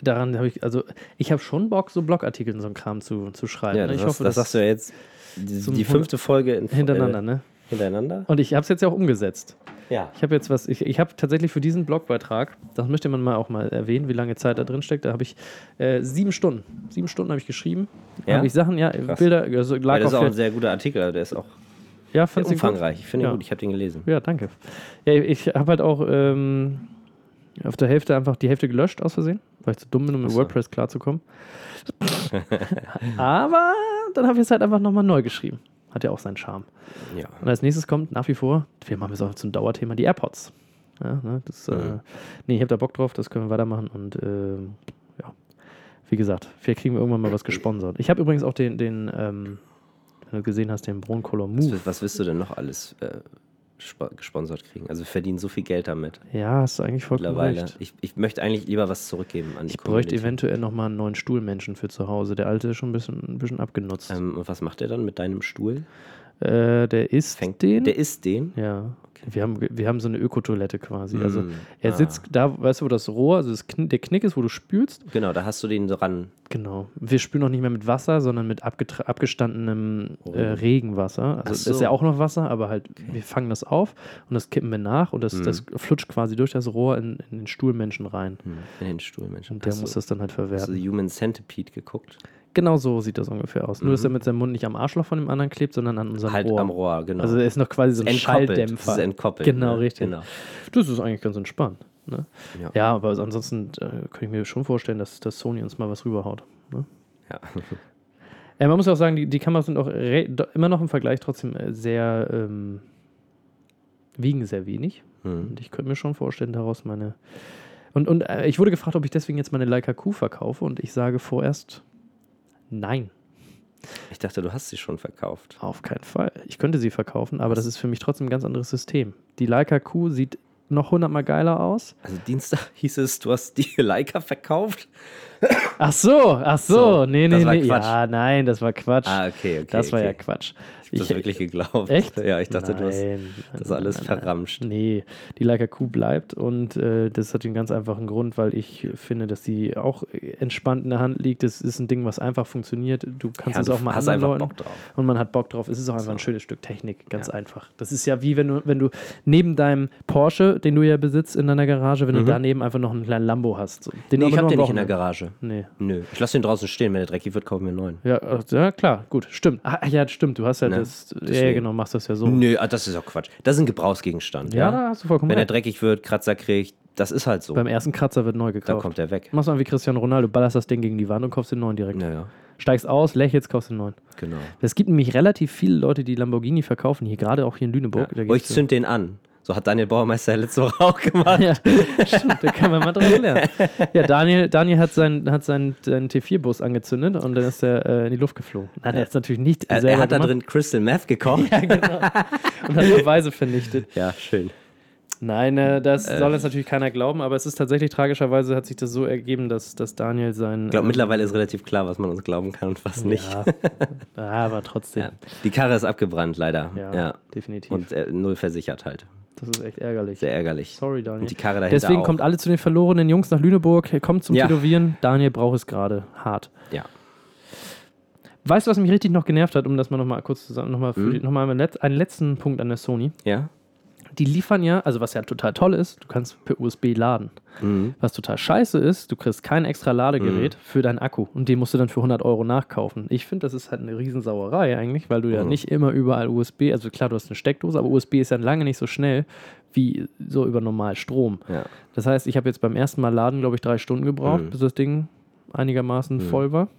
Speaker 3: daran habe ich, also ich habe schon Bock, so Blogartikel und so einen Kram zu, zu schreiben.
Speaker 1: Ja,
Speaker 3: ne?
Speaker 1: das,
Speaker 3: ich
Speaker 1: hast-
Speaker 3: hoffe,
Speaker 1: das
Speaker 3: dass-
Speaker 1: sagst du ja jetzt. Die,
Speaker 3: zum
Speaker 1: die fünfte Folge in,
Speaker 3: hintereinander,
Speaker 1: Äh,
Speaker 3: ne?
Speaker 1: hintereinander?
Speaker 3: Und ich habe es jetzt ja auch umgesetzt.
Speaker 1: Ja.
Speaker 3: Ich habe jetzt was, ich, ich habe tatsächlich für diesen Blogbeitrag, das möchte man mal auch mal erwähnen, wie lange Zeit da drin steckt, da habe ich äh, sieben Stunden. Sieben Stunden habe ich geschrieben. Ja?
Speaker 1: Ja?
Speaker 3: Habe ich Sachen, ja,
Speaker 1: Krass.
Speaker 3: Bilder, also
Speaker 1: Weil
Speaker 3: lag
Speaker 1: das ist auch ein
Speaker 3: auf
Speaker 1: sehr guter Artikel, der ist auch
Speaker 3: ja, fandst du gut?
Speaker 1: umfangreich. Ich finde ihn
Speaker 3: Ja.
Speaker 1: gut, ich habe den gelesen.
Speaker 3: Ja, danke. Ja, ich habe halt auch ähm, auf der Hälfte einfach die Hälfte gelöscht aus Versehen, weil ich zu dumm bin, um mit
Speaker 1: so.
Speaker 3: WordPress klarzukommen. Aber dann habe ich es halt einfach nochmal neu geschrieben. Hat ja auch seinen Charme.
Speaker 1: Ja.
Speaker 3: Und als nächstes kommt nach wie vor, wir machen es auch zum Dauerthema, die AirPods. Ja, ne, das, äh,
Speaker 1: Mhm.
Speaker 3: nee, ich habe da Bock drauf, das können wir weitermachen und ähm, ja, wie gesagt, vielleicht kriegen wir irgendwann mal was gesponsert. Ich habe übrigens auch den, den ähm, wenn du gesehen hast, den Broncolor
Speaker 1: Was,
Speaker 3: Move.
Speaker 1: wi- was willst du denn noch alles äh, spo- gesponsert kriegen? Also wir verdienen so viel Geld damit
Speaker 3: Ja, hast du eigentlich vollkommen
Speaker 1: mittlerweile.
Speaker 3: recht.
Speaker 1: Ich, ich möchte eigentlich lieber was zurückgeben an die
Speaker 3: Ich bräuchte
Speaker 1: Community.
Speaker 3: eventuell nochmal einen neuen Stuhlmenschen für zu Hause. Der alte ist schon ein bisschen, ein bisschen abgenutzt.
Speaker 1: Ähm, und was macht er dann mit deinem Stuhl?
Speaker 3: äh, der isst den.
Speaker 1: Der isst den?
Speaker 3: Ja. Wir, haben, wir haben so eine Ökotoilette quasi. Also
Speaker 1: Mm,
Speaker 3: er
Speaker 1: ah.
Speaker 3: sitzt da, weißt du, wo das Rohr, also das Kn der Knick ist, wo du spülst.
Speaker 1: Genau, da hast du den so ran.
Speaker 3: Genau. Wir spülen auch nicht mehr mit Wasser, sondern mit abgetra- abgestandenem äh, Regenwasser. Also
Speaker 1: Oh. Ach so.
Speaker 3: ist ja auch noch Wasser, aber halt, wir fangen das auf und das kippen wir nach und das,
Speaker 1: Mhm.
Speaker 3: das flutscht quasi durch das Rohr in, in den Stuhlmenschen rein.
Speaker 1: Hm, In den Stuhl, Mensch.
Speaker 3: Und der
Speaker 1: Hast
Speaker 3: muss
Speaker 1: du-
Speaker 3: das dann halt
Speaker 1: Hast du
Speaker 3: verwerten.
Speaker 1: The Human Centipede geguckt?
Speaker 3: Genau so sieht das ungefähr aus. Nur, dass er mit seinem Mund nicht am Arschloch von dem anderen klebt, sondern an unserem
Speaker 1: Mhm. Halt
Speaker 3: Rohr.
Speaker 1: am Rohr, genau.
Speaker 3: Also er ist noch quasi so ein
Speaker 1: entkoppelt.
Speaker 3: Schalldämpfer.
Speaker 1: Das ist entkoppelt.
Speaker 3: Genau,
Speaker 1: ne?
Speaker 3: richtig.
Speaker 1: Genau.
Speaker 3: Das ist eigentlich ganz entspannt. Ne? Ja.
Speaker 1: Ja.
Speaker 3: aber ansonsten äh, könnte ich mir schon vorstellen, dass, dass Sony uns mal was rüberhaut. Ne?
Speaker 1: Ja.
Speaker 3: Äh, man muss auch sagen, die, die Kameras sind auch re- do- immer noch im Vergleich trotzdem äh, sehr, ähm, wiegen sehr wenig.
Speaker 1: Hm.
Speaker 3: Und ich könnte mir schon vorstellen, daraus meine. Und, und äh, ich wurde gefragt, ob ich deswegen jetzt meine Leica Q verkaufe und ich sage vorerst nein.
Speaker 1: Ich dachte, du hast sie schon verkauft.
Speaker 3: Auf keinen Fall. Ich könnte sie verkaufen, aber das ist für mich trotzdem ein ganz anderes System. Die Leica Q sieht noch hundertmal geiler aus.
Speaker 1: Also Dienstag hieß es, du hast die Leica verkauft.
Speaker 3: Ach so, ach so.
Speaker 1: So,
Speaker 3: nee, nee,
Speaker 1: das war
Speaker 3: nee.
Speaker 1: Quatsch.
Speaker 3: Ja, nein, das war Quatsch.
Speaker 1: Ah, okay, okay.
Speaker 3: das war ja
Speaker 1: okay.
Speaker 3: Quatsch.
Speaker 1: Ich hab das wirklich geglaubt.
Speaker 3: Echt?
Speaker 1: Ja, ich dachte,
Speaker 3: nein,
Speaker 1: du hast
Speaker 3: nein,
Speaker 1: das
Speaker 3: nein,
Speaker 1: alles
Speaker 3: nein, nein.
Speaker 1: verramscht.
Speaker 3: Nee, die Leica Q bleibt und äh, das hat den ganz einfachen Grund, weil ich finde, dass die auch äh, entspannt in der Hand liegt. Das ist ein Ding, was einfach funktioniert. Du kannst
Speaker 1: Ja,
Speaker 3: es
Speaker 1: du
Speaker 3: auch mal
Speaker 1: hast
Speaker 3: anderen
Speaker 1: einfach
Speaker 3: Leuten
Speaker 1: Bock drauf.
Speaker 3: und man hat Bock drauf. Es ist auch einfach ein schönes Stück Technik, ganz einfach. Das ist ja wie wenn du, wenn du neben deinem Porsche, den du ja besitzt in deiner Garage, wenn du daneben einfach noch einen kleinen Lambo hast. So, den
Speaker 1: Mhm. Nee,
Speaker 3: aber
Speaker 1: ich
Speaker 3: nur
Speaker 1: hab den
Speaker 3: am
Speaker 1: nicht in der
Speaker 3: Wochenende.
Speaker 1: Garage.
Speaker 3: Nee.
Speaker 1: Nö, ich lasse den draußen stehen. Wenn der dreckig wird, kaufen wir einen neuen.
Speaker 3: Ja, äh, ja, klar, gut, stimmt. Ah, ja, stimmt, du hast ja
Speaker 1: Ne?
Speaker 3: das. Ja, ja,
Speaker 1: Deswegen.
Speaker 3: genau, machst das ja so.
Speaker 1: Nö, ah, das ist auch Quatsch. Das ist ein Gebrauchsgegenstand. Ja,
Speaker 3: Ja, da hast du vollkommen
Speaker 1: Wenn er
Speaker 3: recht.
Speaker 1: dreckig wird, Kratzer kriegt, das ist halt so.
Speaker 3: Beim Hm. ersten Kratzer wird neu gekauft.
Speaker 1: Dann kommt er weg.
Speaker 3: Machst du mal wie Cristiano Ronaldo, ballerst das Ding gegen die Wand und kaufst den neuen direkt.
Speaker 1: Naja,
Speaker 3: Steigst aus, lächelst, kaufst den neuen.
Speaker 1: genau.
Speaker 3: Es gibt nämlich relativ viele Leute, die Lamborghini verkaufen, hier gerade auch hier in Lüneburg. Da
Speaker 1: Oder Oh, ich
Speaker 3: gibt's-
Speaker 1: zünd den an. So hat Daniel Baumeister ja letzte Woche auch gemacht.
Speaker 3: Ja, stimmt, da kann man mal drauf lernen. Ja, Daniel, Daniel hat seinen, hat seinen, seinen T4-Bus angezündet und dann ist er äh, in die Luft geflogen. Hat er jetzt natürlich nicht
Speaker 1: Er,
Speaker 3: selber
Speaker 1: er hat da
Speaker 3: gemacht
Speaker 1: drin Crystal Meth gekocht.
Speaker 3: und hat Beweise vernichtet.
Speaker 1: Ja, schön.
Speaker 3: Nein, äh, das soll uns natürlich keiner glauben, aber es ist tatsächlich tragischerweise hat sich das so ergeben, dass, dass Daniel sein. ähm,
Speaker 1: Ich glaube, mittlerweile ist relativ klar, was man uns glauben kann und was nicht.
Speaker 3: ja, ja, aber trotzdem.
Speaker 1: Ja. Die Karre ist abgebrannt, leider.
Speaker 3: Ja,
Speaker 1: Ja.
Speaker 3: definitiv.
Speaker 1: Und äh, null versichert halt.
Speaker 3: das ist echt ärgerlich.
Speaker 1: Sehr ärgerlich.
Speaker 3: Sorry, Daniel.
Speaker 1: Und die Karre dahinter
Speaker 3: Deswegen
Speaker 1: auch.
Speaker 3: kommt alle zu den verlorenen Jungs nach Lüneburg, kommt zum
Speaker 1: Ja.
Speaker 3: Tätowieren. Daniel braucht es gerade hart.
Speaker 1: Ja.
Speaker 3: Weißt du, was mich richtig noch genervt hat, um das mal nochmal kurz zusammen, nochmal
Speaker 1: Hm?
Speaker 3: mhm. noch mal einen letz- einen letzten Punkt an der Sony.
Speaker 1: Ja?
Speaker 3: Die liefern ja, also was ja total toll ist, du kannst per USB laden.
Speaker 1: Mhm.
Speaker 3: Was total scheiße ist, du kriegst kein extra Ladegerät für deinen Akku und den musst du dann für 100 Euro nachkaufen. Ich finde, das ist halt eine Riesensauerei eigentlich, weil du
Speaker 1: Mhm.
Speaker 3: ja nicht immer überall USB, also klar, du hast eine Steckdose, aber USB ist ja lange nicht so schnell wie so über normal Strom.
Speaker 1: Ja.
Speaker 3: Das heißt, ich habe jetzt beim ersten Mal laden, glaube ich, drei Stunden gebraucht, bis das Ding einigermaßen voll war.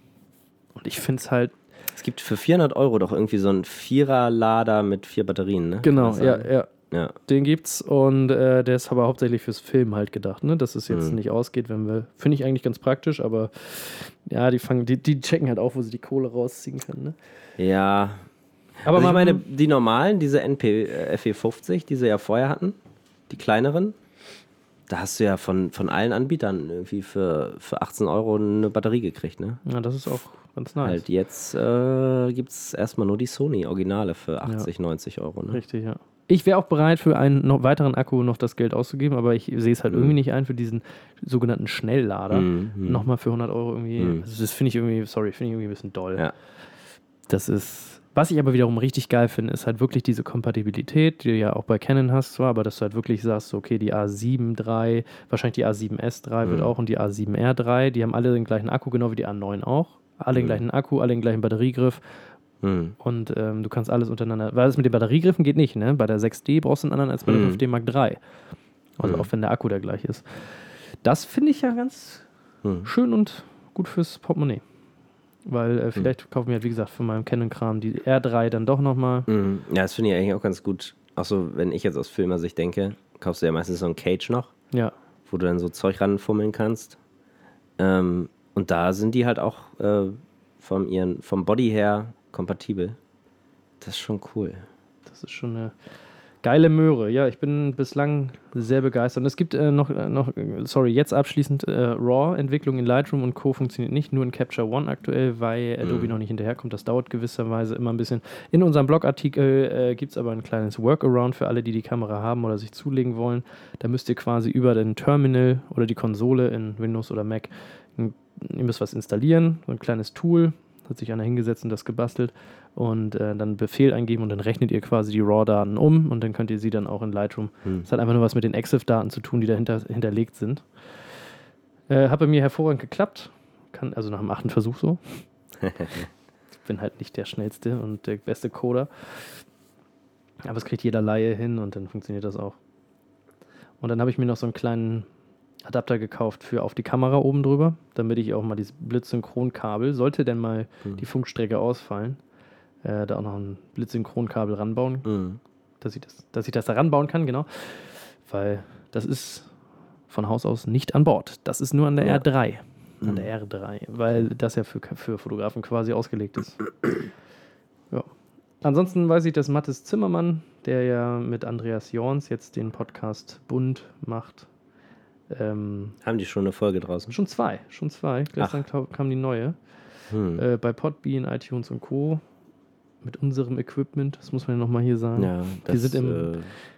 Speaker 3: Und ich finde es halt
Speaker 1: Es gibt für 400 Euro doch irgendwie so einen Vierer-Lader mit vier Batterien, ne?
Speaker 3: Genau,
Speaker 1: Kann das
Speaker 3: ja,
Speaker 1: sein?
Speaker 3: ja.
Speaker 1: ja.
Speaker 3: Den gibt's und äh, der ist aber hauptsächlich fürs Film halt gedacht, ne? Dass es jetzt nicht ausgeht, wenn wir. Finde ich eigentlich ganz praktisch, aber ja, die fangen, die, die checken halt auch, wo sie die Kohle rausziehen können. Ne?
Speaker 1: Ja.
Speaker 3: Aber
Speaker 1: Also ich
Speaker 3: mal
Speaker 1: meine, die normalen, diese NP äh, FE50, die sie ja vorher hatten, die kleineren, da hast du ja von, von allen Anbietern irgendwie für, für 18 Euro eine Batterie gekriegt, ne?
Speaker 3: Ja, das ist auch ganz nice.
Speaker 1: Halt jetzt äh, gibt es erstmal nur die Sony-Originale für 80, 90 Euro, ne?
Speaker 3: Richtig, ja. Ich wäre auch bereit, für einen noch weiteren Akku noch das Geld auszugeben, aber ich sehe es halt irgendwie nicht ein, für diesen sogenannten
Speaker 1: Mhm.
Speaker 3: Schnelllader
Speaker 1: Hm.
Speaker 3: nochmal für 100 Euro irgendwie. Also das finde ich irgendwie, sorry, finde ich irgendwie ein bisschen doll.
Speaker 1: Ja.
Speaker 3: Das ist, was ich aber wiederum richtig geil finde, ist halt wirklich diese Kompatibilität, die du ja auch bei Canon hast zwar, aber dass du halt wirklich sagst, so, okay, die A7 III, wahrscheinlich die A7S III wird auch und die A7R III, die haben alle den gleichen Akku, genau wie die A9 auch. Alle den gleichen Akku, alle den gleichen Batteriegriff
Speaker 1: Hm.
Speaker 3: und ähm, du kannst alles untereinander. Weil das mit den Batteriegriffen geht nicht, ne? Bei der 6D brauchst du einen anderen als bei der 5D Mark III. Also auch wenn der Akku der gleich ist. Das finde ich ja ganz
Speaker 1: mhm.
Speaker 3: schön und gut fürs Portemonnaie. Weil äh, vielleicht kaufen wir halt, wie gesagt, von meinem Canon-Kram die R3 dann doch nochmal.
Speaker 1: Mhm. Ja, das finde ich eigentlich auch ganz gut. Auch so, wenn ich jetzt aus Filmersicht denke, kaufst du ja meistens so ein Cage noch,
Speaker 3: Ja.
Speaker 1: wo du dann so Zeug ranfummeln kannst. Ähm, und da sind die halt auch äh, vom, ihren, vom Body her kompatibel. Das ist schon cool.
Speaker 3: Das ist schon eine geile Möhre. Ja, ich bin bislang sehr begeistert. Und es gibt äh, noch, äh, noch, äh, sorry, jetzt abschließend äh, RAW-Entwicklung in Lightroom und Co. funktioniert nicht, nur in Capture One aktuell, weil Adobe noch nicht hinterherkommt. Das dauert gewisserweise immer ein bisschen. In unserem Blogartikel äh, gibt es aber ein kleines Workaround für alle, die die Kamera haben oder sich zulegen wollen. Da müsst ihr quasi über den Terminal oder die Konsole in Windows oder Mac, ein- ihr müsst was installieren, so ein kleines Tool, hat sich einer hingesetzt und das gebastelt und äh, dann Befehl eingeben und dann rechnet ihr quasi die RAW-Daten um und dann könnt ihr sie dann auch in Lightroom.
Speaker 1: Hm.
Speaker 3: Das hat einfach nur was mit den EXIF-Daten zu tun, die dahinter hinterlegt sind. Äh, hat bei mir hervorragend geklappt, kann also nach dem achten Versuch so. ich bin halt nicht der schnellste und der beste Coder, aber es kriegt jeder Laie hin und dann funktioniert das auch. Und dann habe ich mir noch so einen kleinen Adapter gekauft für auf die Kamera oben drüber, damit ich auch mal dieses Blitzsynchronkabel, sollte denn mal die Funkstrecke ausfallen, äh, da auch noch ein Blitzsynchronkabel ranbauen,
Speaker 1: Hm.
Speaker 3: dass, ich das, dass ich das da ranbauen kann, genau. Weil das ist von Haus aus nicht an Bord. Das ist nur an der R3. An der R3, weil das ja für, für Fotografen quasi ausgelegt ist. Ja. Ansonsten weiß ich, dass Mathis Zimmermann, der ja mit Andreas Jorns jetzt den Podcast Bund macht, ähm,
Speaker 1: Haben die schon eine Folge draußen?
Speaker 3: Schon zwei, schon zwei. Gestern kam, kam die neue.
Speaker 1: Hm.
Speaker 3: Äh, bei Podbean, iTunes und Co. Mit unserem Equipment, das muss man ja nochmal hier sagen.
Speaker 1: Ja, das
Speaker 3: wir sind im,
Speaker 1: äh,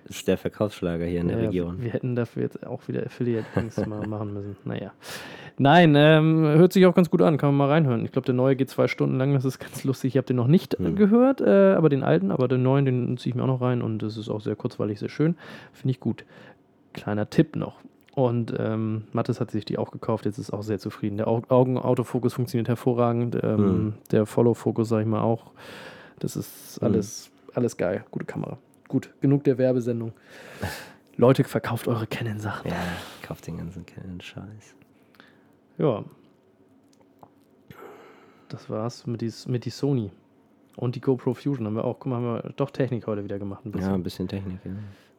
Speaker 1: ist der Verkaufsschlager hier in der
Speaker 3: ja,
Speaker 1: Region.
Speaker 3: Wir hätten dafür jetzt auch wieder Affiliate-Links mal machen müssen. Naja. Nein, ähm, hört sich auch ganz gut an, kann man mal reinhören. Ich glaube, der neue geht zwei Stunden lang, das ist ganz lustig. Ich habe den noch nicht
Speaker 1: Hm.
Speaker 3: äh, gehört, äh, aber den alten, aber den neuen, den ziehe ich mir auch noch rein und das ist auch sehr kurzweilig, sehr schön. Finde ich gut. Kleiner Tipp noch. Und ähm, Mattes hat sich die auch gekauft, jetzt ist auch sehr zufrieden. Der Au- Augen-Autofokus funktioniert hervorragend, ähm,
Speaker 1: Hm.
Speaker 3: der Follow-Fokus, sage ich mal, auch. Das ist alles, alles geil. Gute Kamera. Gut, genug der Werbesendung. Leute, verkauft eure Canon-Sachen.
Speaker 1: Ja, kauft den ganzen kleinen Scheiß.
Speaker 3: Ja. Das war's mit, dies, mit die Sony. Und die GoPro Fusion haben wir auch. Guck mal, haben wir doch Technik heute wieder gemacht. Ein bisschen.
Speaker 1: Ja, ein bisschen Technik, ja.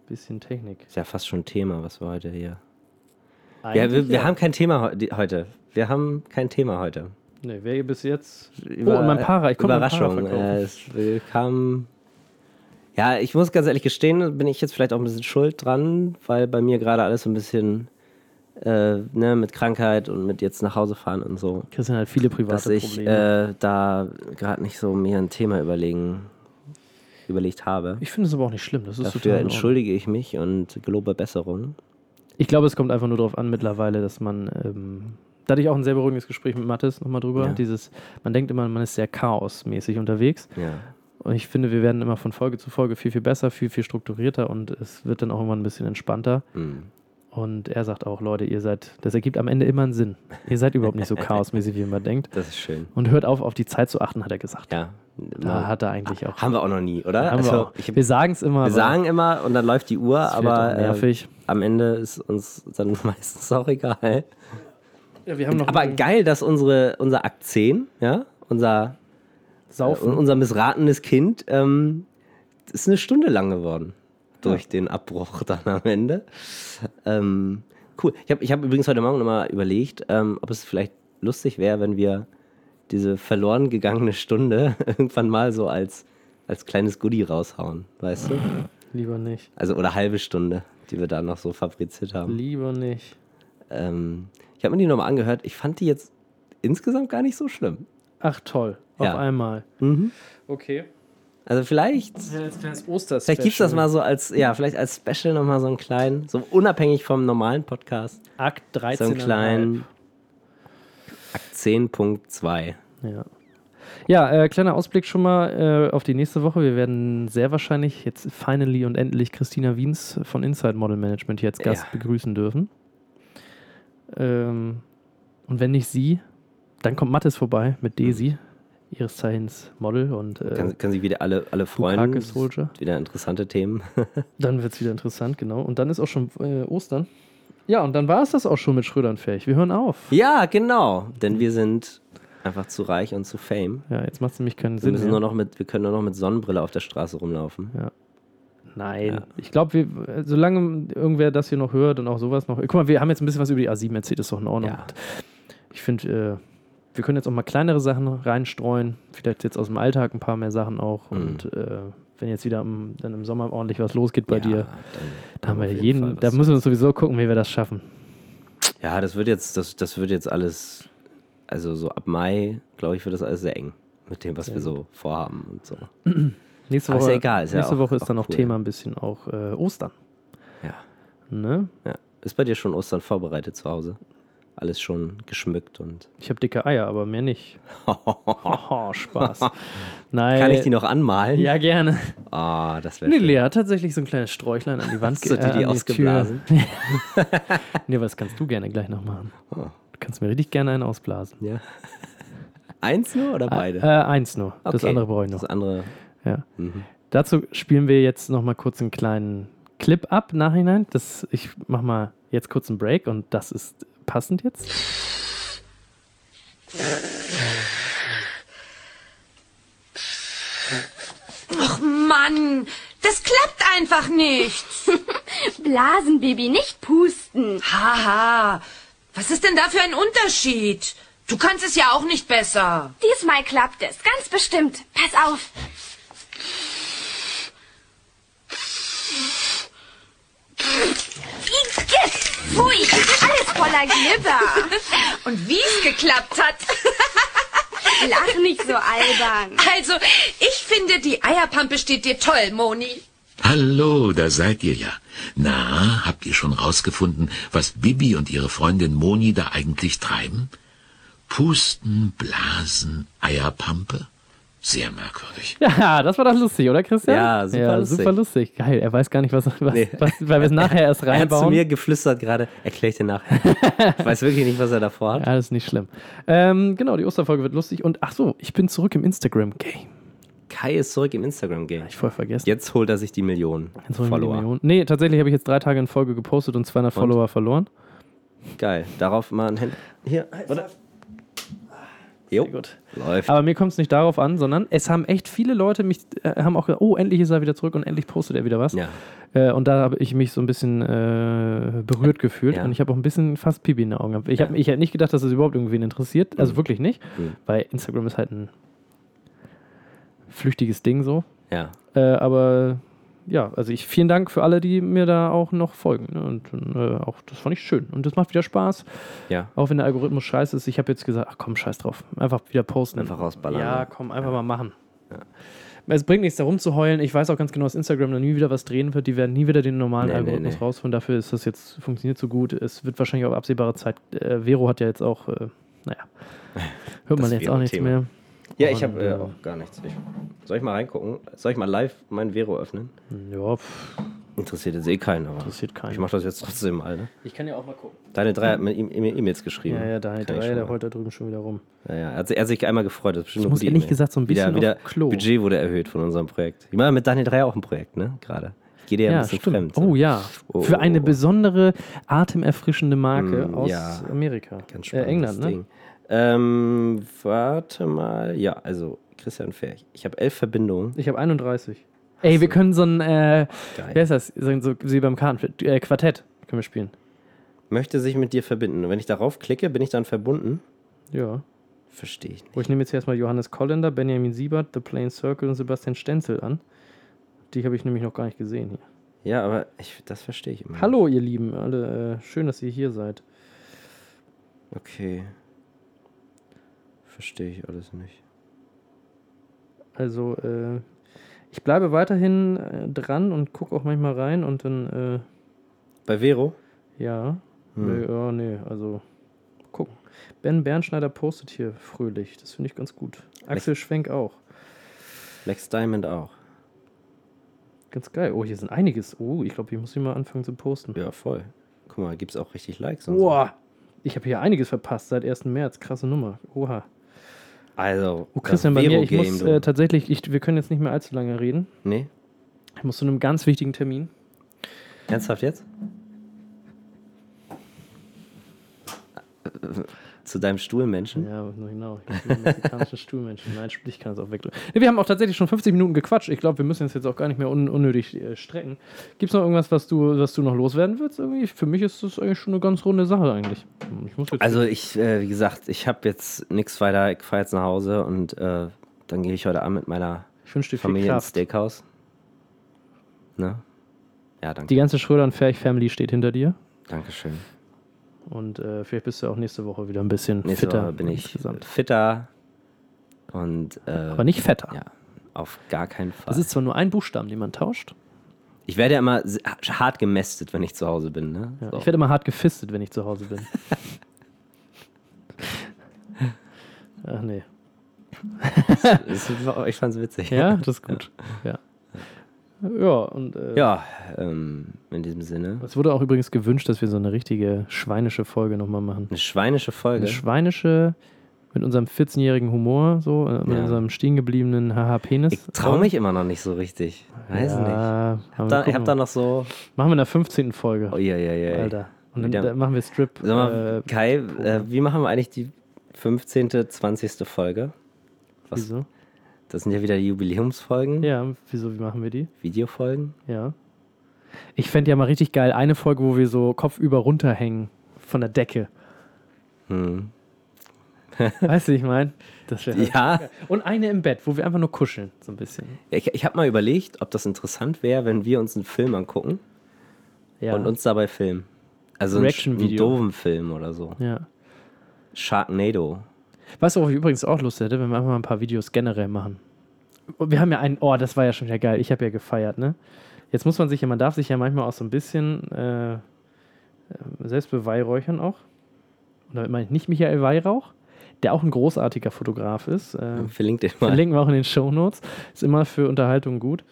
Speaker 3: Bisschen Technik.
Speaker 1: Ist ja fast schon Thema, was wir heute hier. Ja, wir, wir haben kein Thema heu- die- heute. Wir haben kein Thema heute.
Speaker 3: Nee, wer ihr bis jetzt.
Speaker 1: Über-
Speaker 3: oh, und mein Para. Ich konnte mein Para
Speaker 1: Überraschung.
Speaker 3: verkaufen.
Speaker 1: äh, es äh, kam. Ja, ich muss ganz ehrlich gestehen, bin ich jetzt vielleicht auch ein bisschen schuld dran, weil bei mir gerade alles so ein bisschen äh, ne, mit Krankheit und mit jetzt nach Hause fahren und so,
Speaker 3: Christian hat viele
Speaker 1: dass
Speaker 3: private
Speaker 1: ich
Speaker 3: Probleme.
Speaker 1: äh, da gerade nicht so mir ein Thema überlegen, überlegt habe.
Speaker 3: ich finde es aber auch nicht schlimm. Das ist
Speaker 1: Dafür
Speaker 3: total in Ordnung.
Speaker 1: entschuldige ich mich und gelobe Besserung.
Speaker 3: Ich glaube, es kommt einfach nur darauf an mittlerweile, dass man, ähm, da hatte ich auch ein sehr beruhigendes Gespräch mit Mathis nochmal drüber,
Speaker 1: Ja.
Speaker 3: dieses, man denkt immer, man ist sehr chaosmäßig unterwegs
Speaker 1: Ja.
Speaker 3: und ich finde, wir werden immer von Folge zu Folge viel, viel besser, viel, viel strukturierter und es wird dann auch immer ein bisschen entspannter
Speaker 1: Hm.
Speaker 3: und er sagt auch, Leute, ihr seid, das ergibt am Ende immer einen Sinn. Ihr seid überhaupt nicht so chaosmäßig, wie man denkt
Speaker 1: Das ist schön.
Speaker 3: und hört auf, auf die Zeit zu achten, hat er gesagt.
Speaker 1: Ja.
Speaker 3: Da hat er eigentlich auch.
Speaker 1: haben wir auch noch nie, oder?
Speaker 3: Haben wir, auch.
Speaker 1: Ich, wir
Speaker 3: wir sagen es immer, aber
Speaker 1: sagen immer und dann läuft die Uhr,
Speaker 3: es wird auch
Speaker 1: aber äh,
Speaker 3: nervig.
Speaker 1: am Ende ist uns dann meistens auch egal.
Speaker 3: ja, wir haben noch
Speaker 1: Aber
Speaker 3: ein
Speaker 1: geil, dass unsere, unser Akt 10, ja, unser, äh,
Speaker 3: Saufen.
Speaker 1: unser missratenes Kind, ähm, ist eine Stunde lang geworden durch den Abbruch dann am Ende. Ähm, cool. Ich habe ich hab übrigens heute Morgen nochmal überlegt, ähm, ob es vielleicht lustig wäre, wenn wir diese verloren gegangene Stunde irgendwann mal so als, als kleines Goodie raushauen, weißt du?
Speaker 3: Lieber nicht.
Speaker 1: Also, oder halbe Stunde, die wir da noch so fabriziert haben.
Speaker 3: Lieber nicht.
Speaker 1: Ähm, ich habe mir die nochmal angehört. Ich fand die jetzt insgesamt gar nicht so schlimm.
Speaker 3: Ach toll, auf
Speaker 1: Ja.
Speaker 3: einmal. Okay.
Speaker 1: Also vielleicht,
Speaker 3: Als kleines Oster.
Speaker 1: vielleicht gibt es das mal so als, ja, vielleicht als Special nochmal so einen kleinen, so unabhängig vom normalen Podcast,
Speaker 3: Akt 13.
Speaker 1: so einen kleinen Akt 10.2.
Speaker 3: Ja, ja äh, kleiner Ausblick schon mal äh, auf die nächste Woche. Wir werden sehr wahrscheinlich jetzt finally und endlich Christina Wiens von Inside Model Management hier als Gast
Speaker 1: Ja.
Speaker 3: begrüßen dürfen. Ähm, und wenn nicht sie, dann kommt Mattes vorbei mit
Speaker 1: Mhm.
Speaker 3: Daisy, ihres Zeichens Model und äh,
Speaker 1: Kann, können sich wieder alle, alle freuen.
Speaker 3: Bukake Soldier.
Speaker 1: Wieder interessante Themen.
Speaker 3: Dann wird es wieder interessant, genau. Und dann ist auch schon äh, Ostern. Ja, und dann war es das auch schon mit Schrödern fähig. Wir hören auf.
Speaker 1: ja, genau. Denn wir sind einfach zu reich und zu fame.
Speaker 3: Ja, jetzt macht es nämlich keinen
Speaker 1: Wir,
Speaker 3: Sinn.
Speaker 1: müssen
Speaker 3: mehr.
Speaker 1: nur noch mit, wir können nur noch mit Sonnenbrille auf der Straße rumlaufen.
Speaker 3: Nein.
Speaker 1: Ja.
Speaker 3: Ich glaube, wir, solange irgendwer das hier noch hört und auch sowas noch. Guck mal, wir haben jetzt ein bisschen was über die A7 erzählt, ist doch in Ordnung.
Speaker 1: Ja.
Speaker 3: Ich finde, äh, wir können jetzt auch mal kleinere Sachen reinstreuen. Vielleicht jetzt aus dem Alltag ein paar mehr Sachen auch.
Speaker 1: Mhm.
Speaker 3: Und äh, wenn jetzt wieder im, dann im Sommer ordentlich was losgeht bei
Speaker 1: ja,
Speaker 3: dir,
Speaker 1: dann-
Speaker 3: da haben wir
Speaker 1: auf jeden Fall was
Speaker 3: jeden, da
Speaker 1: zu
Speaker 3: müssen wir sowieso gucken, wie wir das schaffen.
Speaker 1: Ja, das wird jetzt, das, das wird jetzt alles, also so ab Mai, glaube ich, wird das alles sehr eng mit dem, was wir so vorhaben und so.
Speaker 3: Nächste
Speaker 1: Aber ist
Speaker 3: Woche
Speaker 1: ja egal, ist ja
Speaker 3: nächste
Speaker 1: auch-
Speaker 3: Woche ist
Speaker 1: auch
Speaker 3: dann auch
Speaker 1: cool.
Speaker 3: Thema ein bisschen auch äh, Ostern.
Speaker 1: Ja.
Speaker 3: Ne?
Speaker 1: ja. Ist bei dir schon Ostern vorbereitet zu Hause? Alles schon geschmückt und
Speaker 3: Ich habe dicke Eier, aber mehr nicht. Haha, Spaß. Nein.
Speaker 1: kann ich die noch anmalen?
Speaker 3: Äh, Ja, gerne.
Speaker 1: Ah, das wäre
Speaker 3: Nee,
Speaker 1: schön.
Speaker 3: Lea hat tatsächlich so ein kleines Sträuchlein an die Wand
Speaker 1: Hast du dir
Speaker 3: äh, an
Speaker 1: die
Speaker 3: Tür.
Speaker 1: ausgeblasen?
Speaker 3: Nee, aber das kannst du gerne gleich noch machen.
Speaker 1: Oh,
Speaker 3: Du kannst mir richtig gerne einen ausblasen.
Speaker 1: ja. Eins nur oder beide?
Speaker 3: Äh, eins nur. Das
Speaker 1: Okay.
Speaker 3: andere brauche ich noch.
Speaker 1: Das andere.
Speaker 3: Ja.
Speaker 1: Mhm.
Speaker 3: Dazu spielen wir jetzt noch mal kurz einen kleinen Clip ab nachhinein. Das, ich mache mal jetzt kurz einen Break und das ist passend jetzt.
Speaker 4: Mann, das klappt einfach nicht.
Speaker 5: Blasenbaby, nicht pusten.
Speaker 4: Haha, was ist denn da für ein Unterschied? Du kannst es ja auch nicht besser.
Speaker 5: Diesmal klappt es, ganz bestimmt. Pass auf. Igitt! Pfui, alles voller Glibber.
Speaker 4: Und wie es geklappt hat.
Speaker 5: Lach nicht so albern.
Speaker 4: Also, ich finde, die Eierpampe steht dir toll, Moni.
Speaker 6: Hallo, da seid ihr ja. Na, habt ihr schon rausgefunden, was Bibi und ihre Freundin Moni da eigentlich treiben? Pusten, Blasen, Eierpampe? Sehr merkwürdig.
Speaker 3: Ja, das war doch lustig, oder Christian?
Speaker 1: Ja, super lustig.
Speaker 3: super lustig. Geil, er weiß gar nicht, was, was,
Speaker 1: Nee.
Speaker 3: was weil wir es nachher erst
Speaker 1: Er hat zu
Speaker 3: reinbauen.
Speaker 1: mir geflüstert gerade, erklär ich dir nachher. ich weiß wirklich nicht, was er davor hat.
Speaker 3: Ja, das ist nicht schlimm. Ähm, genau, die Osterfolge wird lustig. Und ach so, ich bin zurück im Instagram-Game.
Speaker 1: Kai ist zurück im Instagram-Game.
Speaker 3: Ich voll vergessen.
Speaker 1: Jetzt holt er sich die Millionen
Speaker 3: Jetzt holen wir die
Speaker 1: Follower.
Speaker 3: Millionen. Nee, tatsächlich habe ich jetzt drei Tage in Folge gepostet und 200 Follower verloren.
Speaker 1: Geil. Darauf mal ein Händchen. Hier, warte. Jo.
Speaker 3: Sehr gut.
Speaker 1: Läuft.
Speaker 3: Aber mir kommt es nicht darauf an, sondern es haben echt viele Leute mich, äh, haben auch gesagt, oh, endlich ist er wieder zurück und endlich postet er wieder was.
Speaker 1: Ja.
Speaker 3: Äh, und da habe ich mich so ein bisschen äh, berührt gefühlt
Speaker 1: Ja.
Speaker 3: und ich habe auch ein bisschen fast Pipi in den Augen gehabt. Ich, hab, ich hätte nicht gedacht, dass es überhaupt irgendwen interessiert,
Speaker 1: Mhm.
Speaker 3: also wirklich nicht, weil Instagram ist halt ein flüchtiges Ding so.
Speaker 1: ja.
Speaker 3: Äh, aber ja, also ich vielen Dank für alle, die mir da auch noch folgen. Ne? Und äh, auch das fand ich schön. Und das macht wieder Spaß.
Speaker 1: Ja.
Speaker 3: Auch wenn der Algorithmus scheiße ist, ich habe jetzt gesagt, ach komm, scheiß drauf. Einfach wieder posten.
Speaker 1: Einfach rausballern,
Speaker 3: Ja,
Speaker 1: ne?
Speaker 3: komm, einfach mal machen. Es bringt nichts, da rumzuheulen. Ich weiß auch ganz genau, dass Instagram da nie wieder was drehen wird. Die werden nie wieder den normalen
Speaker 1: Nee, nee,
Speaker 3: Algorithmus
Speaker 1: nee.
Speaker 3: rausholen. Dafür ist das jetzt, funktioniert so gut. Es wird wahrscheinlich auf absehbare Zeit. Äh, Vero hat ja jetzt auch, äh, naja, hört man
Speaker 1: Das
Speaker 3: jetzt auch nichts
Speaker 1: Vero-Thema.
Speaker 3: mehr.
Speaker 1: Ja, ich
Speaker 3: Und,
Speaker 1: habe äh,
Speaker 3: äh,
Speaker 1: auch gar nichts. Ich, soll ich mal reingucken? Soll ich mal live mein Vero öffnen?
Speaker 3: Ja, pff,
Speaker 1: Interessiert jetzt eh keinen, aber
Speaker 3: interessiert keinen.
Speaker 1: ich mache das jetzt trotzdem mal. Ne?
Speaker 3: ich kann ja auch mal gucken.
Speaker 1: Deine drei hat mir E- E- E-Mails geschrieben.
Speaker 3: Ja, ja, Daniel
Speaker 1: Kann ich
Speaker 3: Dreier,
Speaker 1: schon
Speaker 3: der
Speaker 1: mal.
Speaker 3: heult da drüben schon wieder rum.
Speaker 1: Ja, ja. Er, hat, sich- er hat sich einmal gefreut. Das ist bestimmt
Speaker 3: Ich
Speaker 1: eine
Speaker 3: muss
Speaker 1: gute
Speaker 3: ehrlich
Speaker 1: E-Mail.
Speaker 3: gesagt so ein bisschen
Speaker 1: wieder,
Speaker 3: auf
Speaker 1: wieder
Speaker 3: Klo.
Speaker 1: Budget wurde erhöht von unserem Projekt. Ich meine, mit Daniel Dreier auch ein Projekt, ne? Gerade. Ich gehe dir ja, ein bisschen fremd. so.
Speaker 3: Oh ja.
Speaker 1: Oh,
Speaker 3: Für
Speaker 1: oh,
Speaker 3: eine
Speaker 1: oh.
Speaker 3: besondere, atemerfrischende Marke
Speaker 1: Mm,
Speaker 3: aus
Speaker 1: ja.
Speaker 3: Amerika.
Speaker 1: Ganz
Speaker 3: äh,
Speaker 1: spannendes
Speaker 3: England, ne?
Speaker 1: Ding. Ähm, warte mal. Ja, also Christian Ferch. Ich habe elf Verbindungen.
Speaker 3: Ich habe 31. Ey, wir können so ein, äh,
Speaker 1: Geil.
Speaker 3: wer ist das? So, ein- so wie beim Karten, äh, Quartett können wir spielen.
Speaker 1: Möchte sich mit dir verbinden. Und wenn ich darauf klicke, bin ich dann verbunden?
Speaker 3: Ja.
Speaker 1: Verstehe ich nicht.
Speaker 3: Wo ich nehme jetzt erstmal Johannes Kollender, Benjamin Siebert, The Plain Circle und Sebastian Stenzel an. Die habe ich nämlich noch gar nicht gesehen hier.
Speaker 1: Hm. Ja, aber ich, das verstehe ich immer. nicht.
Speaker 3: Hallo, ihr Lieben, alle. Äh, schön, dass ihr hier seid.
Speaker 1: Okay. Verstehe ich alles nicht.
Speaker 3: Also, äh, ich bleibe weiterhin äh, dran und gucke auch manchmal rein und dann,
Speaker 1: Bei Vero?
Speaker 3: äh, ja.
Speaker 1: Hm.
Speaker 3: Nee, ja, nee, also gucken. Ben Bernschneider postet hier fröhlich. Das finde ich ganz gut. Axel Schwenk auch.
Speaker 1: Lex Diamond auch.
Speaker 3: Ganz geil. Oh, hier sind einiges. Oh, ich glaube, ich muss hier mal anfangen zu posten.
Speaker 1: Ja, voll. Guck mal, gibt's auch richtig Likes und so.
Speaker 3: Boah! Ich habe hier einiges verpasst seit 1. März. Krasse Nummer. Oha.
Speaker 1: Also,
Speaker 3: Oh, Christian, bei mir, ich muss
Speaker 1: du.
Speaker 3: äh, tatsächlich, ich, wir können jetzt nicht mehr allzu lange reden.
Speaker 1: nee?
Speaker 3: Ich muss zu einem ganz wichtigen Termin.
Speaker 1: Ernsthaft jetzt? Zu deinem Stuhlmenschen?
Speaker 3: Ja, nur genau. Ich bin ein mexikanischer Stuhlmenschen. Nein, ich kann es auch weg. Nee, wir haben auch tatsächlich schon 50 Minuten gequatscht. Ich glaube, wir müssen es jetzt auch gar nicht mehr un unnötig äh, strecken. Gibt es noch irgendwas, was du, was du noch loswerden willst? Irgendwie? Für mich ist das eigentlich schon eine ganz runde Sache eigentlich. Ich muss jetzt
Speaker 1: Also, ich, äh, wie gesagt, ich habe jetzt nichts weiter. Ich fahre jetzt nach Hause und äh, dann gehe ich heute Abend mit meiner
Speaker 3: ich wünsche dir viel
Speaker 1: Familie ins
Speaker 3: Kraft.
Speaker 1: Steakhouse. Ne? Ja, danke.
Speaker 3: Die ganze Schröder und Ferch Family steht hinter dir.
Speaker 1: Dankeschön.
Speaker 3: Und äh, vielleicht bist du auch nächste Woche wieder ein bisschen
Speaker 1: Nächste
Speaker 3: fitter.
Speaker 1: Woche bin ich
Speaker 3: insgesamt.
Speaker 1: fitter und äh,
Speaker 3: Aber nicht fetter.
Speaker 1: ja, auf gar keinen Fall.
Speaker 3: Das ist zwar nur ein Buchstaben, den man tauscht.
Speaker 1: ich werde ja immer se- hart gemästet, wenn ich zu Hause bin. Ne?
Speaker 3: Ja,
Speaker 1: So.
Speaker 3: Ich werde immer hart gefistet, wenn ich zu Hause bin. Ach nee.
Speaker 1: Das ist- ich fand's witzig.
Speaker 3: Ja, das ist gut. Ja. Ja, und äh,
Speaker 1: Ja, ähm, in diesem Sinne.
Speaker 3: es wurde auch übrigens gewünscht, dass wir so eine richtige schweinische Folge nochmal machen.
Speaker 1: Eine schweinische Folge.
Speaker 3: Eine schweinische mit unserem 14-jährigen Humor, so, äh, mit
Speaker 1: Ja.
Speaker 3: unserem stehen gebliebenen Haha-Penis.
Speaker 1: ich trau mich immer noch nicht so richtig. Weiß nicht.
Speaker 3: ja, nicht.
Speaker 1: Hab da, ich hab da noch so.
Speaker 3: machen wir in der 15. Folge,
Speaker 1: Oh, ja, ja, ja.
Speaker 3: Alter. Und dann
Speaker 1: Wieder-
Speaker 3: da machen wir Strip.
Speaker 1: Sag mal,
Speaker 3: äh,
Speaker 1: Kai, äh, wie machen wir eigentlich die 15., 20. Folge? was-
Speaker 3: wieso?
Speaker 1: Das sind ja wieder die Jubiläumsfolgen,
Speaker 3: Ja, wieso, wie machen wir die?
Speaker 1: Videofolgen.
Speaker 3: Ja. Ich fände ja mal richtig geil, eine Folge, wo wir so kopfüber runterhängen von der Decke.
Speaker 1: Hm.
Speaker 3: Weißt du, wie ich meine? Das wäre
Speaker 1: Ja.
Speaker 3: Und eine im Bett, wo wir einfach nur kuscheln, so ein bisschen.
Speaker 1: Ja, Ich, ich habe mal überlegt, ob das interessant wäre, wenn wir uns einen Film angucken
Speaker 3: Ja.
Speaker 1: und uns dabei filmen. Also einen, sch- einen
Speaker 3: Reaction-Video.
Speaker 1: doofen Film oder so.
Speaker 3: ja.
Speaker 1: Sharknado.
Speaker 3: Weißt du, worauf ich übrigens auch Lust hätte, wenn wir einfach mal ein paar Videos generell machen? Und Wir haben ja einen, oh, das war ja schon wieder geil, ich habe ja gefeiert, ne? Jetzt muss man sich ja, man darf sich ja manchmal auch so ein bisschen äh, äh, selbst beweihräuchern auch. Und damit meine ich nicht Michael Weihrauch, der auch ein großartiger Fotograf ist. Äh,
Speaker 1: Verlinkt den mal.
Speaker 3: Verlinken wir auch in den Shownotes. Ist immer für Unterhaltung gut.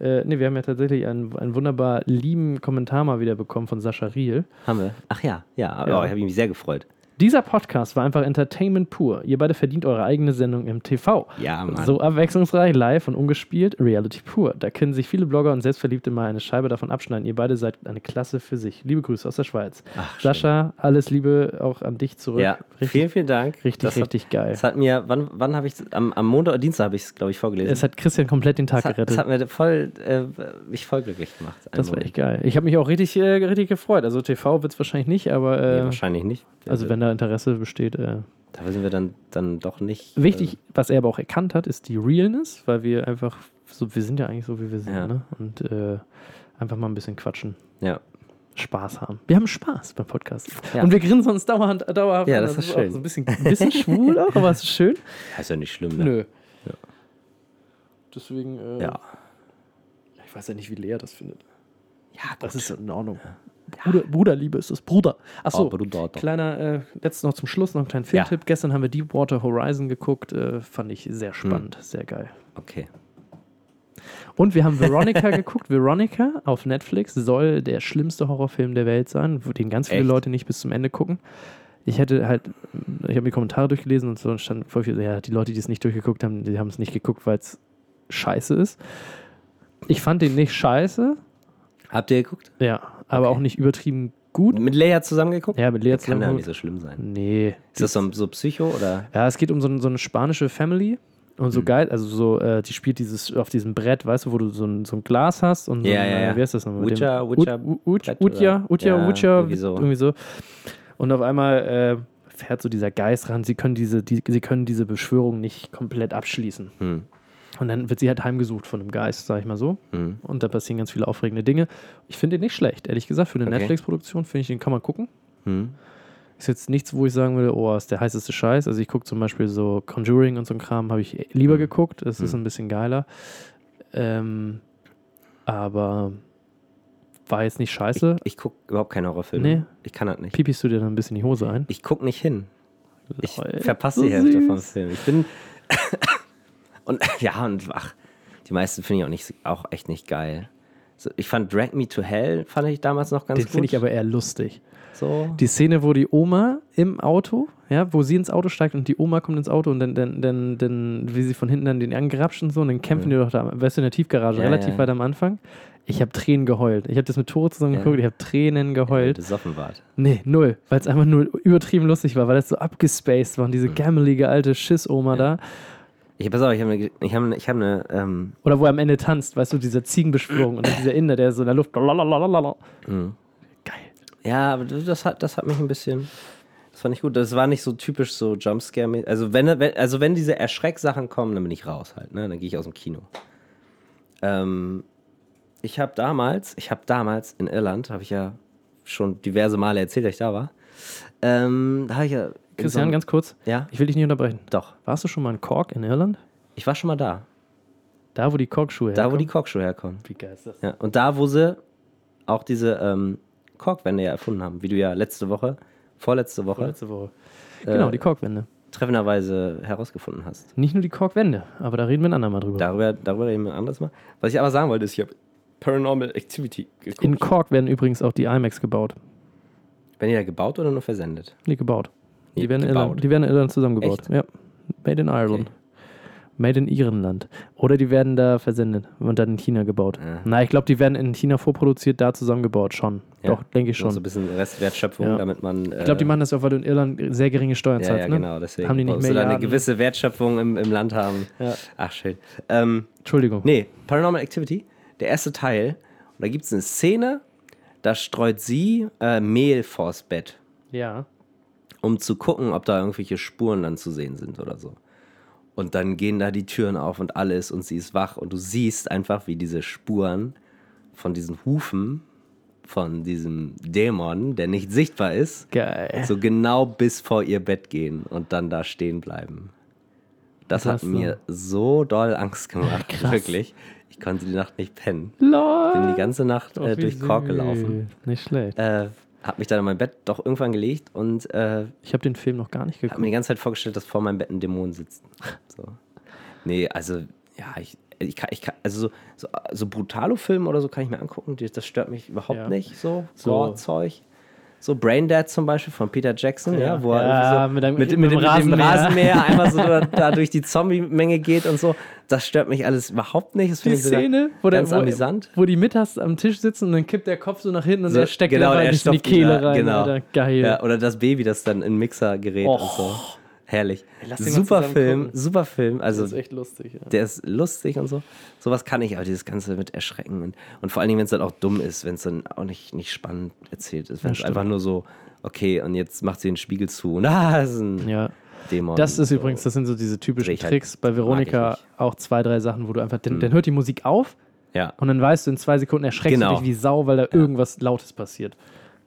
Speaker 3: Äh, ne, wir haben ja tatsächlich einen, einen wunderbar lieben Kommentar mal wieder bekommen von Sascha Riel.
Speaker 1: Haben wir. Ach ja, ja.
Speaker 3: Ja.
Speaker 1: Oh, ich habe mich sehr gefreut.
Speaker 3: Dieser Podcast war einfach Entertainment pur. Ihr beide verdient eure eigene Sendung im TV.
Speaker 1: Ja, Mann.
Speaker 3: So abwechslungsreich, live und ungespielt, Reality pur. Da können sich viele Blogger und Selbstverliebte mal eine Scheibe davon abschneiden. Ihr beide seid eine Klasse für sich. Liebe Grüße aus der Schweiz. Sascha, alles Liebe auch an dich zurück.
Speaker 1: Ja, vielen, vielen Dank.
Speaker 3: richtig,
Speaker 1: das
Speaker 3: richtig
Speaker 1: hat,
Speaker 3: geil.
Speaker 1: Das hat mir, wann, wann habe ich, am, am Montag oder Dienstag habe ich es, glaube ich, vorgelesen.
Speaker 3: Es hat Christian komplett den Tag
Speaker 1: Das hat,
Speaker 3: gerettet.
Speaker 1: das hat mir voll, äh, mich voll glücklich gemacht. also Einen
Speaker 3: das war
Speaker 1: Moment.
Speaker 3: echt geil. Ich habe mich auch richtig, äh, richtig gefreut. Also TV wird es wahrscheinlich nicht, aber
Speaker 1: Nee,
Speaker 3: äh,
Speaker 1: wahrscheinlich nicht.
Speaker 3: also wenn da Interesse besteht, äh,
Speaker 1: Dafür sind wir dann, dann doch nicht.
Speaker 3: Wichtig, was er aber auch erkannt hat, ist die Realness, weil wir einfach, so, wir sind ja eigentlich so, wie wir sind,
Speaker 1: Ja.
Speaker 3: ne? Und äh, einfach mal ein bisschen quatschen,
Speaker 1: Äh, ja.
Speaker 3: Spaß haben. Wir haben Spaß beim Podcast.
Speaker 1: Ja.
Speaker 3: Und wir grinsen uns dauerhaft. dauerhaft
Speaker 1: Ja,
Speaker 3: an.
Speaker 1: das ist
Speaker 3: auch
Speaker 1: schön.
Speaker 3: So ein, bisschen, ein bisschen schwul auch, aber es ist schön.
Speaker 1: Ist ja nicht schlimm. Ne?
Speaker 3: Nö. Deswegen, äh,
Speaker 1: Ja.
Speaker 3: ich weiß ja nicht, wie Lea das findet. Ja, das ist in Ordnung. Bruder, Bruderliebe ist es, Bruder. Achso,
Speaker 1: Oh, Bruder, doch.
Speaker 3: kleiner, äh, jetzt noch zum Schluss noch einen kleinen Filmtipp. Gestern haben wir Deepwater Horizon geguckt, äh, fand ich sehr
Speaker 1: Hm.
Speaker 3: spannend, sehr geil.
Speaker 1: Okay.
Speaker 3: Und wir haben Veronica geguckt. Veronica auf Netflix soll der schlimmste Horrorfilm der Welt sein, wo- den ganz viele
Speaker 1: Echt?
Speaker 3: Leute nicht bis zum Ende gucken. Ich hätte halt, ich habe die Kommentare durchgelesen und so und stand voll viel, ja, die Leute, die es nicht durchgeguckt haben, die haben es nicht geguckt, weil es scheiße ist. Ich fand den nicht scheiße,
Speaker 1: Habt ihr geguckt?
Speaker 3: ja, aber auch nicht übertrieben gut.
Speaker 1: Mit Leia zusammengeguckt?
Speaker 3: Ja, mit Lea
Speaker 1: Kann ja
Speaker 3: zusammen.
Speaker 1: nicht so schlimm sein.
Speaker 3: Nee.
Speaker 1: Ist das so, so Psycho oder?
Speaker 3: Ja, es geht um so, ein- so eine spanische Family und
Speaker 1: Mhm.
Speaker 3: so geil, also so, äh, die spielt dieses auf diesem Brett, weißt du, wo du so ein, so ein Glas hast und so
Speaker 1: Ja,
Speaker 3: ein,
Speaker 1: ja,
Speaker 3: äh,
Speaker 1: ja.
Speaker 3: wie heißt das nochmal? mit dem-
Speaker 1: Ouija-
Speaker 3: Ut-
Speaker 1: Ouija-
Speaker 3: U- Ut-
Speaker 1: Brett,
Speaker 3: Utja,
Speaker 1: oder?
Speaker 3: Utja,
Speaker 1: Ja,
Speaker 3: Utja,
Speaker 1: irgendwie so.
Speaker 3: irgendwie so. Und auf einmal äh, fährt so dieser Geist ran, sie können diese, die, sie können diese Beschwörung nicht komplett abschließen.
Speaker 1: Hm,
Speaker 3: Und dann wird sie halt heimgesucht von dem Geist, sag ich mal so.
Speaker 1: Mhm.
Speaker 3: Und da passieren ganz viele aufregende Dinge. Ich finde den nicht schlecht, ehrlich gesagt. Für eine
Speaker 1: Okay.
Speaker 3: Netflix-Produktion finde ich den, kann man gucken.
Speaker 1: hm.
Speaker 3: Ist jetzt nichts, wo ich sagen würde, oh, ist der heißeste Scheiß. Also ich gucke zum Beispiel so Conjuring und so ein Kram, habe ich lieber geguckt. Es ist ein bisschen geiler. Ähm, aber war jetzt nicht scheiße.
Speaker 1: Ich gucke überhaupt keine Horrorfilme.
Speaker 3: Nee.
Speaker 1: Ich kann das nicht.
Speaker 3: Piepst du dir dann ein bisschen die Hose ein?
Speaker 1: Ich gucke nicht hin. Ich
Speaker 3: Lol,
Speaker 1: verpasse
Speaker 3: so
Speaker 1: die Hälfte
Speaker 3: süß.
Speaker 1: vom Film. Ich bin. und ja, und ach, die meisten finde ich auch, nicht, auch echt nicht geil. So, ich fand Drag Me to Hell, fand ich damals noch ganz
Speaker 3: Den
Speaker 1: gut.
Speaker 3: finde ich aber eher lustig.
Speaker 1: so.
Speaker 3: Die Szene, wo die Oma im Auto, ja, wo sie ins Auto steigt und die Oma kommt ins Auto und dann, dann, dann, dann wie sie von hinten dann den angrapschen und so und dann kämpfen die doch da, weißt du, in der Tiefgarage,
Speaker 1: Ja,
Speaker 3: relativ
Speaker 1: ja.
Speaker 3: weit am Anfang. Ich habe Tränen geheult. Ich habe das mit Tore zusammen geguckt, ich habe Tränen geheult.
Speaker 1: besoffen wart.
Speaker 3: Nee, null. Weil es einfach nur übertrieben lustig war, weil das so abgespaced war und
Speaker 1: Mhm.
Speaker 3: diese gammelige alte Schiss-Oma da.
Speaker 1: Ich, pass auf, ich habe eine, ich hab, ich hab eine ähm,
Speaker 3: Oder wo er am Ende tanzt, weißt du, diese Ziegenbeschwörung und dann dieser Inder, der so in der Luft. Lalalala. Geil.
Speaker 1: Ja, aber das das hat, das hat mich ein bisschen. Das fand ich gut. Das war nicht so typisch so Jumpscare. -mäßig. Also wenn, wenn, also wenn diese Erschrecksachen kommen, dann bin ich raus halt. Ne? Dann gehe ich aus dem Kino. Ähm, ich habe damals, ich habe damals in Irland, habe ich ja schon diverse Male erzählt, dass ich da war. Ähm, da habe ich ja. in so
Speaker 3: Christian,
Speaker 1: einem-
Speaker 3: ganz kurz.
Speaker 1: Ja?
Speaker 3: Ich will dich nicht unterbrechen.
Speaker 1: Doch.
Speaker 3: Warst du schon mal in Cork in Irland?
Speaker 1: Ich war schon mal da.
Speaker 3: Da, wo die Korkschuhe
Speaker 1: Da, wo die Korkschuhe herkommen.
Speaker 3: Wie geil ist das?
Speaker 1: Ja, und da, wo sie auch diese ähm, Korkwände ja erfunden haben, wie du ja letzte Woche, vorletzte Woche,
Speaker 3: Letzte Woche.
Speaker 1: Äh.
Speaker 3: Genau, die Korkwände.
Speaker 1: treffenderweise herausgefunden hast.
Speaker 3: Nicht nur die Korkwände, aber da reden wir ein andermal drüber.
Speaker 1: Darüber, darüber reden wir ein anderes Mal. Was ich aber sagen wollte, ist, ich habe Paranormal Activity geguckt.
Speaker 3: In Kork werden übrigens auch die IMAX gebaut.
Speaker 1: Werden die da gebaut oder nur versendet?
Speaker 3: Nee, gebaut.
Speaker 1: Nee,
Speaker 3: Die werden, in
Speaker 1: gebaut.
Speaker 3: Irland, die werden in Irland zusammengebaut.
Speaker 1: Echt?
Speaker 3: Ja. Made in Ireland. Made in Irland. Oder die werden da versendet und dann in China gebaut. Na, ich glaube, die werden in China vorproduziert, da zusammengebaut. Schon.
Speaker 1: Ja.
Speaker 3: Doch, denke ich
Speaker 1: Schon.
Speaker 3: schon.
Speaker 1: So ein bisschen Restwertschöpfung,
Speaker 3: Ja.
Speaker 1: damit man. äh,
Speaker 3: ich glaube, die machen das auch, weil du in Irland sehr geringe Steuern
Speaker 1: ja, ja,
Speaker 3: zahlst. ne?
Speaker 1: genau. Deswegen
Speaker 3: Haben die nicht
Speaker 1: brauchst du da eine
Speaker 3: Milliarden.
Speaker 1: gewisse Wertschöpfung im, im Land haben.
Speaker 3: Ja.
Speaker 1: Ach, schön. Ähm,
Speaker 3: Entschuldigung.
Speaker 1: nee, Paranormal Activity, der erste Teil. Und da gibt es eine Szene, da streut sie äh, Mehl vors Bett.
Speaker 3: Ja.
Speaker 1: um zu gucken, ob da irgendwelche Spuren dann zu sehen sind oder so. Und dann gehen da die Türen auf und alles und sie ist wach und du siehst einfach, wie diese Spuren von diesen Hufen von diesem Dämon, der nicht sichtbar ist,
Speaker 3: Geil.
Speaker 1: so genau bis vor ihr Bett gehen und dann da stehen bleiben. Das hat
Speaker 3: Klasse.
Speaker 1: mir so doll Angst gemacht, wirklich. Ich konnte die Nacht nicht pennen.
Speaker 3: Lol.
Speaker 1: Bin die ganze Nacht
Speaker 3: Doch,
Speaker 1: äh,
Speaker 3: wie
Speaker 1: durch Kork
Speaker 3: süß.
Speaker 1: gelaufen.
Speaker 3: Nicht schlecht.
Speaker 1: Äh, hab mich dann in mein Bett doch irgendwann gelegt und äh,
Speaker 3: Ich habe den Film noch gar nicht
Speaker 1: habe mir
Speaker 3: geguckt.
Speaker 1: die ganze Zeit vorgestellt, dass vor meinem Bett ein Dämon sitzt. So. Nee, also, ja, ich, ich, kann, ich kann, also so, so, so Brutalo-Filme oder so kann ich mir angucken, die- das stört mich überhaupt
Speaker 3: Ja.
Speaker 1: nicht, so,
Speaker 3: So.
Speaker 1: Gore-Zeug. So. So Braindead zum Beispiel von Peter Jackson, ja, wo er
Speaker 3: Ja,
Speaker 1: irgendwie so
Speaker 3: mit einem-
Speaker 1: mit, mit,
Speaker 3: mit
Speaker 1: mit,
Speaker 3: dem
Speaker 1: dem, mit dem
Speaker 3: Rasenmäher.
Speaker 1: Rasenmäher einmal so da, da durch die Zombie-Menge geht und so. Das stört mich alles überhaupt nicht. Das
Speaker 3: Die
Speaker 1: finde ich sogar
Speaker 3: Szene, wo, der,
Speaker 1: ganz
Speaker 3: wo,
Speaker 1: amüsant.
Speaker 3: wo die mittags am Tisch sitzen und dann kippt der Kopf so nach hinten und
Speaker 1: So,
Speaker 3: der steckt
Speaker 1: genau,
Speaker 3: einfach
Speaker 1: der
Speaker 3: nicht in die
Speaker 1: stopft ihn
Speaker 3: Kehle
Speaker 1: da,
Speaker 3: rein.
Speaker 1: genau.
Speaker 3: Alter. Geil.
Speaker 1: Ja, oder das Baby, das dann in den Mixer gerät und
Speaker 3: Och.
Speaker 1: so. Herrlich.
Speaker 3: lass den mal
Speaker 1: super
Speaker 3: zusammen
Speaker 1: Film,
Speaker 3: gucken.
Speaker 1: super Film. Also
Speaker 3: Das ist echt lustig. Ja.
Speaker 1: der ist lustig und so. Sowas kann ich, aber dieses Ganze mit erschrecken und, und vor allen Dingen, wenn es dann auch dumm ist, wenn es dann auch nicht, nicht spannend erzählt ist, wenn es einfach nur so, okay, und jetzt macht sie den Spiegel zu und ah, das ist ein
Speaker 3: Ja.
Speaker 1: Dämon.
Speaker 3: Das ist
Speaker 1: so.
Speaker 3: übrigens, das sind so diese typischen
Speaker 1: Dreh äh, ich Mhm. halt.
Speaker 3: Tricks. Bei Veronika
Speaker 1: Mag ich
Speaker 3: auch zwei, drei Sachen, wo du einfach, dann, dann hört die Musik auf
Speaker 1: Ja.
Speaker 3: und dann weißt du, in zwei Sekunden erschreckst
Speaker 1: Genau.
Speaker 3: du dich wie Sau, weil da irgendwas Lautes passiert.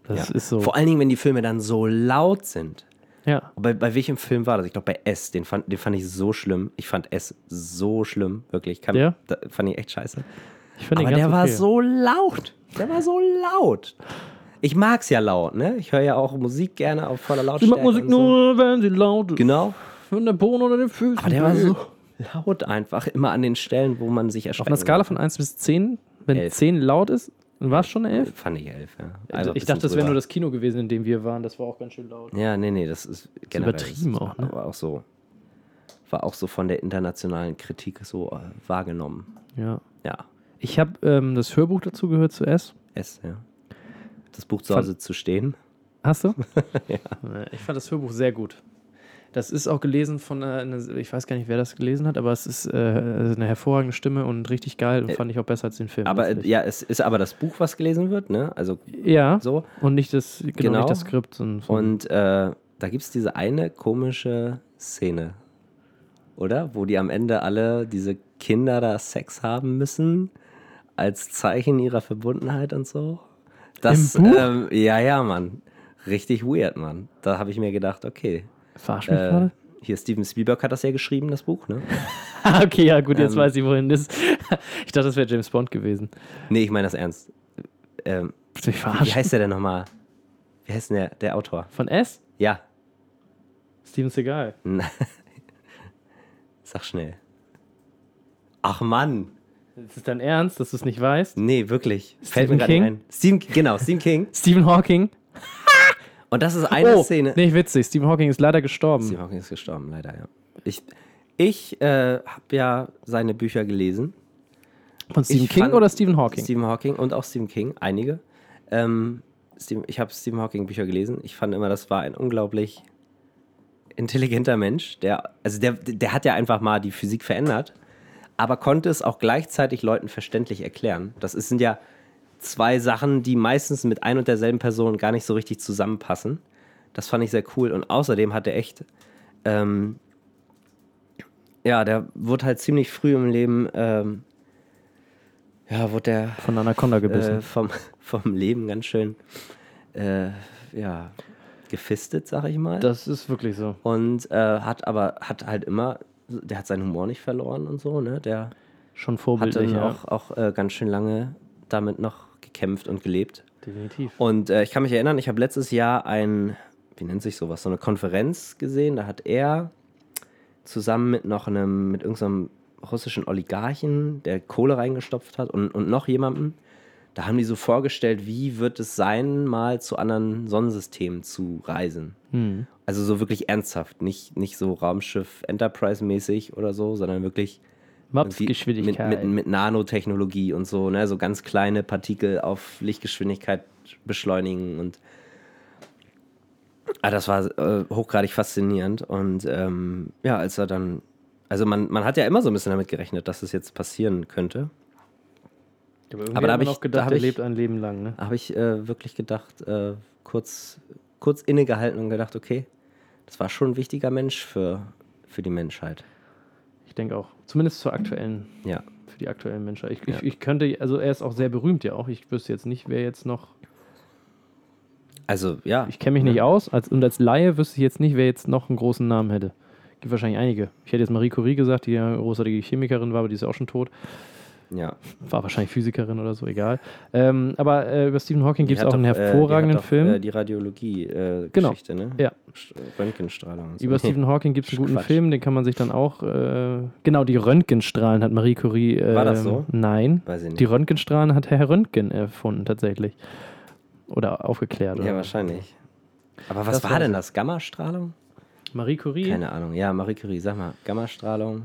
Speaker 3: Das
Speaker 1: ja.
Speaker 3: ist so.
Speaker 1: Vor allen Dingen, wenn die Filme dann so laut sind.
Speaker 3: Ja.
Speaker 1: Bei, bei welchem Film war das? Ich glaube bei S. Den fand, den fand ich so schlimm. Ich fand S so schlimm, wirklich. Kann,
Speaker 3: Der?
Speaker 1: Da, fand ich echt scheiße.
Speaker 3: Ich finde
Speaker 1: Aber
Speaker 3: den ganz
Speaker 1: der war
Speaker 3: okay.
Speaker 1: so laut. Der war so laut. Ich mag's ja laut, ne? Ich höre ja auch Musik gerne auf voller
Speaker 3: Ich
Speaker 1: Lautstärke.
Speaker 3: mag Musik
Speaker 1: und so.
Speaker 3: nur, wenn sie laut ist.
Speaker 1: Genau.
Speaker 3: Von der Bohne oder den Füßen.
Speaker 1: Aber der war so laut einfach. Immer an den Stellen, wo man sich
Speaker 3: Auf
Speaker 1: erschreckt.
Speaker 3: einer Skala von 1 bis 10, wenn
Speaker 1: Elf.
Speaker 3: 10 laut ist, dann war es schon eine 11.
Speaker 1: Fand ich elf, ja. Also
Speaker 3: Also
Speaker 1: ein
Speaker 3: ich
Speaker 1: bisschen
Speaker 3: dachte, das wäre
Speaker 1: drüber.
Speaker 3: nur das Kino gewesen, in dem wir waren. Das war auch ganz schön laut.
Speaker 1: Ja, nee, nee, das ist generell.
Speaker 3: übertrieben
Speaker 1: das
Speaker 3: auch, ne?
Speaker 1: War auch so. War auch so von der internationalen Kritik so äh, wahrgenommen.
Speaker 3: Ja.
Speaker 1: Ja.
Speaker 3: Ich habe ähm, das Hörbuch dazu gehört zu S.
Speaker 1: S, ja. Das Buch zu
Speaker 3: Fand-
Speaker 1: Hause zu stehen.
Speaker 3: Hast du? Äh, Ich fand das Hörbuch sehr gut. Das ist auch gelesen von, äh, einer- ich weiß gar nicht, wer das gelesen hat, aber es ist äh, eine hervorragende Stimme und richtig geil und fand ich auch besser als den Film.
Speaker 1: Äh, Aber äh,
Speaker 3: letztlich.
Speaker 1: ja, es ist aber das Buch, was gelesen wird, ne? Also
Speaker 3: ja,
Speaker 1: so.
Speaker 3: und nicht das, genau,
Speaker 1: Genau.
Speaker 3: Nicht das Skript. Und, so.
Speaker 1: Und äh, da gibt es diese eine komische Szene, oder? Wo die am Ende alle diese Kinder da Sex haben müssen, als Zeichen ihrer Verbundenheit und so. Das,
Speaker 3: Im Buch?
Speaker 1: Ähm, ja, ja, Mann. Richtig weird, Mann. Da habe ich mir gedacht, okay.
Speaker 3: Verarsch mich
Speaker 1: Äh,
Speaker 3: gerade?
Speaker 1: hier, Steven Spielberg hat das ja geschrieben, das Buch, ne?
Speaker 3: Ah, okay, ja gut, jetzt
Speaker 1: ähm,
Speaker 3: weiß ich, wohin das Ich dachte, das wäre James Bond gewesen.
Speaker 1: Nee, ich meine das ernst. Ähm,
Speaker 3: Willst du mich
Speaker 1: wie
Speaker 3: verarschen?
Speaker 1: heißt der denn nochmal? Wie heißt denn der, der Autor?
Speaker 3: Von S?
Speaker 1: Ja,
Speaker 3: Steven Seagal.
Speaker 1: Na, Sag schnell. Ach Mann.
Speaker 3: Ist es dein Ernst, dass du es nicht weißt?
Speaker 1: Nee, wirklich. Fällt
Speaker 3: Stephen
Speaker 1: mir gerade
Speaker 3: King?
Speaker 1: ein. Stephen, genau, Stephen King.
Speaker 3: Stephen Hawking?
Speaker 1: Und das ist eine Szene.
Speaker 3: nicht Oh. witzig. Stephen Hawking ist leider gestorben.
Speaker 1: Stephen Hawking ist gestorben, leider, ja. Ich, ich äh, habe ja seine Bücher gelesen.
Speaker 3: Von Stephen
Speaker 1: Ich
Speaker 3: King
Speaker 1: fand-
Speaker 3: oder Stephen Hawking?
Speaker 1: Stephen Hawking und auch Stephen King, einige. Ähm, Stephen, ich habe Stephen Hawking Bücher gelesen. Ich fand immer, das war ein unglaublich intelligenter Mensch. Der, also der, der hat ja einfach mal die Physik verändert, aber konnte es auch gleichzeitig Leuten verständlich erklären. Das ist, sind ja zwei Sachen, die meistens mit ein und derselben Person gar nicht so richtig zusammenpassen. Das fand ich sehr cool. Und außerdem hat er echt, ähm, ja, der wurde halt ziemlich früh im Leben, ähm, ja, wurde der
Speaker 3: Von Anaconda gebissen.
Speaker 1: äh, vom, vom Leben ganz schön äh, ja, gefistet, sag ich mal.
Speaker 3: das ist wirklich so.
Speaker 1: und äh, hat aber, hat halt immer, der hat seinen Humor nicht verloren und so, ne? Der
Speaker 3: Schon
Speaker 1: hat
Speaker 3: vorbildlich,
Speaker 1: dann
Speaker 3: ja.
Speaker 1: auch, auch äh, ganz schön lange damit noch gekämpft und gelebt.
Speaker 3: Definitiv.
Speaker 1: Und äh, ich kann mich erinnern, ich habe letztes Jahr ein, wie nennt sich sowas, so eine Konferenz gesehen. Da hat er zusammen mit noch einem, mit irgendeinem russischen Oligarchen, der Kohle reingestopft hat und, und noch jemandem, da haben die so vorgestellt, wie wird es sein, mal zu anderen Sonnensystemen zu reisen. Also so wirklich ernsthaft, nicht, nicht so Raumschiff Enterprise-mäßig oder so, sondern wirklich irgendwie
Speaker 3: Mapsgeschwindigkeit.
Speaker 1: Mit, mit, mit Nanotechnologie und so, ne? So ganz kleine Partikel auf Lichtgeschwindigkeit beschleunigen und ah, das war äh, hochgradig faszinierend. Und ähm, ja, als er dann, also man, man hat ja immer so ein bisschen damit gerechnet, dass es jetzt passieren könnte.
Speaker 3: aber
Speaker 1: aber da hab
Speaker 3: da habe ich
Speaker 1: ich-
Speaker 3: auch gedacht,
Speaker 1: da hab
Speaker 3: er
Speaker 1: ich-
Speaker 3: lebt ein Leben lang. Ne?
Speaker 1: Habe ich äh, wirklich gedacht, äh, kurz, kurz innegehalten und gedacht, okay, das war schon ein wichtiger Mensch für, für die Menschheit.
Speaker 3: Ich denke auch. Zumindest zur aktuellen,
Speaker 1: Ja.
Speaker 3: für die aktuellen Menschen. Ich, ich, ich könnte, also er ist auch sehr berühmt ja auch. Ich wüsste jetzt nicht, wer jetzt noch.
Speaker 1: Also, ja.
Speaker 3: Ich kenne mich nicht aus als, und als Laie wüsste ich jetzt nicht, wer jetzt noch einen großen Namen hätte. Gibt wahrscheinlich einige. Ich hätte jetzt Marie Curie gesagt, die ja eine großartige Chemikerin war, aber die ist ja auch schon tot.
Speaker 1: ja.
Speaker 3: War wahrscheinlich Physikerin oder so, egal. Ähm, aber äh, über Stephen Hawking gibt
Speaker 1: Die
Speaker 3: es
Speaker 1: hat
Speaker 3: auch einen
Speaker 1: doch, äh, die hat
Speaker 3: hervorragenden
Speaker 1: doch,
Speaker 3: Film.
Speaker 1: Äh, die Radiologie-Geschichte, äh,
Speaker 3: Genau.
Speaker 1: Geschichte, ne?
Speaker 3: ja.
Speaker 1: Sch- Röntgenstrahlung. und so.
Speaker 3: Über Stephen Hawking gibt es einen guten
Speaker 1: Quatsch.
Speaker 3: Film, den kann man sich dann auch. Äh, genau, die Röntgenstrahlen hat Marie Curie. Äh,
Speaker 1: War das so?
Speaker 3: Nein.
Speaker 1: Weiß ich nicht.
Speaker 3: Die Röntgenstrahlen hat Herr Röntgen erfunden, tatsächlich. Oder aufgeklärt.
Speaker 1: Ja,
Speaker 3: oder?
Speaker 1: wahrscheinlich. Aber was
Speaker 3: Das
Speaker 1: war
Speaker 3: war's. Hm?
Speaker 1: denn das? Gammastrahlung?
Speaker 3: Marie Curie.
Speaker 1: Keine Ahnung. Ja, Marie Curie, sag mal, Gammastrahlung.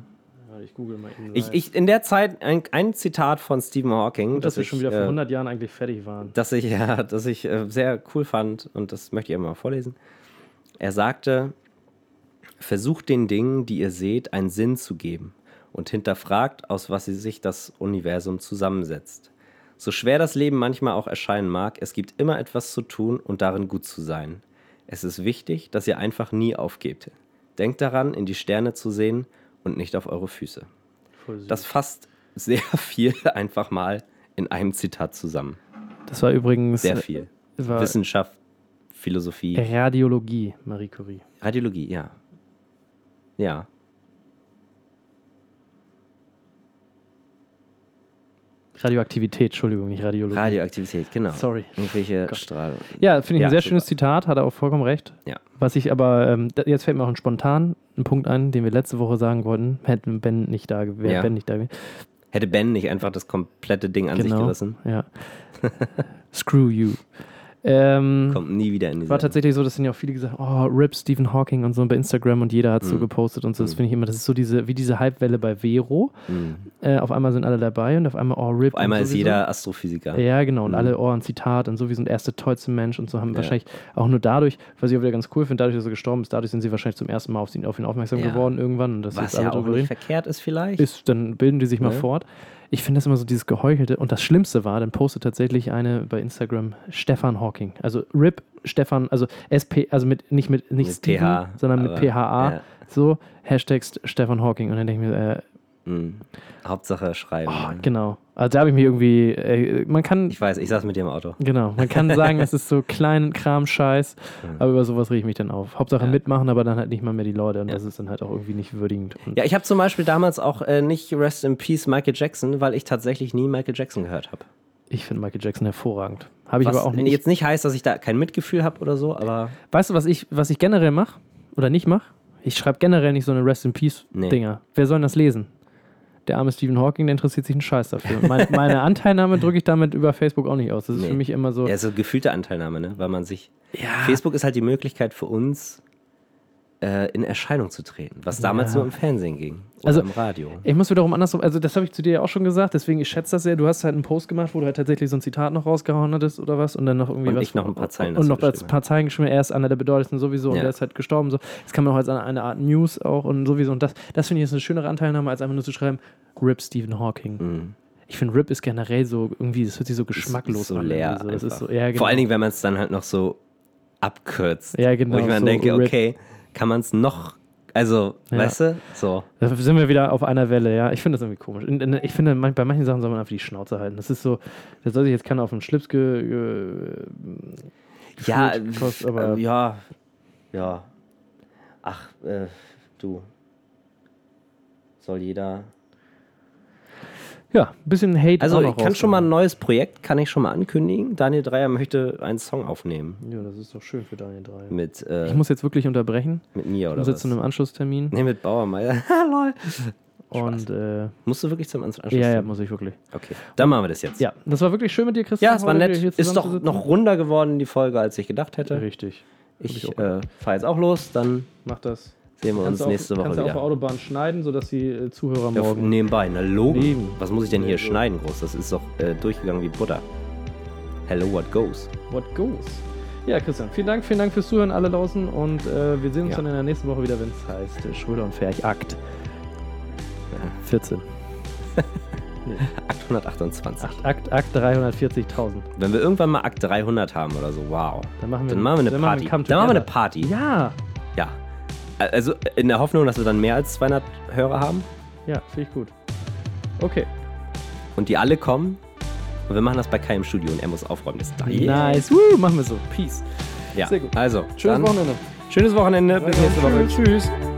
Speaker 3: Warte, Ich google mal eben.
Speaker 1: Ich, ich, in der Zeit ein, ein Zitat von Stephen Hawking,
Speaker 3: dass wir
Speaker 1: ich,
Speaker 3: schon wieder vor
Speaker 1: äh,
Speaker 3: 100 Jahren eigentlich fertig waren.
Speaker 1: das ich, ja, das ich äh, sehr cool fand und das möchte ich einmal vorlesen. Er sagte, versucht den Dingen, die ihr seht, einen Sinn zu geben und hinterfragt, aus was sie sich das Universum zusammensetzt. So schwer das Leben manchmal auch erscheinen mag, es gibt immer etwas zu tun und darin gut zu sein. Es ist wichtig, dass ihr einfach nie aufgebt. Denkt daran, in die Sterne zu sehen und nicht auf eure Füße.
Speaker 3: Voll süß.
Speaker 1: Das fasst sehr viel einfach mal in einem Zitat zusammen.
Speaker 3: Das war übrigens
Speaker 1: Sehr
Speaker 3: äh,
Speaker 1: viel.
Speaker 3: war
Speaker 1: Wissenschaft, Philosophie,
Speaker 3: Radiologie, Marie Curie.
Speaker 1: Radiologie, ja. Ja.
Speaker 3: Radioaktivität, Entschuldigung, nicht Radiologie.
Speaker 1: Radioaktivität, genau.
Speaker 3: Mhm. Sorry.
Speaker 1: Irgendwelche Strahlung.
Speaker 3: Ja, finde ich
Speaker 1: Ja,
Speaker 3: ein sehr
Speaker 1: super.
Speaker 3: schönes Zitat, hat er auch vollkommen recht.
Speaker 1: Ja.
Speaker 3: Was ich aber, ähm, da- jetzt fällt mir auch ein spontan ein Punkt ein, den wir letzte Woche sagen wollten, hätten Ben nicht da gewesen.
Speaker 1: Ja.
Speaker 3: Ben nicht da gewesen.
Speaker 1: Hätte Ben nicht einfach das komplette Ding an
Speaker 3: Genau.
Speaker 1: sich gerissen,
Speaker 3: Ja. Screw you. Ähm,
Speaker 1: kommt nie wieder in diese.
Speaker 3: war tatsächlich so, dass sind ja auch viele gesagt, oh, RIP Stephen Hawking und so bei Instagram und jeder hat
Speaker 1: Mhm.
Speaker 3: so gepostet und so. Das finde ich immer, das ist so diese, wie diese Hypewelle bei Vero. Äh, auf einmal sind alle dabei und auf einmal, oh, RIP.
Speaker 1: Mhm. Auf einmal
Speaker 3: und
Speaker 1: ist
Speaker 3: sowieso.
Speaker 1: jeder Astrophysiker.
Speaker 3: Ja, genau. Und
Speaker 1: Mhm.
Speaker 3: alle, oh, ein Zitat und so, wir sind erste tollste Mensch und so haben wahrscheinlich auch nur dadurch, was ich auch wieder ganz cool finde, dadurch, dass er gestorben ist, dadurch sind sie wahrscheinlich zum ersten Mal auf ihn, auf ihn aufmerksam
Speaker 1: Ja.
Speaker 3: geworden irgendwann. Und das
Speaker 1: Was
Speaker 3: jetzt alle
Speaker 1: ja auch
Speaker 3: drüber
Speaker 1: nicht
Speaker 3: reden.
Speaker 1: verkehrt ist vielleicht.
Speaker 3: Ist, dann bilden die sich mal
Speaker 1: Ja.
Speaker 3: fort. Ich finde das immer so dieses Geheuchelte. Und das Schlimmste war, dann postet tatsächlich eine bei Instagram Stefan Hawking. Also RIP Stefan, also SP, also mit nicht mit nicht
Speaker 1: Mit
Speaker 3: Stephen,
Speaker 1: TH,
Speaker 3: sondern mit
Speaker 1: aber,
Speaker 3: PHA.
Speaker 1: ja.
Speaker 3: So, Hashtag Stefan Hawking. Und dann denke ich mir, äh,
Speaker 1: Mhm. Hauptsache schreiben. ne?
Speaker 3: genau. Also da habe ich mich irgendwie, äh, man kann
Speaker 1: Ich weiß, ich saß mit dir im Auto.
Speaker 3: Genau, man kann sagen, das ist so kleinen Kram-Scheiß,
Speaker 1: Hm.
Speaker 3: aber über sowas rege ich mich dann auf. Hauptsache mitmachen, aber dann halt nicht mal mehr die Leute und das ist dann halt auch irgendwie nicht würdigend. Und
Speaker 1: Ja, ich habe zum Beispiel damals auch äh, nicht Rest in Peace Michael Jackson, weil ich tatsächlich nie Michael Jackson gehört habe.
Speaker 3: Ich finde Michael Jackson hervorragend. Habe ich
Speaker 1: Was
Speaker 3: aber auch nicht.
Speaker 1: jetzt nicht heißt, dass ich da kein Mitgefühl habe oder so, aber
Speaker 3: weißt du, was ich, was ich generell mache oder nicht mache? Ich schreibe generell nicht so eine Rest in
Speaker 1: Nee.
Speaker 3: Peace-Dinger. Wer soll denn das lesen? Der arme Stephen Hawking, der interessiert sich einen Scheiß dafür. Meine, meine Anteilnahme drücke ich damit über Facebook auch nicht aus. Das ist
Speaker 1: Nee.
Speaker 3: für mich immer so.
Speaker 1: Ja, so gefühlte Anteilnahme, ne? Weil man sich. Facebook ist halt die Möglichkeit für uns, äh, in Erscheinung zu treten, was damals nur im Fernsehen ging. Oder
Speaker 3: Also-
Speaker 1: im Radio.
Speaker 3: Ich muss wiederum andersrum, also das habe ich zu dir ja auch schon gesagt, deswegen ich schätze das sehr. Du hast halt einen Post gemacht, wo du halt tatsächlich so ein Zitat noch rausgehauen hattest oder was und dann noch irgendwie
Speaker 1: Und
Speaker 3: was.
Speaker 1: ich noch ein paar Zeilen
Speaker 3: Und
Speaker 1: dazu
Speaker 3: noch ein
Speaker 1: geschrieben
Speaker 3: paar Zeilen geschrieben. Er ist einer der bedeutendsten sowieso und
Speaker 1: Ja.
Speaker 3: der ist halt gestorben. So. Das kann man auch als eine, eine Art News auch und sowieso. Und das, das finde ich ist eine schönere Anteilnahme, als einfach nur zu schreiben, RIP Stephen Hawking.
Speaker 1: Mhm.
Speaker 3: Ich finde, RIP ist generell so irgendwie, das hört sich so geschmacklos
Speaker 1: so
Speaker 3: an.
Speaker 1: leer.
Speaker 3: irgendwie So. Das ist
Speaker 1: einfach.
Speaker 3: so, ja, genau.
Speaker 1: Vor allen Dingen, wenn man es dann halt noch so abkürzt.
Speaker 3: Ja, genau,
Speaker 1: Wo ich mir dann
Speaker 3: so
Speaker 1: denke,
Speaker 3: RIP.
Speaker 1: okay, kann man es noch. Also,
Speaker 3: Ja.
Speaker 1: weißt du? So.
Speaker 3: Da sind wir wieder auf einer Welle, ja. Ich finde das irgendwie komisch. In- in- Ich finde, man- bei manchen Sachen soll man einfach die Schnauze halten. Das ist so, da soll sich jetzt keiner auf den Schlips ge, ge,
Speaker 1: Ja,
Speaker 3: Gut,
Speaker 1: äh,
Speaker 3: krass, aber-
Speaker 1: äh, ja. Ja. Ach, äh, du. Soll jeder.
Speaker 3: Ja, ein bisschen Hate.
Speaker 1: Also
Speaker 3: auch
Speaker 1: ich
Speaker 3: noch
Speaker 1: kann schon mal ein
Speaker 3: rauskommen.
Speaker 1: neues Projekt, kann ich schon mal ankündigen. Daniel Dreier möchte einen Song aufnehmen
Speaker 3: Ja, das ist doch schön für Daniel 3.
Speaker 1: mit, äh,
Speaker 3: Ich muss jetzt wirklich unterbrechen.
Speaker 1: mit Nia
Speaker 3: Ich
Speaker 1: oder
Speaker 3: muss jetzt
Speaker 1: was?
Speaker 3: zu einem Anschlusstermin.
Speaker 1: Nee, mit Bauermeier. Ha, lol.
Speaker 3: und äh,
Speaker 1: Musst du wirklich zum Anschluss?
Speaker 3: ja, ja, muss ich wirklich.
Speaker 1: Okay, dann machen wir das jetzt.
Speaker 3: Ja, das war wirklich schön mit dir, Christian.
Speaker 1: Ja, es war
Speaker 3: heute
Speaker 1: nett.
Speaker 3: hier
Speaker 1: Ist doch
Speaker 3: zusammenzusitzen.
Speaker 1: noch runder geworden, die Folge, als ich gedacht hätte.
Speaker 3: Richtig.
Speaker 1: Ich äh, fahre jetzt auch los, dann
Speaker 3: Mach das.
Speaker 1: sehen wir uns
Speaker 3: du auf-
Speaker 1: nächste Woche
Speaker 3: kannst du auf der
Speaker 1: wieder.
Speaker 3: Autobahn schneiden, sodass die äh, Zuhörer
Speaker 1: Ja, f-
Speaker 3: morgen.
Speaker 1: nebenbei, na Logo.
Speaker 3: Neben.
Speaker 1: Was muss ich denn hier schneiden, groß? Das ist doch äh, durchgegangen wie Butter. Hello, what goes?
Speaker 3: What goes? Ja, Christian, vielen Dank, vielen Dank fürs Zuhören alle draußen und äh, wir sehen uns
Speaker 1: Ja.
Speaker 3: dann in der nächsten Woche wieder, wenn es heißt äh, Schröder und Ferch Akt
Speaker 1: Äh,
Speaker 3: 14.
Speaker 1: 828.
Speaker 3: Akt, Akt, Akt 340.000.
Speaker 1: Wenn wir irgendwann mal Akt 300 haben oder so, wow.
Speaker 3: Dann machen wir,
Speaker 1: Dann machen wir eine
Speaker 3: dann
Speaker 1: Party.
Speaker 3: Come
Speaker 1: dann machen wir eine
Speaker 3: Together.
Speaker 1: Party.
Speaker 3: Ja,
Speaker 1: Ja. Also in der Hoffnung, dass wir dann mehr als 200 Hörer haben
Speaker 3: ja, finde ich gut. Okay.
Speaker 1: und die alle kommen. Und wir machen das bei Kai im Studio und er muss aufräumen. Das ist
Speaker 3: Nice. Woo, machen wir so. Peace.
Speaker 1: Ja.
Speaker 3: Sehr gut.
Speaker 1: Also,
Speaker 3: Schönes
Speaker 1: dann,
Speaker 3: Wochenende.
Speaker 1: schönes Wochenende. Bis nächste Woche. Tschüss.